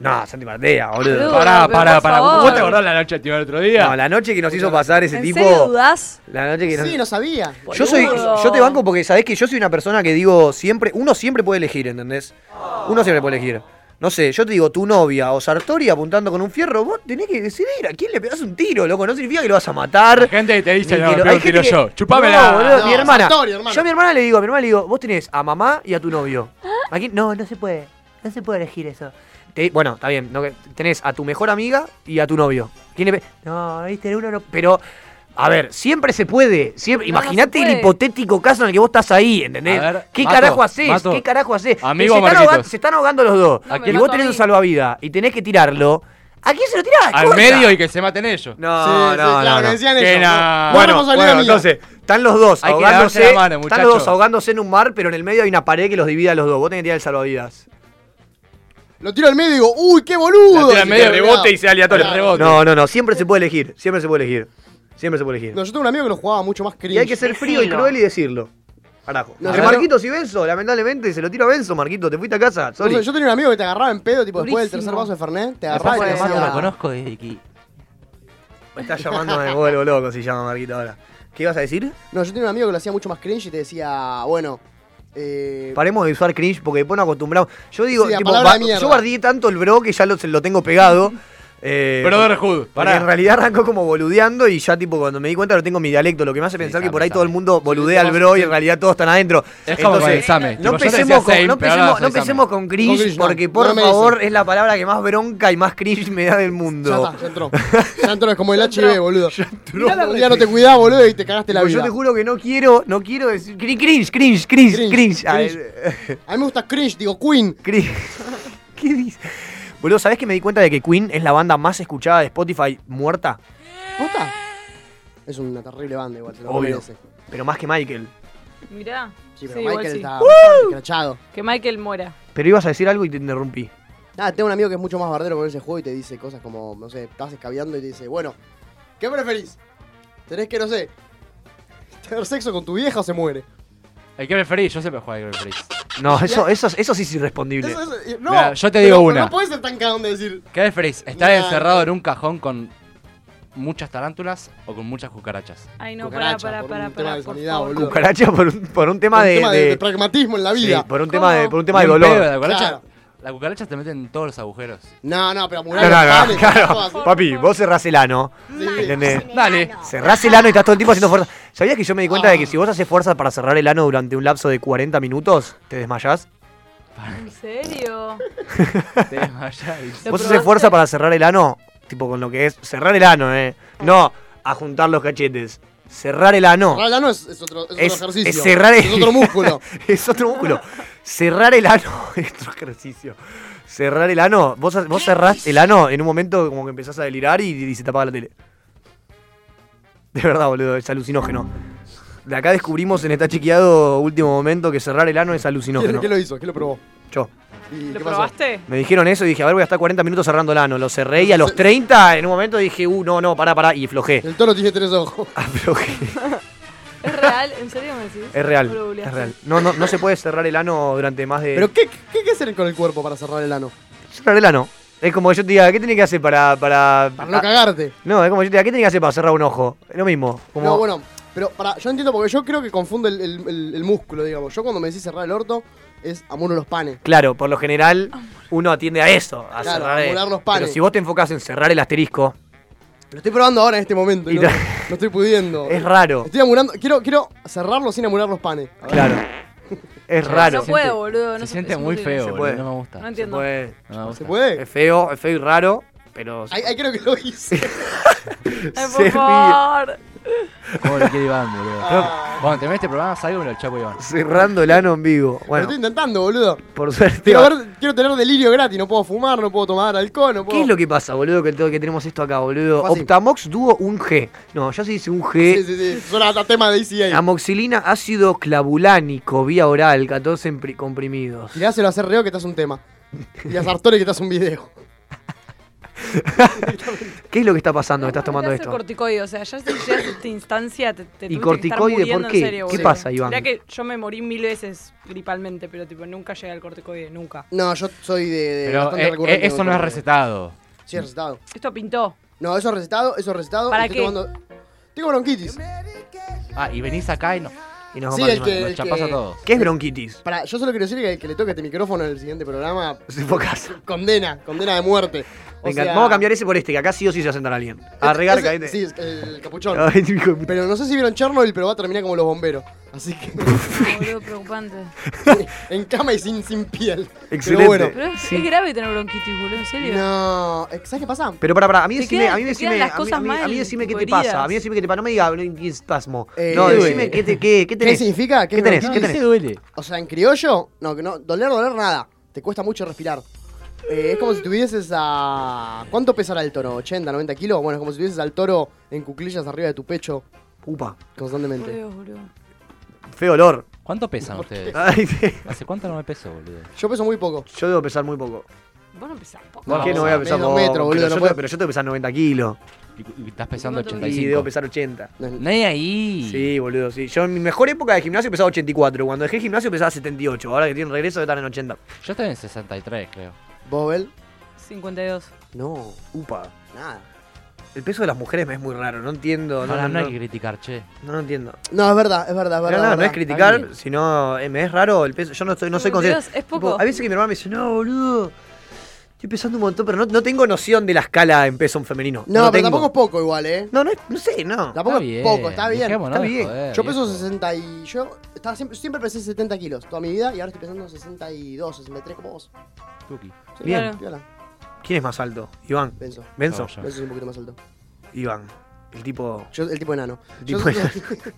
No, Santi Mardea, boludo.
Boludo,
Pará,
pero
pará,
por
pará.
favor.
¿Vos te acordás la noche del otro día? No, la noche que nos hizo pasar ese tipo.
dudás?
La noche que nos.
Sí, no sabía.
Yo soy,
Boludo.
yo te banco porque sabés que yo soy una persona que digo siempre, uno siempre puede elegir, ¿entendés? Uno siempre puede elegir. No sé, yo te digo, tu novia o Sartori apuntando con un fierro, vos tenés que decidir a quién le pegás un tiro, loco. No significa que lo vas a (laughs) matar. gente que te
dice, "No, me pego un tiro yo.
No,
Chupámela".
boludo,
No,
mi hermana.
Sartori, hermano.
Yo a mi hermana le digo, a mi hermana le digo, vos tenés a mamá y a tu novio. Aquí, no, no se puede. No se puede elegir eso. Te- bueno, está bien. no que- tenés a tu mejor amiga y a tu novio. ¿Quién le pe- No, viste, uno no. Pero, a ver, siempre se puede. Siempre,
No, no
Imagínate
se
el
puede.
hipotético caso en el que vos estás ahí, ¿entendés?
A ver,
¿Qué
Mato,
carajo haces?
Mato.
¿Qué carajo haces?
Amigo
se, están
Marquitos.
ahogan- se están ahogando los dos.
No, me
y
mato
vos
a
tenés
mí.
un salvavidas y tenés que tirarlo. ¿A quién se lo tirás?
Al
Corta.
medio y que se maten ellos.
No, no, no, no.
Que na-
Bueno, bueno, entonces, están los dos
Hay que
ahogándose.
darse la mano,
están los dos
muchacho.
ahogándose en un mar, pero en el medio hay una pared que los divide a los dos. Vos tenés que tirar el salvavidas.
Lo tiro al medio y digo, uy, qué boludo.
Tira al medio, rebote y sea aleatorio.
Claro.
No, no, no. Siempre se puede elegir. Siempre se puede elegir. Siempre se puede elegir.
No, yo tengo un amigo que lo jugaba mucho más cringe.
Y hay que ser frío y cruel y decirlo. Carajo.
No,
Entre
yo no-
Marquitos y Benzo, lamentablemente, se lo tiro a Benzo, Marquito. Te fuiste a casa.
No sé,
Sorry.
yo tenía un amigo que te agarraba en pedo, tipo después del tercer
Durísimo.
vaso de Fernet, te agarraba y te
Además,
decía,
no la conozco desde aquí.
Me está llamando, me vuelvo loco si llama Marquito ahora. ¿Qué ibas a decir?
No, yo tenía un amigo que lo hacía mucho más cringe y te decía, bueno, eh,
Paremos de usar cringe porque después nos acostumbramos. Yo digo,
Sí, la
tipo,
palabra
ba-
de mierda.
yo bardié tanto el bro que ya lo, se lo tengo pegado. Eh,
Brotherhood,
porque
pará.
En realidad arrancó como boludeando y ya, tipo, cuando me di cuenta, lo tengo en mi dialecto. Lo que me hace pensar que por ahí todo el mundo boludea al bro y en realidad todos están adentro.
Es como con el Same.
No
Tipo, yo te
pensemos
decía
con,
Same,
no
pero ahora
pensemos-
soy
no pensemos con cringe,
Con cringe, no.
porque, por
No me
favor,
dicen.
es la palabra que más bronca y más cringe me da del mundo.
ya está, ya entró. Ya entró, es como
(laughs)
el HIV, boludo. Un día no te cuidás, boludo, y te cagaste la
Tipo,
vida.
Yo te juro que no quiero, no quiero decir. cri- Cringe, cringe, cringe, cringe. Ah, eh,
A mí me gusta cringe, digo Queen.
Cringe. (laughs) ¿Qué dices? Boludo, ¿sabés que me di cuenta de que Queen es la banda más escuchada de Spotify muerta?
Es una terrible banda igual, se lo
Obvio.
merece.
Pero más que Michael.
Mirá.
Sí, pero
Sí, igual
Michael
sí.
está
¡Uh!
escrachado.
Que Michael muera.
Pero ibas a decir algo y te interrumpí.
Ah, tengo un amigo que es mucho más bardero con ese juego y te dice cosas como, no sé, estás escabeando y te dice, bueno, ¿qué preferís? ¿Tenés que, no sé, tener sexo con tu vieja o se muere?
El que preferís, yo siempre juego al que preferís.
No, eso, eso, eso sí es irrespondible.
Eso es- eh, no,
Mirá, yo te
pero-
digo
pero
una.
No puedes ser tan cagón de decir,
¿Qué preferís? ¿Estar
Nah.
encerrado en un cajón con muchas tarántulas o con muchas cucarachas?
Ay, no, pará,
Cucaracha,
pará,
por
pará,
un tema
pará,
de
por
sanidad,
favor.
boludo.
Cucaracha por un, por un tema,
Por un
de,
tema de- de pragmatismo en la vida.
Sí, por un tema de, por un tema de
Ni en
dolor.
pedo, la cucaracha- Las cucarachas te meten en todos los
(laughs)
agujeros.
no, no, pero
No,
muralla,
no,
dale,
no, (laughs) claro.
así.
Papi, vos cerrás el ano.
Sí.
¿Entendés?
Dale.
Cerrás el ano y estás todo el tiempo haciendo fuerza. ¿Sabías que yo me di cuenta de que si vos haces fuerza para cerrar el ano durante un lapso de 40 minutos, te desmayás?
¿En serio?
Te desmayás.
Vos haces fuerza para cerrar el ano, tipo con lo que es cerrar el ano, ¿eh? No, a juntar los cachetes. Cerrar el ano.
Cerrar el ano es, es otro, es otro ejercicio.
es cerrar el-
Es otro
(laughs)
músculo.
es otro músculo. Cerrar el ano (laughs) es otro ejercicio. Cerrar el ano. Vos, ha- vos cerrás el ano en un momento como que empezás a delirar y, y se te apaga la tele. De verdad, boludo, es alucinógeno. de acá descubrimos en esta chequeado último momento que cerrar el ano es alucinógeno.
¿Quién, ¿Quién lo hizo? ¿Quién lo probó?
Yo.
¿Y
¿Lo
qué pasó?
probaste?
Me dijeron eso y dije, a ver, voy a estar 40 minutos cerrando el ano. Lo cerré y a los 30, en un momento dije, uh, no, no, pará, pará, y flojé.
(laughs) El toro tiene tres ojos.
¿Es real? ¿En serio me decís?
Es
¿O
real,
lo googleaste?
es real. No, no, no se puede cerrar el ano durante más de...
¿Pero qué, qué hay que hacer con el cuerpo para cerrar el ano?
Cerrar el ano. Es como que yo te diga, ¿qué tenés que hacer para... Para, ah,
Para no cagarte.
No, es como que yo te diga, ¿qué tenés que hacer para cerrar un ojo? Es lo mismo. Como...
No, bueno, pero para, yo entiendo porque yo creo que confundo el, el- el- el músculo, digamos. Yo cuando me decís cerrar el orto es amuno los panes.
Claro, por lo general uno atiende a eso, a
Claro,
cerrar el-
amolar los panes.
Pero si vos te enfocás en cerrar el asterisco,
Lo estoy probando ahora en este momento.
Y
y No,
tra-
no estoy pudiendo.
(laughs) es raro,
Estoy amurando. Quiero, quiero cerrarlo sin amurar los panes. A ver.
claro. Es raro.
No puedo, boludo. No
Se
se-
siente
es
muy
imposible.
feo,
Se
boludo,
puede.
no me gusta.
No entiendo.
Puede.
No me gusta.
¿Se puede?
Es feo, es feo y raro, pero
Ahí, ahí creo que lo hice.
Ay,
(laughs) Se ríe.
por favor.
¿Cómo le quiere Iván, boludo?
Ah.
Cuando termine este programa, salgo y me lo chapo a Iván.
cerrando el ano en vivo.
Lo
Bueno,
estoy intentando, boludo.
por suerte.
Quiero, ver- quiero tener delirio gratis. No puedo fumar, no puedo tomar alcohol, no puedo.
¿Qué es lo que pasa, boludo, que, que tenemos esto acá, boludo?
Fácil.
Optamox Duo un G. No, yo sí hice un G.
Sí, sí, sí. Suena hasta tema de ICA.
(laughs) Amoxilina, ácido clavulánico, vía oral, 14 en comprimidos.
Tiráselo a hacer reo que te hace un tema. Y a Sartori que te hace un video.
¿Qué es lo que está pasando? que ¿Estás tomando
Te hace
esto?
corticoide, o sea, ya si llegas a esta instancia te, te
¿Y
tuviste que estar
corticoide por
muriendo en
qué?
serio,
¿Qué
boludo.
pasa, Iván?
Mirá que yo me morí mil veces gripalmente, pero tipo nunca llegué al corticoide, nunca.
No, yo soy de. de
Pero
bastante
eh,
recurrente
eh, eso
con
no es
todo.
recetado.
Sí, es recetado.
Esto
(laughs)
pintó.
No, eso es recetado, eso es recetado.
¿Para
estoy
qué?
tomando- Tengo bronquitis.
Ah, y venís acá y nos,
Y nos
Sí,
vamos-
el que-
nos
el
chapás
que-
a todos.
¿Qué es bronquitis? (laughs)
Para, yo solo quiero decir que el que le toque este micrófono en el siguiente programa.
Se enfocas.
Condena, condena de muerte. O
Venga,
sea,
vamos a cambiar ese por este, que acá sí o sí se va a sentar alguien. A regar,
ese-
cadete.
Sí, es el capuchón.
(laughs) Ay, hijo de-
Pero no sé si vieron Chernobyl, pero va a terminar como los bomberos. Así
(laughs)
que
Boludo, preocupante.
en cama y sin, sin piel.
Excelente.
Pero bueno.
Pero es,
Sí.
es grave tener bronquitis, boludo, en serio.
No, eh, ¿sabes qué pasa?
Pero pará, pará, a mí
Te
decime,
quedan-
a mí
te
decime,
quedan las
a mí,
cosas
a mí- a
mal,
mí decime qué
tipo
te pasa, a
heridas.
mí decime qué te pasa, no me diga bronquispasmo.
Eh,
no,
eh,
decime qué, te, qué, qué tenés.
significa? ¿Qué
¿Qué tenés?
bronquitis?
¿Qué tenés?
duele?
O sea, en criollo, no, que no, doler, doler nada. Te cuesta mucho respirar. Eh, es como si tuvieses a. ¿Cuánto pesará el toro? ¿80, 90 kilos? Bueno, es como si tuvieses al toro en cuclillas arriba de tu pecho
Upa,
Por
constantemente.
Dios, boludo.
feo olor. (laughs)
¿Cuánto pesan ustedes?
Ay, sí.
¿Hace cuánto no me peso, boludo?
Yo peso muy poco.
Yo debo pesar muy poco.
Vos no empezás poco.
¿Por qué no voy a pesar
medio
poco?
metro, boludo,
pero,
no
yo,
puedo-
pero yo tengo que pesar 90 kilos.
Y, y estás pesando
¿Cuánto
Y debo
85.
pesar 80.
No es-
No hay ahí.
Sí, boludo, sí. Yo en mi mejor época de gimnasio pesaba 84. Cuando dejé el gimnasio pesaba 78. Ahora que tiene regreso de estar en 80.
Yo estoy en 63, creo.
¿Bobel?
52.
No,
Upa.
nada.
El peso de las mujeres me es muy raro. No entiendo. No,
Ahora
no,
no
no,
hay que criticar, che.
no, no entiendo.
No, es verdad, es verdad, es
No,
verdad.
no, no
verdad.
es criticar,
bien.
sino eh, me es raro el peso. Yo no, estoy, no soy consciente.
Dios, es
Tipo,
poco.
a veces que mi hermana me dice, no, boludo, estoy pesando un montón, pero no, no tengo noción de la escala en peso en femenino.
No, pero
tengo.
tampoco es poco igual, ¿eh?
No, no, es- no sé, no.
Tampoco
Está
es poco, está bien.
dejémonos
está
de
bien.
joder,
Yo peso
viejo.
60 y yo estaba siempre, siempre pesé 70 kilos toda mi vida y ahora estoy pesando 62, 63 como vos.
Tuki.
Sí,
Bien.
Claro.
Piola,
¿Quién es más alto? Iván.
Benzo.
Benzo.
No, yo.
Benzo es un poquito más alto.
Iván. El tipo.
Yo, el tipo enano.
El
Yo-
tipo enano.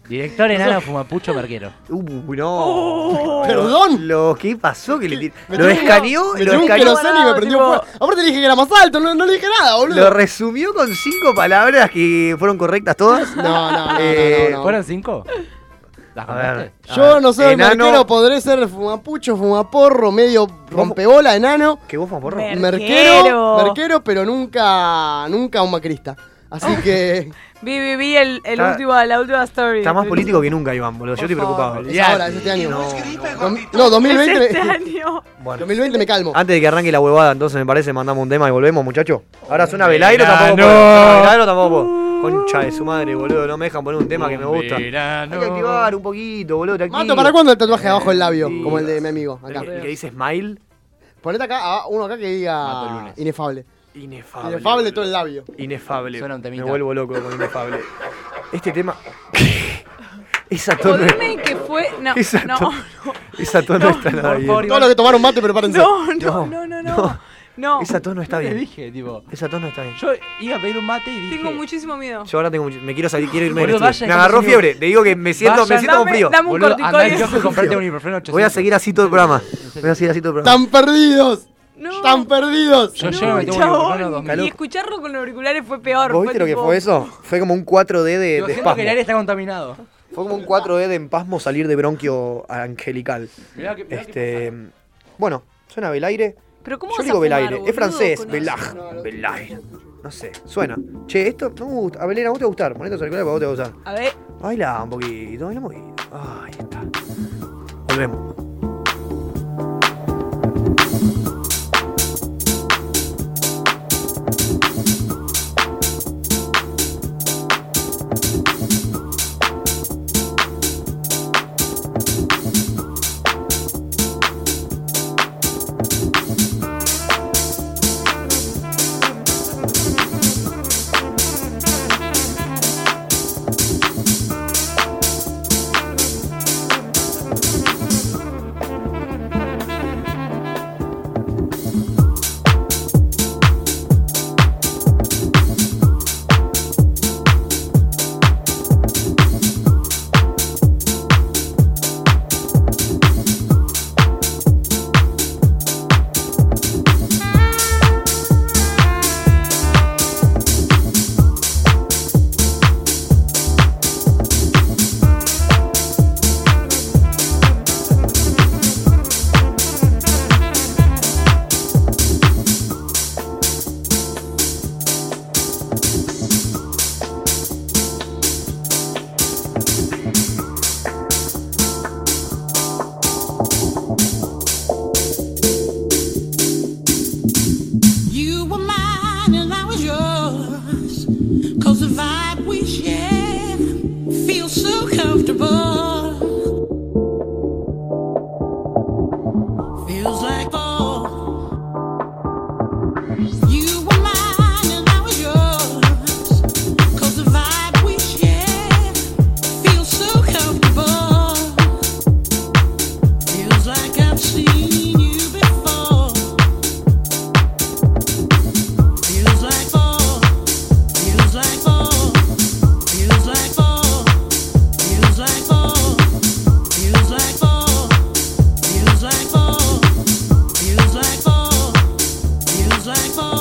Director enano fumapucho
(laughs)
marquero.
Uh, no.
Perdón.
Lo que pasó que le tir-
Me
Lo
tiró un-
escaneó,
Me
lo
tiró un
escaneó.
queroseno y me prendió
tipo-
fuego. Aparte le dije que era más alto, no, no le dije nada,
Lo
boludo.
resumió con cinco palabras que fueron correctas todas.
No, no, no, no,
Eh,
no, no.
¿Fueron cinco? ¿Las
A ver.
contaste?
a
Yo
ver.
no soy
Enano,
marquero, podré ser fumapucho, fumaporro, medio rompeola, enano.
Que vos, porro.
Me-
Merquero,
Merquero.
merquero, pero nunca, nunca un macrista. Así
(laughs)
que
Vi, vi, vi el, el
Está-
último, la última story.
Está más político que nunca, Iván, boludo. Yo
Por
estoy preocupado.
favor.
es ahora, es este año.
No,
No,
no.
no,
(laughs) Es
2020,
este año.
Bueno.
2020 me (laughs) calmo.
Antes de que arranque la huevada, entonces me parece, mandamos un tema y volvemos, muchachos. Ahora suena Velairo,
verano.
tampoco puedo. Suena Velairo tampoco puedo. Concha de su madre, boludo, no me dejan poner un tema que me gusta. Hay
Verano.
que activar un poquito, boludo, tranquilo.
Mato, ¿para cuándo el tatuaje abajo del labio?
Sí.
Como el de mi amigo,
El que,
acá.
el que dice Smile,
Ponete acá, ah, uno acá que
Mato el
diga
lunes.
inefable.
inefable.
Inefable
boludo.
todo el labio.
Inefable.
Suena un temita.
Me vuelvo loco con inefable. Este tema. (laughs) Esa tono.
Jodeme que fue. No,
Esa
no,
tono- Esa tono está nada bien.
Todo lo que tomaron mate, prepárense.
no, no, no, no, no. No,
Esa tono está
Yo te
bien.
dije, tipo.
Esa tono está bien.
Yo iba a pedir un mate y dije.
tengo muchísimo miedo.
Yo ahora tengo mucho- Me quiero salir, quiero irme del
Boludo,
estudio.
vayan,
Me agarró
vayan.
frío. Te digo que me siento, me
Vayan.
siento con
Dame-
frío.
dame un
Boludo, andá al
corticoide.
kiosco y comprarte un ibuprofeno 800.
Voy a seguir así todo el programa. Voy a seguir así todo el programa.
¡Están perdidos!
No.
¡Están perdidos!
Yo llego y me
no,
tengo un ibuprofeno
chabón.
2000.
Y escucharlo con los auriculares fue peor.
¿Vos viste lo que
tipo-
fue eso? Fue como un 4D de,
Digo, siento
de
que el
espasmo.
aire está contaminado.
Fue como un 4D de empasmo salir de bronquio angelical.
Mirá que- mirá
este, bueno, suena Belaire.
Pero ¿cómo
Yo
vas a
digo
fumar,
Belaire,
boludo,
es francés,
con
Belaj, Belaire. No sé, suena. Che, esto no me gusta. A Belén, a vos te va a gustar. Ponete los auriculares para vos te va a gustar.
A ver.
Baila un poquito, baila un poquito. Ahí está. Volvemos.
You were mine and I was yours. Cause the vibe we share feels so comfortable. Feels like fall. You were mine and I was yours. 'Cause the vibe we share feels so comfortable. Feels like I've seen you before. Feels like fall. Feels like fall. Feels like fall. Feels like fall. Feels like fall. Feels like fall. Feels like fall. Feels like fall.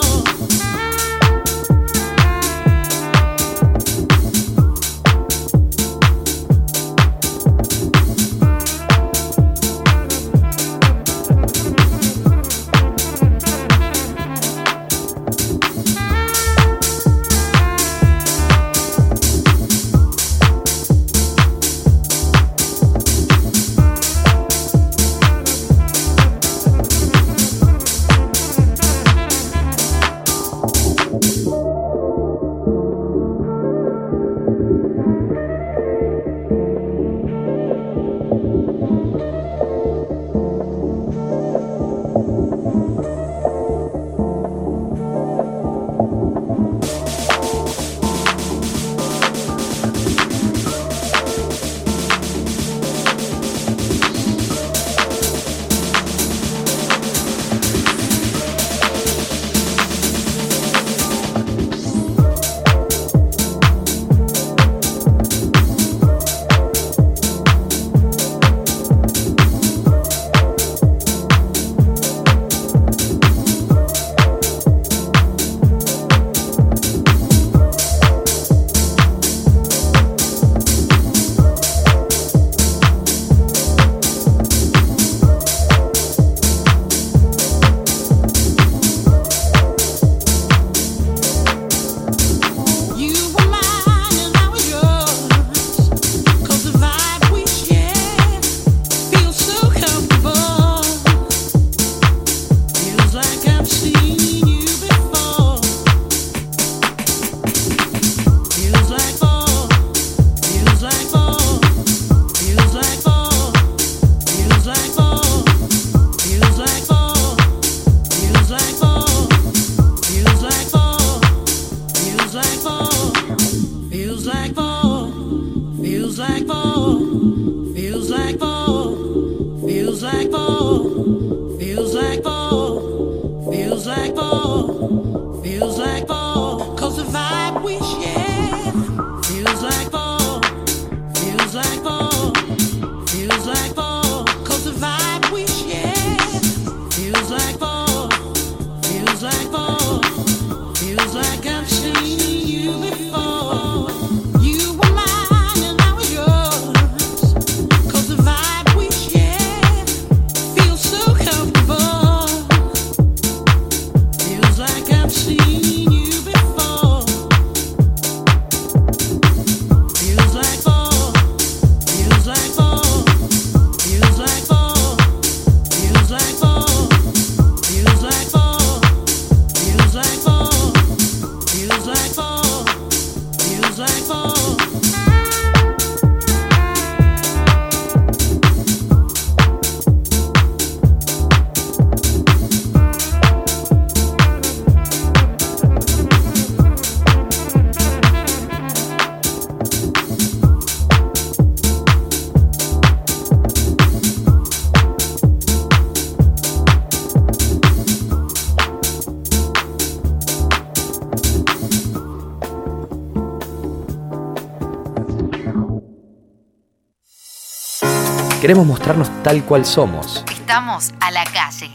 Queremos mostrarnos tal cual somos.
Estamos a la calle.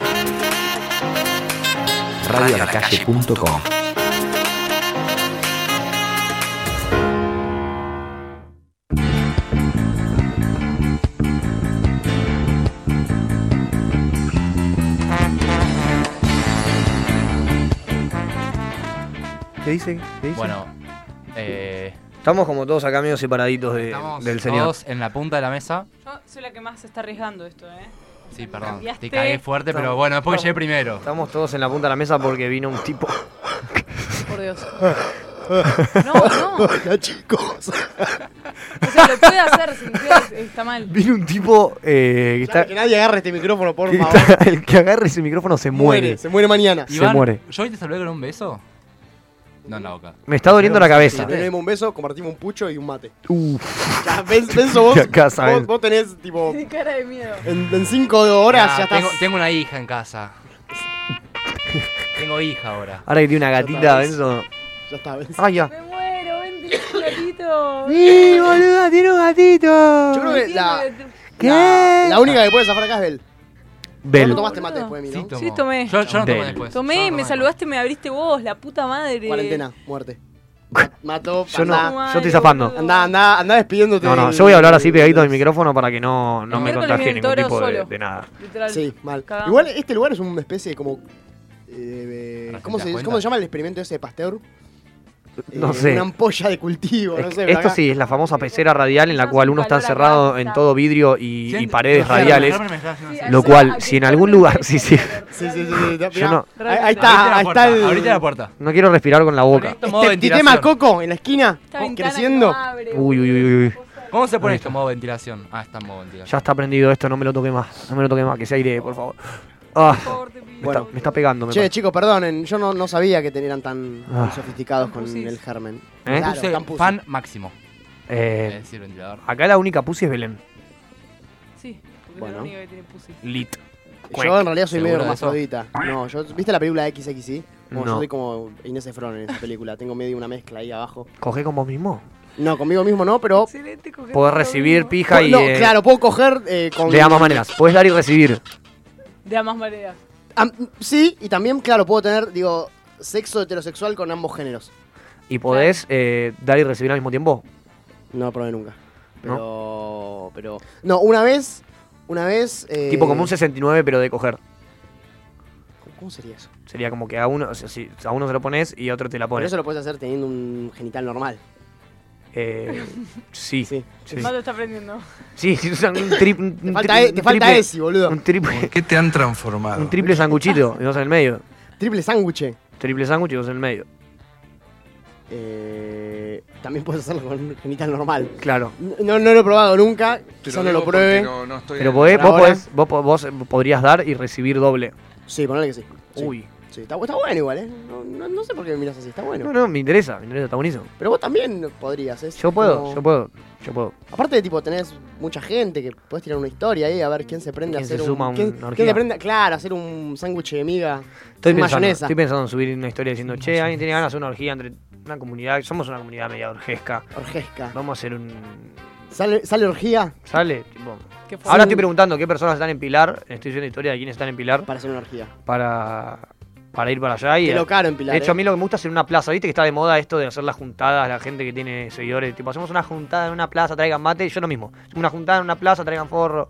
Radioalacalle.com
¿Qué dice? ¿Qué dice?
Bueno, eh,
Estamos como todos acá medio separaditos de-
estamos
del señor.
todos en la punta de la mesa.
Yo soy la que más se está arriesgando esto, ¿eh?
Sí, perdón.
Cambiaste.
Te cagué fuerte, pero
Estamos-
bueno, después
estamos-
llegué primero.
Estamos todos en la punta de la mesa porque vino un tipo.
Por Dios.
No,
no.
Hola, chicos.
O sea, lo puede hacer, sin que está mal.
Vino un tipo eh, que está.
Que nadie agarre este micrófono, por
que
favor.
está- (laughs) el que agarre ese micrófono se muere.
Se muere mañana.
Se muere.
¿Yo hoy te saludé con un beso? No en la boca.
Me está doliendo la cabeza.
Tenemos un beso, compartimos un pucho y un mate.
Uf. (laughs)
Ya, ves, ves eso vos,
Ya acá sabes.
vos. vos tenés, tipo,
(laughs) Tiene cara de miedo.
en, en cinco horas
Mirá,
ya estás.
Ah, tengo, tengo una hija en casa. tengo hija ahora.
Ahora que tiene una gatita, Benzo.
Ya está, ves.
Ah, ya.
Me muero, ven, tiene un gatito.
¡Sí, boluda! ¡Tiene un gatito!
Yo creo que la,
¿Qué?
la, la única que puede zafar acá es Bel.
Bel.
No tomaste mate después de mí, ¿no?
Sí, tomé.
Yo, yo no tomo
Del-
después.
Tomé, me saludaste, me abriste vos, la puta madre.
Cuarentena, muerte. Mató,
Yo no,
andá.
yo estoy zafando.
Andá, andá, andá despidiéndote.
No, no,
del-
yo voy a hablar así pegadito del micrófono para que no, no
El
me
miércoles
contagie
viene el
ningún
toro
tipo de,
solo.
de nada.
Literal.
Sí, mal.
Cagamos.
Igual este lugar es una especie de como. eh, eh, ¿cómo,
das
se,
cuenta?
¿Cómo se llama el experimento ese de Pasteur?
No
Eh,
sé.
Una ampolla de cultivo, no sé. pero
Esto
acá-
sí, es la famosa pecera radial en la cual uno está encerrado en todo vidrio y, y paredes radiales. Lo cual, si en
(laughs)
algún lugar, sí, sí.
Sí, sí, sí. sí, no,
Yo no,
Ahí, ahí está, Ah, ahí está el.
no quiero respirar con la boca.
Este titema coco en la esquina, oh, creciendo.
Uy, uy, uy, uy.
¿Cómo se pone
Ahí
esto? Modo ventilación. Ah, está en modo ventilación.
Ya está prendido esto, no me lo toque más. No me lo toque más, que se aire, por favor. Ah, me, está, me está pegando, me
Che,
parece.
chicos, perdonen, yo no, no sabía que tenían tan
Ah.
sofisticados con
Campusis.
el germen.
¿Eh?
Claro,
Puse
campusis.
fan máximo.
Eh,
Es decir, ventilador.
acá la única pussy es Belén.
Sí, porque es
Bueno.
la única que tiene pussy.
Lit.
Yo en realidad soy medio
¿Seguro de eso?
hermafrodita. No, yo, ¿viste la película XXI? Como
No.
Yo soy como Inés Efron en esa película. Tengo medio una mezcla ahí abajo.
Coge con vos mismo.
No, conmigo mismo no, pero.
Podés Oh, recibir pija y.
No,
eh,
claro, puedo coger eh, con.
De ambas maneras. Podés dar y recibir.
De ambas maneras.
Am- sí, y también, claro, puedo tener, digo, sexo heterosexual con ambos géneros.
Y podés eh, dar y recibir al mismo tiempo.
No lo probé nunca. Pero.
¿No?
pero. No, una vez. Una vez. eh,
Tipo como un 69, pero de coger.
¿Cómo sería eso?
Sería como que a uno, o sea, si a uno se lo pones y a otro te la
Pero
pones.
eso lo puedes hacer teniendo un genital normal.
Eh,
(laughs)
sí. Sí.
El mato está prendiendo.
Sí, (laughs) sí, o sea, un, trip, un,
Te
un
falta,
tri-
e- te
un
falta
triple-
esi, boludo.
Un triple,
¿Qué te han transformado?
un triple sanguchito y dos en el medio.
Triple sándwich.
Triple sándwich y dos en el medio.
Eh, también puedes hacerlo con un genital normal.
Claro.
No, no lo he probado nunca. Quizá no
digo
lo pruebe.
porque no- no estoy
Pero
en-
podés-
por
vos,
ahora.
podés- vos, po- vos podrías dar y recibir doble.
Sí, ponele que sí. Sí.
Uy.
Sí, está, está bueno igual, ¿eh? No, no- no sé por qué me miras así, está bueno.
No, no, me interesa, me interesa, está buenísimo.
Pero vos también podrías, ¿eh?
Yo puedo,
Como-
yo puedo, yo puedo.
Aparte, tipo, tenés mucha gente que podés tirar una historia ahí a ver quién se prende a
¿Quién
hacer
se
un.
suma a
¿quién,
una
quién
orgía?
se prende, claro, a hacer un sándwich de miga.
Estoy
con
pensando,
mayonesa.
estoy pensando en subir una historia diciendo, che, alguien tiene ganas de hacer una orgía entre una comunidad, somos una comunidad media orgesca.
Orgesca.
Vamos a hacer un...
¿Sale, ¿Sale orgía?
¿Sale? Tipo,
¿Qué fue?
Ahora estoy preguntando qué personas están en Pilar, estoy haciendo historia de quiénes están en Pilar.
Para hacer una orgía.
Para, para ir para allá y...
Qué lo caro en Pilar,
De hecho,
eh.
a mí lo que me gusta es en una plaza, viste que está de moda esto de hacer las juntadas, la gente que tiene seguidores, tipo, hacemos una juntada en una plaza, traigan mate, yo lo mismo. Una juntada en una plaza, traigan forro,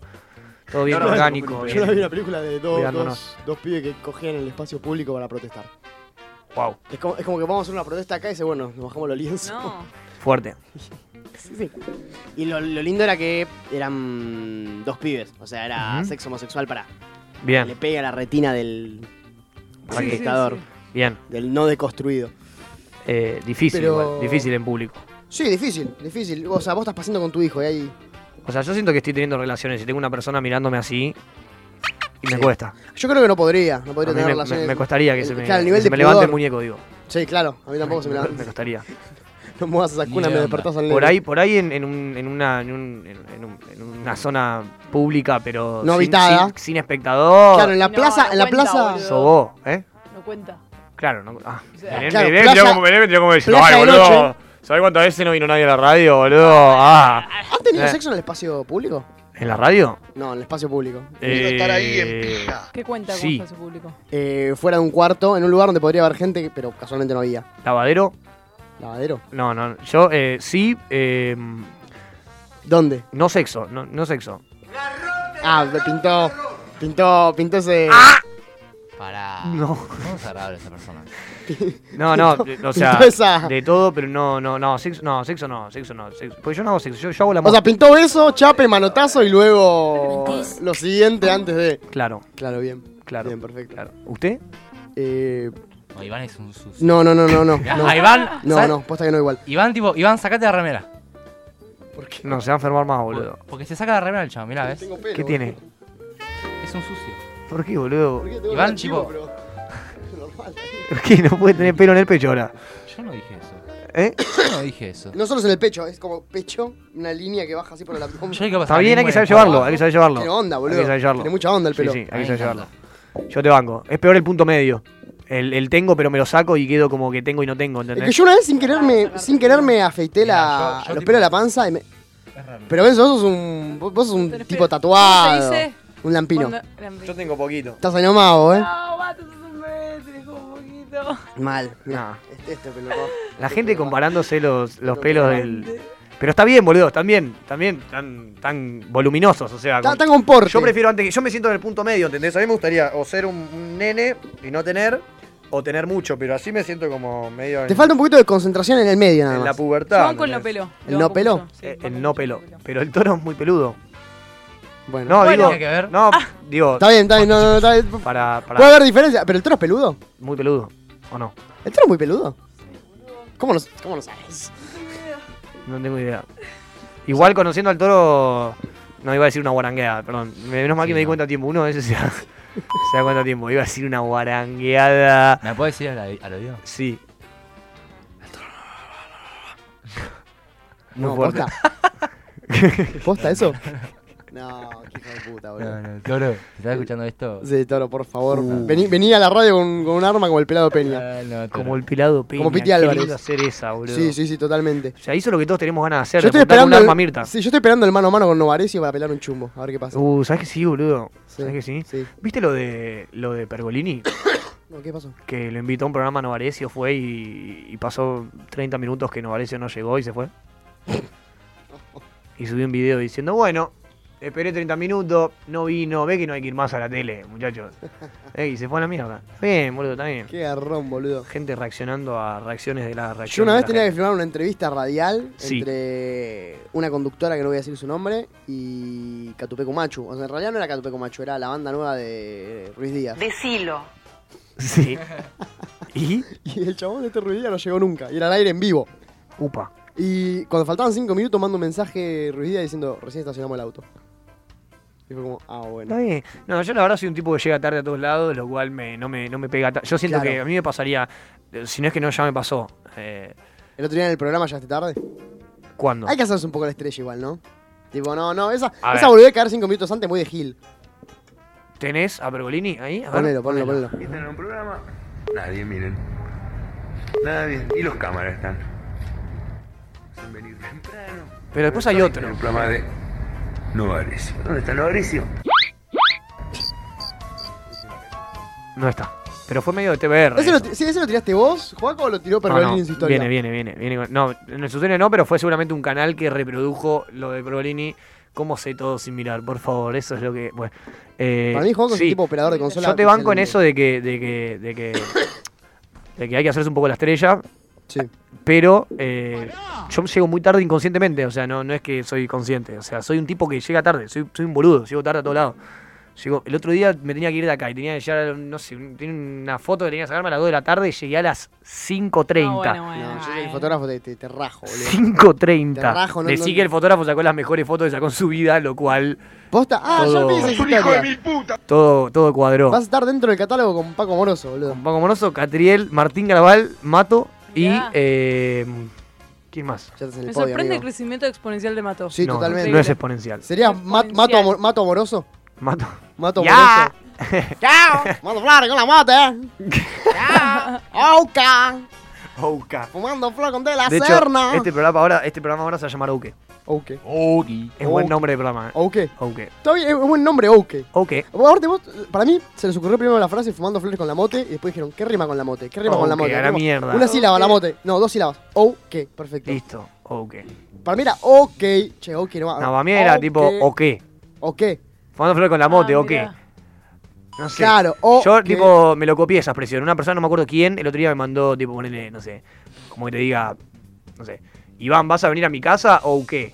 todo bien
No, no,
orgánico.
(laughs) Yo
bien
no vi una película de dos,
cuidándonos.
dos, dos pibes que cogían en el espacio público para protestar.
Wow,
Es como, es como que vamos a hacer una protesta acá y dice, bueno, nos bajamos los lienzos.
fuerte.
(laughs) Sí, sí. Y lo, lo lindo era que eran dos pibes. O sea, era
Ujú.
sexo homosexual para.
Bien.
Le pega la retina del.
Sí,
del
sí,
espectador.
sí. Bien.
Del no deconstruido.
Eh, difícil,
Pero-
igual, difícil en público.
Sí, difícil, difícil. O sea, vos estás pasando con tu hijo y ahí.
O sea, yo siento que estoy teniendo relaciones y tengo una persona mirándome así y me
Sí.
cuesta.
Yo creo que no podría. No podría
A mí
tener
me,
relaciones.
me- me costaría que
El-
se me,
claro, el nivel
que
de
se me levante el
pudor.
muñeco, digo.
Sí, claro. A mí tampoco (laughs) se me
Me
levanta.
costaría.
No muevas esa cuna, me despertás al
Por
nene.
ahí, por ahí en, en un- en una, en, un- en- en un- en una zona pública, pero
No
sin,
habitada.
sin- sin espectador.
Claro, en la
No,
plaza.
no
en la
cuenta,
plaza.
boludo.
Sobó, ¿eh?
No cuenta.
Claro, no. Ah,
sea,
Belén,
claro,
Belén,
plaza-
mirá cómo- Belén, mirá cómo me dice,
plaza
"Ay,
de
boludo,
noche".
¿Sabés cuántas veces no vino nadie a la radio, boludo? Ah.
¿Has tenido
Eh.
sexo en el espacio público?
¿En la radio?
No, en el espacio público.
Quiero estar ahí en pija.
¿Qué cuenta con
Sí.
espacio público?
Eh, fuera de un cuarto, en un lugar donde podría haber gente, pero casualmente no había.
¿Lavadero?
¿Lavadero?
No, no. Yo eh, sí. eh,
¿Dónde?
No sexo, no, no sexo.
Ah, pintó. Pintó, pintó ese.
Ah.
Pará.
No.
No es agradable esa persona.
No, no,
(laughs) Pintó-
de- o sea,
pintó esa-
de todo, pero no, no, no, sexo no, sexo no, sexo no, sexo. Porque yo no hago sexo, yo, yo hago la
O sea, pintó eso, chape, manotazo y luego lo siguiente antes de.
Claro.
Claro, bien.
Claro.
Bien, perfecto.
¿Usted?
Eh,
No, Iván es un sucio.
no, no, no, no,
(laughs)
no.
Mirá,
no.
a Iván,
No,
¿sabes?
no, posta que no igual.
Iván, tipo, Iván, sacate la remera.
No, se va a enfermar más, boludo.
Porque se saca la remera el chavo, mirá, ¿ves?
¿Qué tiene?
Es un sucio.
¿Por qué, boludo? (laughs) ¿Por
tengo
Iván,
cara de chivo,
tipo.
qué no puede tener pelo en el pecho ahora?
Yo no dije eso.
¿Eh?
Yo no dije eso.
No solo es en el pecho, es como pecho, una línea que baja así por el abdomen.
Yo hay que pasar
Está bien, hay que saber llevarlo, hay que saber llevarlo.
Tiene onda, boludo.
Hay que saber llevarlo.
Tiene mucha onda el
Sí,
pelo.
Sí, hay que saber llevarlo. Yo te banco. Es peor el punto medio. El, el tengo, pero me lo saco y quedo como que tengo y no tengo,
Es
¿entendés?
que yo una vez sin querer me, sin querer me afeité la, los pelos de la panza y me... Pero Benzo, vos sos un, vos sos un tipo tatuado.
dice?
Un lampino.
Yo tengo poquito.
Estás ahí nomás, vos, eh.
No, vato, sos un bebé, te dejó un poquito.
Mal.
No.
Este, este pelo. rojo.
La gente comparándose los, los pelos del... Pero está bien, boludo, están bien, están bien, tan, tan voluminosos, o sea...
Está- está con porte.
Yo prefiero antes que... Yo me siento en el punto medio, ¿entendés? A mí me gustaría o ser un, un nene y no tener, o tener mucho, pero así me siento como medio... en-
Te falta un poquito de concentración en el medio nada
en
más.
la
Yo
pubertad.
banco el no
¿entendés?
pelo.
¿El no pelo?
Eh, el no pelo. Pero el toro es muy peludo.
Bueno.
No,
Bueno.
digo...
Tiene que ver. Ah.
No, digo...
Está bien, está bien, no, no, no, está bien.
Para, para-
Puede haber diferencia, pero el toro es peludo.
Muy peludo, ¿o no?
¿El toro es muy peludo? ¿Cómo lo, cómo lo sabes?
No tengo idea. Igual conociendo al toro. No iba a decir una guarangueada, perdón. Me- Menos mal que
Sí,
me di
no.
cuenta a tiempo. Uno a veces se da, se da cuenta a tiempo. Iba a decir una guarangueada.
¿Me puedes decir al, al oído?
Sí. Muy
No,
fuerte.
posta.
(laughs)
¿Posta eso? No, qué hijo de puta, boludo.
No, no, Toro, si estás escuchando esto.
Sí, Toro, por favor.
Uh.
Vení, vení a la radio con, con un arma como el pelado
Ah,
Peña.
Como el pilado Peña.
Como Piti
qué
Álvarez.
lindo hacer esa, Eh, boludo.
Sí, sí, sí, totalmente.
O sea, hizo lo que todos tenemos ganas de
Yo
hacer. de
estoy
juntar
esperando.
Un
el-
arma a Mirta.
Sí, yo estoy esperando el mano a mano con Novaresi para pelar un chumbo. A ver qué pasa.
Uh, ¿sabes que sí, boludo? ¿Sabes que sí?
Sí.
¿Viste lo de, lo de Pergolini?
No, ¿Qué pasó?
que lo invitó a un programa Novarecio, fue y, y pasó 30 minutos que Novarecio no llegó y se
(laughs)
fue. Y subió un video diciendo, bueno, esperé 30 minutos, no vino, ve que no hay que ir más a la tele,
(laughs)
muchachos. Eh, y se fue a la mierda. Bien, boludo, está bien.
Qué garrón, boludo.
Gente reaccionando a reacciones de la reacción.
Yo una
de
vez
la
tenía que
gente.
filmar una entrevista radial
Sí.
entre una conductora que no voy a decir su nombre y Catupecu Machu. O sea, en realidad no era Catupecu Machu, era la banda nueva de Ruiz Díaz.
Decilo.
(laughs)
Sí. ¿Y?
Y el chabón de este Ruiz Díaz no llegó nunca. Y era al aire en vivo.
Upa.
Y cuando faltaban cinco minutos, mando un mensaje Ruiz Díaz diciendo: recién estacionamos el auto. Y fue como, ah, bueno.
Está bien. No, yo la verdad soy un tipo que llega tarde a todos lados, lo cual me, no, me, no me pega. ta- Yo siento
Claro.
que a mí me pasaría, eh, si no es que no, ya me pasó. Eh,
El otro día en el programa ya esté tarde.
¿Cuándo?
Hay que hacerse un poco la estrella igual, ¿no? Tipo, no, no, esa,
A
esa
ver.
volvió a caer cinco minutos antes muy de Gil.
¿Tenés a Pergolini ahí? A ver,
Ponelo, ponelo, ponelo.
¿Viste en un programa?
Nadie, miren. Nadie. Y los cámaras están. Hacen venir temprano.
Pero después hay
Estoy
otro.
En el programa de Novarecio. ¿Dónde está Novarecio?
No está. Pero fue medio de TBR.
Ese lo,
eso.
ti- sí, ese lo tiraste vos, Juaco, o lo tiró Pergolini
No, no,
en su historia.
Viene, viene, viene. viene con- no, en su historia no, pero fue seguramente un canal que reprodujo lo de Pergolini. ¿Cómo sé todo sin mirar? Por favor, eso es lo que. Bueno, eh,
Para mí, Juaco es
sí.
un tipo operador de consola.
Yo te banco en
excelente.
eso de que, de que, de que, de que hay que hacerse un poco la estrella.
Sí.
Pero eh, yo llego muy tarde inconscientemente, o sea, no, no es que soy consciente, o sea, soy un tipo que llega tarde, soy, soy un boludo, llego tarde a todos lados. Llego, el otro día me tenía que ir de acá y tenía que llegar, no sé, un- tiene una foto que tenía que sacarme a las 2 de la tarde y llegué a las 5.30.
Ah,
No, yo soy el fotógrafo te, te, te rajo, boludo.
5.30.
Te rajo, no-
Decí
no-
que el fotógrafo sacó las mejores fotos que sacó en su vida, lo cual
Posta. Ah, yo
Todo-
vi esa historia.
todo, todo cuadró.
Vas a estar dentro del catálogo con Paco Moroso, boludo.
Paco Moroso, Catriel, Martín Garabal, Mato y... eh, ¿Quién más?
Ya estás en el
Me
podio,
sorprende el
amigo.
crecimiento exponencial de Mato.
Sí,
no,
totalmente.
No es exponencial.
¿Serías Mat- Mato, Amor- Mato Moroso?
Mato.
Mato
Ya.
Moroso. ¡Chao! Mato Flare con la mata, eh. ¡Chao! ¡Auca!
Ouka.
Fumando flor con tela
De hecho,
serna.
este programa, ahora, este programa ahora se va a llamar Ouke.
Ouke.
Ouke. Es buen nombre de programa. ¿eh?
Ouke.
Ouke.
Está bien, es un buen nombre, Ouke.
Ouke.
Aparte, vos, para mí, se les ocurrió primero la frase fumando flores con la mote y después dijeron, ¿qué rima con la mote? ¿Qué rima con la
Ouke,
mote?
a la
Como,
mierda.
Una sílaba, la
Ouke.
mote. No, dos sílabas. Ouke, perfecto.
Listo, Ouke.
Para mí era ok. Che, ok, no va.
No, para mí era
ok,
tipo, ¿o qué?
¿O qué?
Fumando flor
Ah,
con la mote, ¿o qué? No sé.
Claro, o
Yo,
que-
tipo, me lo copié esa expresión. Una persona, no me acuerdo quién, el otro día me mandó, tipo, ponele, no sé, como que te diga, no sé, Iván, ¿vas a venir a mi casa o qué?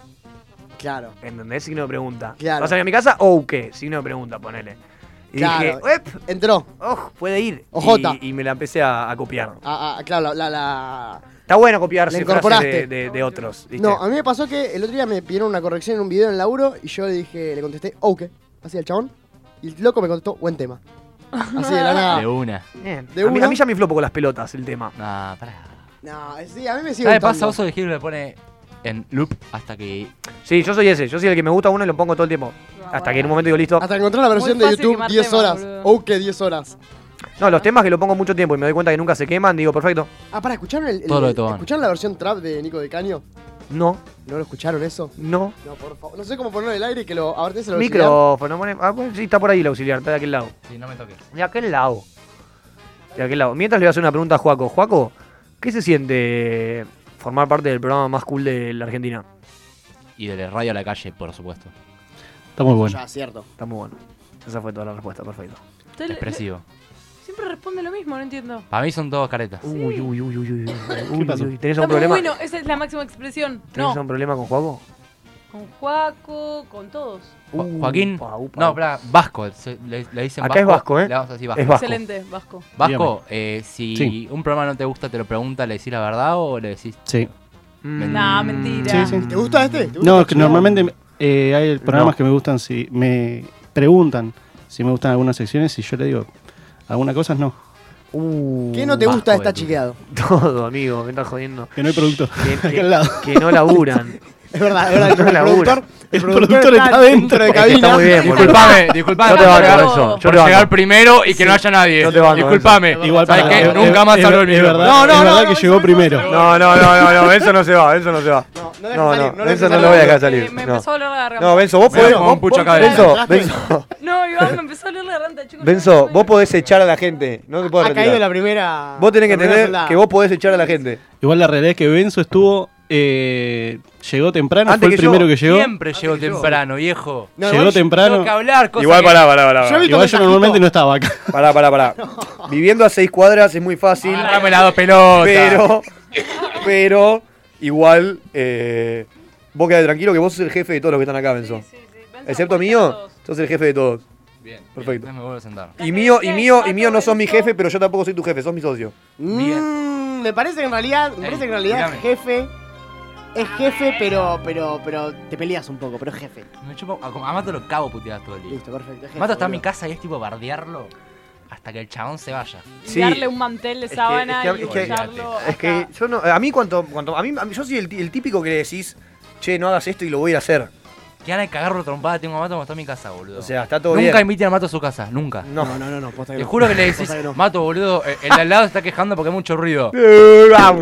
Claro.
¿Entendés? Signo de pregunta.
Claro.
¿Vas a venir a mi casa o qué? Signo de pregunta, ponele. Y
Claro.
dije, ¡ep!
Entró.
¡Oh! Puede ir.
Ojota.
Y, y me la empecé a, a copiar.
Ah, ah, claro, la- la- la...
Está bueno copiarse
La
frases de,
incorporaste.
de- de otros. ¿viste?
No, a mí me pasó que el otro día me pidieron una corrección en un video en el laburo y yo le dije, le contesté, ok, así al chabón. Y el loco me contestó, buen tema. Así de la
Ah.
nada.
De una.
Bien.
De
a, mí,
una.
a mí ya me flopo con las pelotas el tema.
Ah, pará.
No, sí, a mí me sigue
¿Sabes?
gustando.
Pasa Oso de Giro le pone en loop hasta que.
Sí, yo soy ese. Yo soy el que me gusta uno y lo pongo todo el tiempo.
Ah,
Hasta que en un momento digo, listo.
Hasta encontré la versión de YouTube 10 horas. Ok, 10 horas.
No, los temas que lo pongo mucho tiempo y me doy cuenta que nunca se queman, digo, perfecto.
Ah, para, ¿escucharon, el, el-
Todo lo de Tobán.
¿escucharon la versión trap de Nico de Caño?
No.
¿No lo escucharon eso?
No.
No, por favor. No sé cómo ponerlo en el aire y que lo. A ver, tenés el auxiliar.
Micrófono, pone- ah, bueno, sí, está por ahí el auxiliar, está de aquel lado.
Sí, no me toques.
De aquel lado. De aquel lado. Mientras le voy a hacer una pregunta a Juaco. Juaco, ¿qué se siente formar parte del programa más cool de la Argentina?
Y del radio a la calle, por supuesto.
Está muy bueno.
Ya, cierto.
Está muy bueno. Esa fue toda la respuesta, perfecto.
Usted le-
Expresivo.
Siempre responde lo mismo, no entiendo.
Para mí son todos caretas.
Uy, uy, uy, uy, uy.
¿Qué pasó?
uy, ¿Tenés
Está
un
muy
problema?
bueno, esa es la máxima expresión.
¿Tenés
No,
un problema con Juaco?
con Juaco, con todos.
Jo- Joaquín. no, espera, Vasco. se- le, le dicen
Acá es Vasco, ¿eh?
Le vamos a decir Vasco.
Es Vasco.
Excelente, Vasco.
Vasco, eh, si
Sí.
un programa no te gusta, te lo pregunta, ¿le decís la verdad o le decís?
Sí.
No, mentira.
Sí, sí.
¿Te gusta este? ¿Te gusta
No,
el
es que
chino?
normalmente eh, hay programas
No.
que me gustan si me preguntan si me gustan algunas secciones y yo le digo algunas cosas no.
¿Qué no te
Vasco
gusta de
de
esta
tu-
chiqueado?
(laughs) Todo, amigo, me estás (laughs) jodiendo.
Que no hay producto. (laughs)
Que,
Acá
que-
al lado.
que no (laughs) laburan.
Es verdad, es verdad.
No
el,
laburan.
productor, el productor
productor está
dentro de
Es que
cabina.
Está muy bien, boludo.
Disculpame, disculpame.
Yo te
Por
banco
llegar-
eso. Yo
por
te banco.
llegar primero y que
Sí.
no haya nadie.
Yo te banco
Disculpame.
eso. Igual
¿Sabes
para-
qué?
es-
nunca
es-
más
es-
hablo
es
el mismo.
verdad,
No,
es
no,
verdad
no.
que llegó primero. No, no, no, no, no, Benzo no se va, Benzo no se va.
no
No,
dejes
no,
salir, no dejes
Benzo no
salir.
lo voy a dejar
Eh,
salir.
me
no.
empezó a doler la garganta.
No, Benzo, vos
Me voy a
podés.
tomar un
vos-
pucho
vos-
acá adentro.
Benzo, Benzo,
No, Iván me empezó a leer la garganta, chicos.
Benzo, vos podés (laughs) echar a la gente. No te puedes
Ha caído la
retirar.
primera.
Vos tenés que
la primera
entender
soldada.
que vos podés echar a la gente.
Igual la realidad es que Benzo estuvo eh, llegó temprano,
Antes
fue el
que yo.
primero que llegó.
Siempre llego temprano, viejo.
No, Llegó igual- temprano.
Tengo que hablar, cosa
Igual,
que-
pará, pará, pará.
Igual yo normalmente no estaba acá.
Pará, pará, (laughs) pará. Viviendo a seis cuadras es muy fácil.
Dame las dos pelotas. (laughs)
Pero, (laughs) pero, igual, eh, vos quedate tranquilo que vos sos el jefe de todos los que están acá, Benzo. Excepto mío, sos el jefe de todos.
Bien.
Perfecto.
Me vuelvo a sentar.
Y mío, y mío, y mío no sos mi jefe, pero yo tampoco soy tu jefe, sos mi socio.
Mm, me parece que en realidad, me
Ey, Ah,
parece que en realidad
mirame.
jefe es jefe, pero pero pero te peleas un poco, pero es jefe.
Me chupo, a, a Mato lo cago puteadas todo el día.
Listo, perfecto. es jefe,
Mato está en mi
boludo.
casa y es tipo bardearlo hasta que el chabón se vaya.
Y darle un mantel de sábana
es que-
y
es que-
bollarlo
Es que yo no, a mí cuanto, cuanto a mí, a mí- yo soy el, ti- el típico que le decís, che, no hagas esto y lo voy a ir a hacer.
Que gana de cagarlo trompada tengo a Mato cuando está en mi casa, boludo.
O sea, está todo
nunca
bien.
inviten a Mato a su casa, nunca.
No, no, no, no,
Te
(laughs)
juro que le decís, Mato, boludo, eh, el de al lado se está quejando porque hay mucho ruido.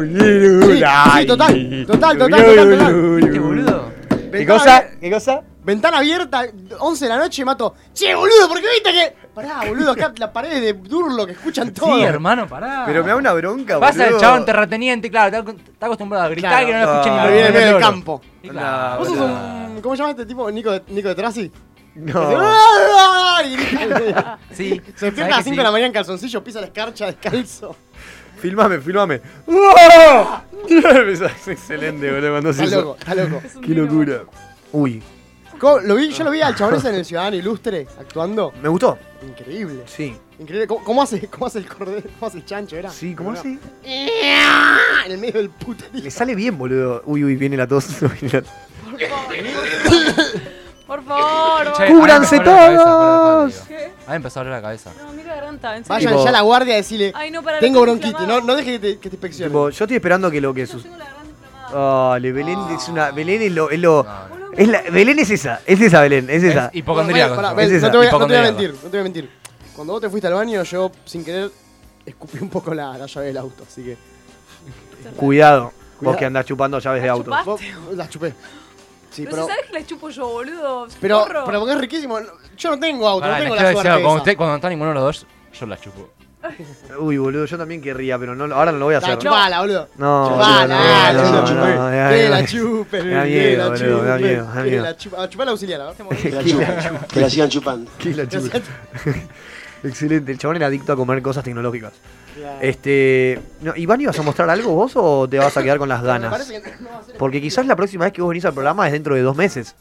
Sí, total, total, total, total, total.
(laughs)
¿Viste, Este boludo?
¿Qué
Ventana
cosa?
abier-
¿Qué cosa?
Ventana abierta, 11 de la noche, mato. Che, boludo, ¿por qué viste que.? Pará, boludo, acá las paredes de Durlo que escuchan todo.
Sí, hermano, pará.
Pero me da una bronca,
Pasa el
boludo.
chabón terrateniente, claro, está, está acostumbrado a gritar
Claro.
que no lo escuchen
Ah,
ni
viene
el
medio del
loro.
campo.
Y claro,
Vos sos
boludo.
un. ¿Cómo llamaste tipo? Nico de, Nico de "Ah, Trasi.
No.
(laughs) Sí.
Se despierta a
¿Sabés
las 5
que sí?
de la mañana en calzoncillo, pisa la escarcha (laughs) descalzo.
Filmame, filmame. (laughs) es excelente, boludo. Cuando
Está
haces eso.
loco, está loco.
Qué locura. Uy,
Co- Lo vi, yo lo vi al chabón ese en el Ciudadano Ilustre actuando.
me gustó.
Increíble.
Sí.
Increíble. ¿Cómo, cómo hace, ¿Cómo hace el cordero? ¿Cómo hace el chancho? Era.
Sí, ¿cómo
Pero
hace?
no. En el medio del puto.
Le sale bien, boludo. Uy, uy, viene la tos. (laughs) viene la-
Por favor,
Che,
¡Cúbranse
a mí me dolió la cabeza,
todos!
¿Qué?
A mí me empezó a doler la cabeza.
No, mira la garganta, en serio.
Vayan ya a la guardia a decirle.
Ay, no, para
tengo
lo que me
bronquitis, no, no dejes que te, que te inspeccione.
Tipo, yo estoy esperando que lo que suceda. Dale, Belén es una. Belén es lo. Es lo es la, Belén es esa. Es esa, Belén. Es esa.
Es hipocondríaco.
Pará,
Es
ven,
esa,
no, te voy, a- no te voy a
hipocondríaco.
mentir, no te voy a mentir. Cuando vos te fuiste al baño, yo sin querer escupí un poco la, la llave del auto, así que.
Cuidado, vos
Cuidado.
que andás chupando llaves de auto.
chupaste?
Vos- La chupé. Sí,
Ah, Pero
pero.
si sabes que la chupo yo, boludo.
Pero,
Porro.
pero porque es riquísimo. Yo no tengo auto,
Pará,
no
les
tengo
quiero
la
decir
suerte.
algo, cuando,
esa.
usted- cuando no está ninguno de los dos, yo la chupo.
Uy, boludo, yo también querría, pero no, ahora no lo voy a
La
hacer.
chupala, boludo.
No,
Chupala,
boludo,
yo
no,
la
no,
chupé.
no, da-
Que
da-
la chupen,
me da
que
miedo,
la
boludo, me da
chupen,
miedo, me da
que
miedo.
la chupa- ah, Chupala auxiliar, ¿no?
Que
(laughs)
la chupen.
Que la sigan chupando.
Que la chupen.
Que la
(laughs) Excelente, el chabón era adicto a comer cosas tecnológicas. Este, no, Iván, ¿ibas a mostrar algo vos o te vas a quedar con las
Me
ganas?
parece que (laughs) no va a ser.
Porque quizás la próxima vez que vos venís al programa es dentro de dos meses.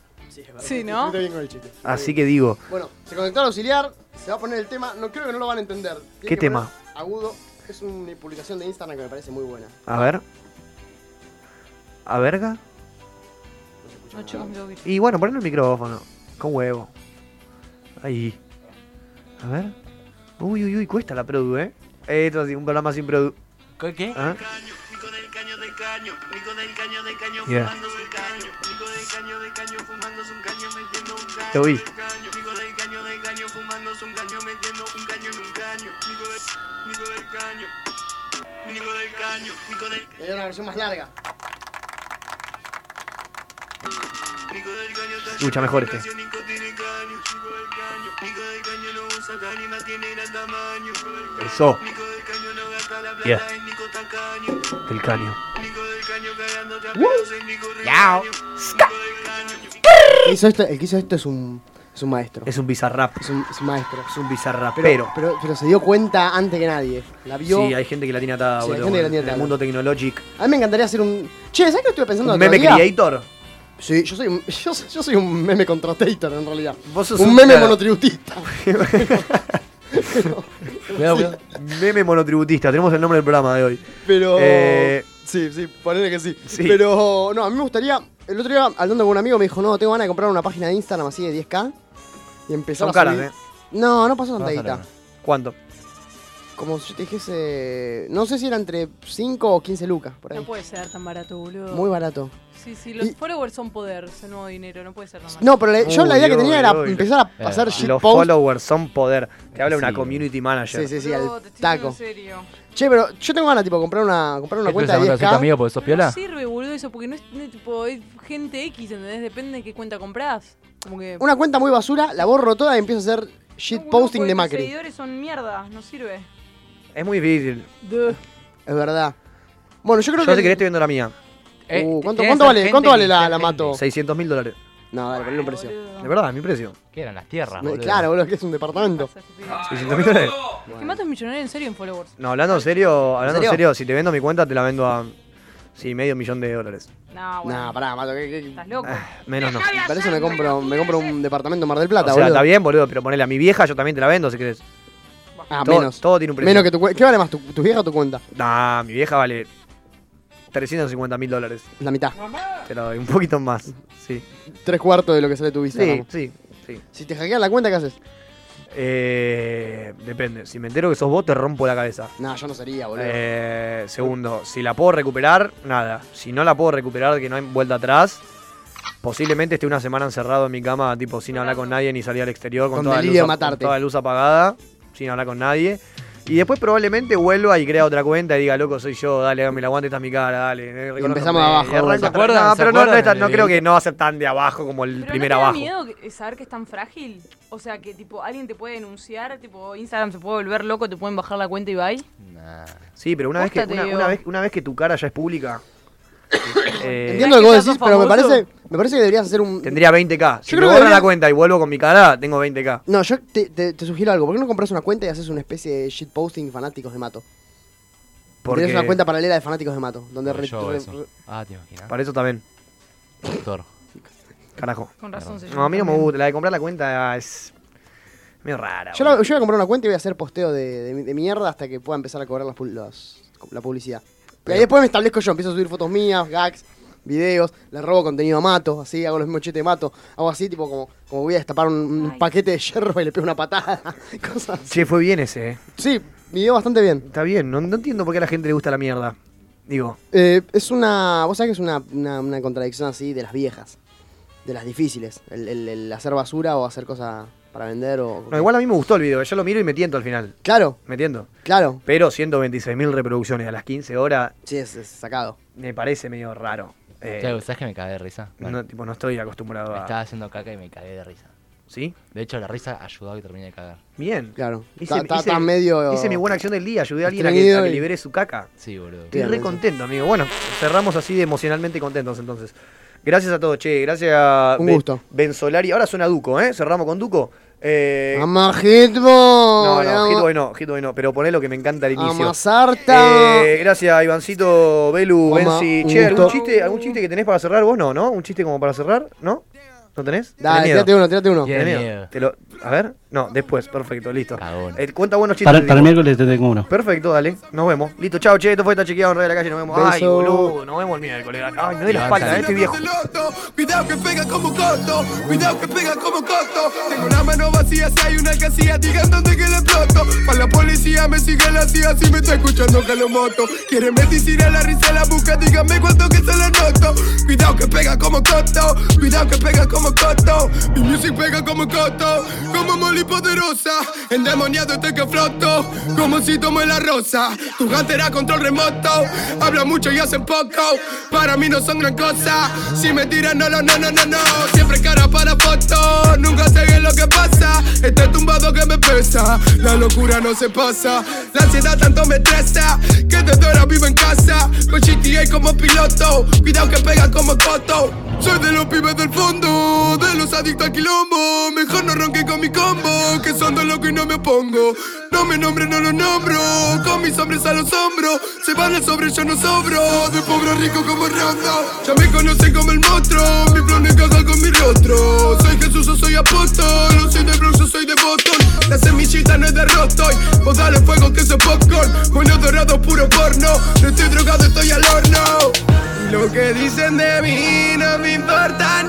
Sí, ¿no?
Está bien con el chiste.
Así que digo,
Bueno, se conectó al auxiliar, se va a poner el tema, no creo que no lo van a entender. Tiene
¿Qué
que
tema?
poner Agudo, es una publicación de Instagram que me parece muy buena.
a ver. A verga.
No chupo mi boquita.
Y bueno, ponen el micrófono. Con huevo. Ahí. A ver. Uy, uy, uy, cuesta la produ, eh. Esto es un programa sin produ.
¿Qué?
¿Ah? Yeah. Lo vi.
Era una versión más larga.
Escucha mejor este. Eso. Yeah. Del caño.
Yao. El que hizo esto, el que hizo esto es un, es un maestro.
Es un bizarrap.
Es un, es un maestro.
Es un bizarrapero.
Pero, pero, pero se dio cuenta antes que nadie. La vio.
Sí, hay gente que la tiene atada,
Sí, hay
boludo.
gente que la tiene
en el
atada.
mundo tecnológico.
A mí me encantaría hacer un. Che, ¿sabes qué estuve pensando
Un
el otro
meme
día?
creator.
Sí, yo soy, un, (laughs) yo, yo soy un meme contratator en realidad.
Vos sos
un
un-
meme
claro.
monotributista. (laughs) Pero-
Cuidado,
sí,
cuidado. (laughs) Meme monotributista. Tenemos el nombre del programa de hoy.
Pero.
Eh,
Sí, sí, ponele que sí.
Sí.
Pero no, a mí me gustaría. El otro día, hablando con un amigo, me dijo: No, tengo ganas de comprar una página de Instagram así de 10k. Y empezar
Son
a
caras,
subir-
eh.
No, no pasó tanta guita.
¿Cuánto?
Como si yo te dijese. No sé si era entre 5 o 15 lucas, por ahí.
No puede ser tan barato, boludo.
Muy barato.
Sí, sí, los followers son poder, son nuevo dinero, no puede ser tan barato.
No, pero le- yo la idea que
Uy,
tenía era
uy, uy.
empezar a hacer
Los
shitposts.
followers son poder. Te habla una
Sí.
community manager.
Sí, sí, sí,
Boludo,
al
te estoy diciendo
taco.
en serio.
Che, pero yo tengo ganas, tipo, comprar una, comprar una
¿Qué
cuenta Uh, de
te mandás a tu
10k.
amigo porque sos piola?
sirve, boludo, eso, porque no es, no es tipo es gente X, ¿entendés? Depende de qué cuenta comprás. Como que.
Una cuenta muy basura, la borro toda y empiezo a hacer shitposting
Porque
de
tus
Macri.
seguidores son mierda, no sirve.
Es muy difícil.
Es verdad. Bueno, yo creo
Yo
que.
si querés estoy viendo la mía.
Eh,
Uh, ¿cuánto,
tiene
cuánto
esa
vale,
gente
cuánto
que
vale la,
entiende.
la mato?
600 mil dólares.
No, dale, ponle un precio.
De verdad, mi precio.
¿Qué eran las
Ah,
tierras?
No,
boludo?
claro, boludo, que es un departamento. Ah,
600 mil dólares.
Que este mato es millonario en serio en followers.
No, hablando en serio, hablando en
serio?
serio, si te vendo mi cuenta te la vendo a. Sí, medio millón de dólares. Eh,
No, bueno.
Nah, pará, mato. Que, que...
Estás loco.
Menos no.
Para eso me compro, me compro un departamento en Mar del Plata,
O sea, está
boludo.
bien, boludo, pero ponele a mi vieja, yo también te la vendo si querés.
Ah,
Todo-
menos.
todo tiene un precio.
Menos que tu cuen- ¿Qué vale más, tu, tu vieja o tu cuenta?
Nah, mi vieja vale 350 mil dólares.
La mitad.
Te la doy un poquito más. Sí.
Tres cuartos de lo que sale tu visa.
Sí, sí, sí.
Si te hackean la cuenta, ¿qué haces?
Eh, depende. Si me entero que sos vos, te rompo la cabeza.
Nah, yo no sería, boludo.
Eh, segundo, si la puedo recuperar, nada. Si no la puedo recuperar, que no hay vuelta atrás, posiblemente esté una semana encerrado en mi cama, tipo sin hablar con nadie ni salir al exterior, con,
Con
toda, la
delirio
luz,
de
ap-
matarte.
con toda la luz apagada, sin hablar con nadie. Y después probablemente vuelva y crea otra cuenta y diga, loco, soy yo, dale, hágame la aguante, esta es mi cara, dale. eh, reconóceme".
empezamos abajo,
Y arranca
¿se
otra-
acuerdan?
No,
¿Se
pero no, no,
acuerdan
está-
del
no creo
videíto?
que no va a ser tan de abajo como el
Pero
primer
¿no te da
abajo.
miedo que- eh, saber que es tan frágil? O sea, que tipo alguien te puede denunciar, tipo Instagram se puede volver loco, te pueden bajar la cuenta y bye.
Sí, pero una vez, que,
Posta, te
una,
digo.
una vez, una vez que tu cara ya
(coughs)
es pública. eh,
Entiendo lo que vos
¿Qué
decís,
sos
pero me
famoso?
parece, me parece que deberías hacer un.
Tendría 20k. Si
Yo creo
me
que
borran la
debería-
cuenta y vuelvo con mi cara, tengo 20k.
No, yo te, te- te sugiero algo. ¿Por qué no compras una cuenta y haces una especie de shitposting fanáticos de Mato?
Porque-
Tienes una cuenta paralela de fanáticos de Mato. Donde re-
Yo hago
re-
eso.
re-
Ah, te imaginas.
Para eso también.
Doctor.
Carajo.
Con razón se
No, a mí no me
también.
gusta. La de comprar la cuenta es. medio rara.
yo, la- yo voy a comprar una cuenta y voy a hacer posteo de, de- de mierda hasta que pueda empezar a cobrar las, pul- las- la publicidad. y ahí después me establezco yo. Empiezo a subir fotos mías, gags, videos. Le robo contenido a Mato. Así hago los mismos chistes de Mato. Hago así, tipo como, como voy a destapar un, un paquete de hierro y le pego una patada. (laughs) Cosas.
Che, fue bien ese, eh.
Sí, me dio bastante bien.
Está bien. No, no entiendo por qué a la gente le gusta la mierda. Digo,
Eh, es una. Vos sabés que es una, una- una contradicción así de las viejas. De las difíciles. El, el- el hacer basura o hacer cosas para vender o.
No, igual a mí me gustó el video, yo lo miro y me tiento al final.
Claro.
Me tiento.
Claro.
Pero 126.000 reproducciones a las 15 horas
Sí, es, es sacado.
me parece medio raro. Eh,
Che, ¿Sabes que me cagué de risa?
no, tipo, no estoy acostumbrado
Me
a...
estaba haciendo caca y me cagué de risa.
¿Sí?
De hecho, la risa ayudó a que termine de cagar.
Bien.
Claro.
Hice,
Está- está-
hice-
está medio-
hice mi buena acción del día, ayudé a alguien a que,
Estreñido
a que
y-
libere su caca.
Sí, boludo.
Estoy
Bien,
re
eso.
contento, amigo. Bueno, cerramos así de emocionalmente contentos entonces. Gracias a todos, che. Gracias a
Un
Ben-
gusto.
Ben Solari. Ahora suena Duco, ¿eh? Cerramos con Duco. Eh,
Ama
no,
Hitboy,
no,
ama-
Hitboy no, Hitboy no, pero poné lo que me encanta al inicio.
ama Sarta.
Eh, gracias, a Ivancito, Belu,
Ama,
Benzi.
un
Che, ¿algún
gusto.
chiste, ¿algún chiste que tenés para cerrar vos? No, ¿no? ¿Un chiste como para cerrar? ¿No? ¿No tenés?
Dale,
Tenés miedo.
tirate uno, tirate uno.
Tenés
Tiene
miedo.
miedo.
Te lo- a ver, no, después, perfecto, listo. Eh, cuenta buenos chistes.
Para,
digo.
para el miércoles te tengo uno.
Perfecto, dale. Nos vemos. Listo, chao, che. Esto fue esta chequeado en Radio de la calle. Nos vemos. Ay,
Beso.
boludo. Nos vemos el miércoles. Ay, me doy la espalda, eh, estoy viejo.
Cuidado que pega como coto, cuidado que pega como coto. Tengo una mano vacía, si hay una alcancía, digan dónde que le exploto. Pa' la policía me sigue la CIA, si me está escuchando que lo moto. Quieren medicina, la risa la busca, díganme cuánto que se la noto. Cuidado que pega como coto, cuidado que pega como coto. Mi music pega como coto, como moli poderosa. Endemoniado este que floto, como si tomo la rosa. Tu gato era control remoto, habla mucho y hacen poco. Para mí no son gran cosa, si me tiran no, no, no, no, no, no. Siempre cara para foto, nunca sé bien lo que pasa. Este tumbado que me pesa, la locura no se pasa. La ansiedad tanto me estresa, que desde ahora vivo en casa. Con GTA como piloto, cuidado que pega como coto. Soy de los pibes del fondo, de los adictos al quilombo. Mejor no ronque con mi combo, que son dos locos y no me opongo. No me nombre, no lo nombro. Con mis hombres a los hombros, se van al sobre, yo no sobro. De pobre a rico como rondo. Ya me conocen como el monstruo, mi flow no encaja con mi rostro. Soy Jesús, yo soy apóstol. No soy de Bronx, yo soy de Boston. La semillita no es de Rostoy. Vos dale fuego que se popcorn. Mono dorado, puro porno. No estoy drogado, estoy al horno. Y Lo que dicen de mí no me importa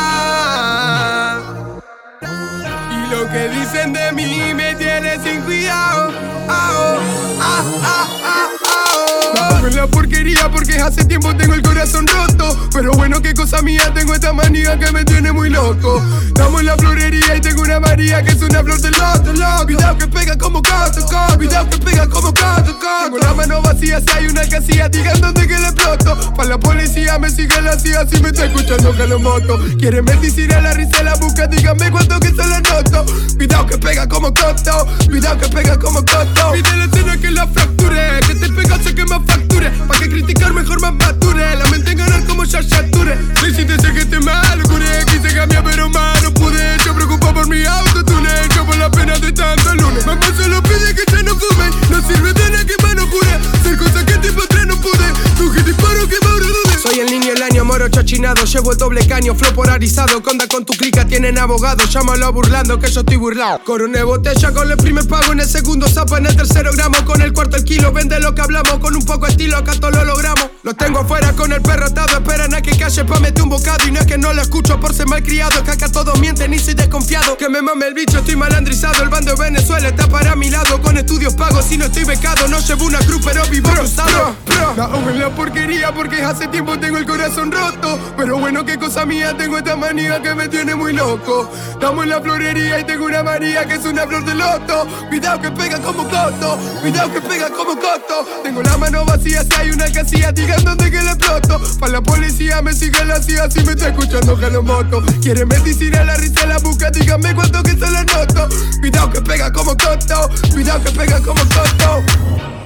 nada. Y lo que dicen de mí me tiene sin cuidado. Ao, ah, ah, ah, ao. No hago la porquería porque hace tiempo tengo el corazón roto. Pero bueno, qué cosa mía, tengo esta manía que me tiene muy loco. Estamos en la florería y tengo una María que es una flor de loto, loco. Cuidado que pega como coto, coto. Cuidado que pega como coto, coto. Tengo la mano vacía, si hay una alcancía, digan dónde que le exploto. Pa' la policía me sigue la CIA, si me está escuchando que lo moto. Quieren medicina, la risa la busca, díganme cuánto que se la noto. Cuidado que pega como coto, cuidado que pega como coto. Mi delante no es que la fracture, que te pega se que me fracture. Pa' que criticar mejor más mature, la mente en ganar como ya Ture. Soy sentencia que te malcure, quise cambiar pero más no pude. Yo preocupo por mi autotune, yo por la pena de tanto lunes. Mamá solo pide que ya no fumen, no sirve de nada que mano jure. Ser cosas que tiempo atrás no pude, tú que disparo que me dude. Soy el niño el año, moro chachinado, llevo el doble caño, flow polarizado. Conda con tu clica, tienen abogado, llámalo burlando que yo estoy burlado. Coroné botella con el primer pago, en el segundo zapa, en el tercero gramo, con el cuarto el kilo, vende lo que hablamos, con un poco de estilo acá todo lo logramos. Lo tengo afuera con el perro atado, esperan a que calle pa' meter un bocado y no es que no lo escucho por ser malcriado, es que acá todos mienten y soy desconfiado. Que me mame el bicho, estoy malandrizado, el bando de Venezuela está para mi lado, con estudios pagos si no estoy becado, no llevo una cruz pero vivo cruzado. La ahogo en la porquería porque hace tiempo tengo el corazón roto. Pero bueno, qué cosa mía, tengo esta manía que me tiene muy loco. Estamos en la florería y tengo una María que es una flor de loto. Cuidado que pega como coto, cuidado que pega como coto. Tengo la mano vacía, si hay una alcancía, digan dónde que la exploto. Pa' la policía me sigue la CIA, si me está escuchando que lo moto. Quieren medicina, la risa la busca, díganme cuánto que se la noto. Cuidado que pega como coto, cuidado que pega como coto.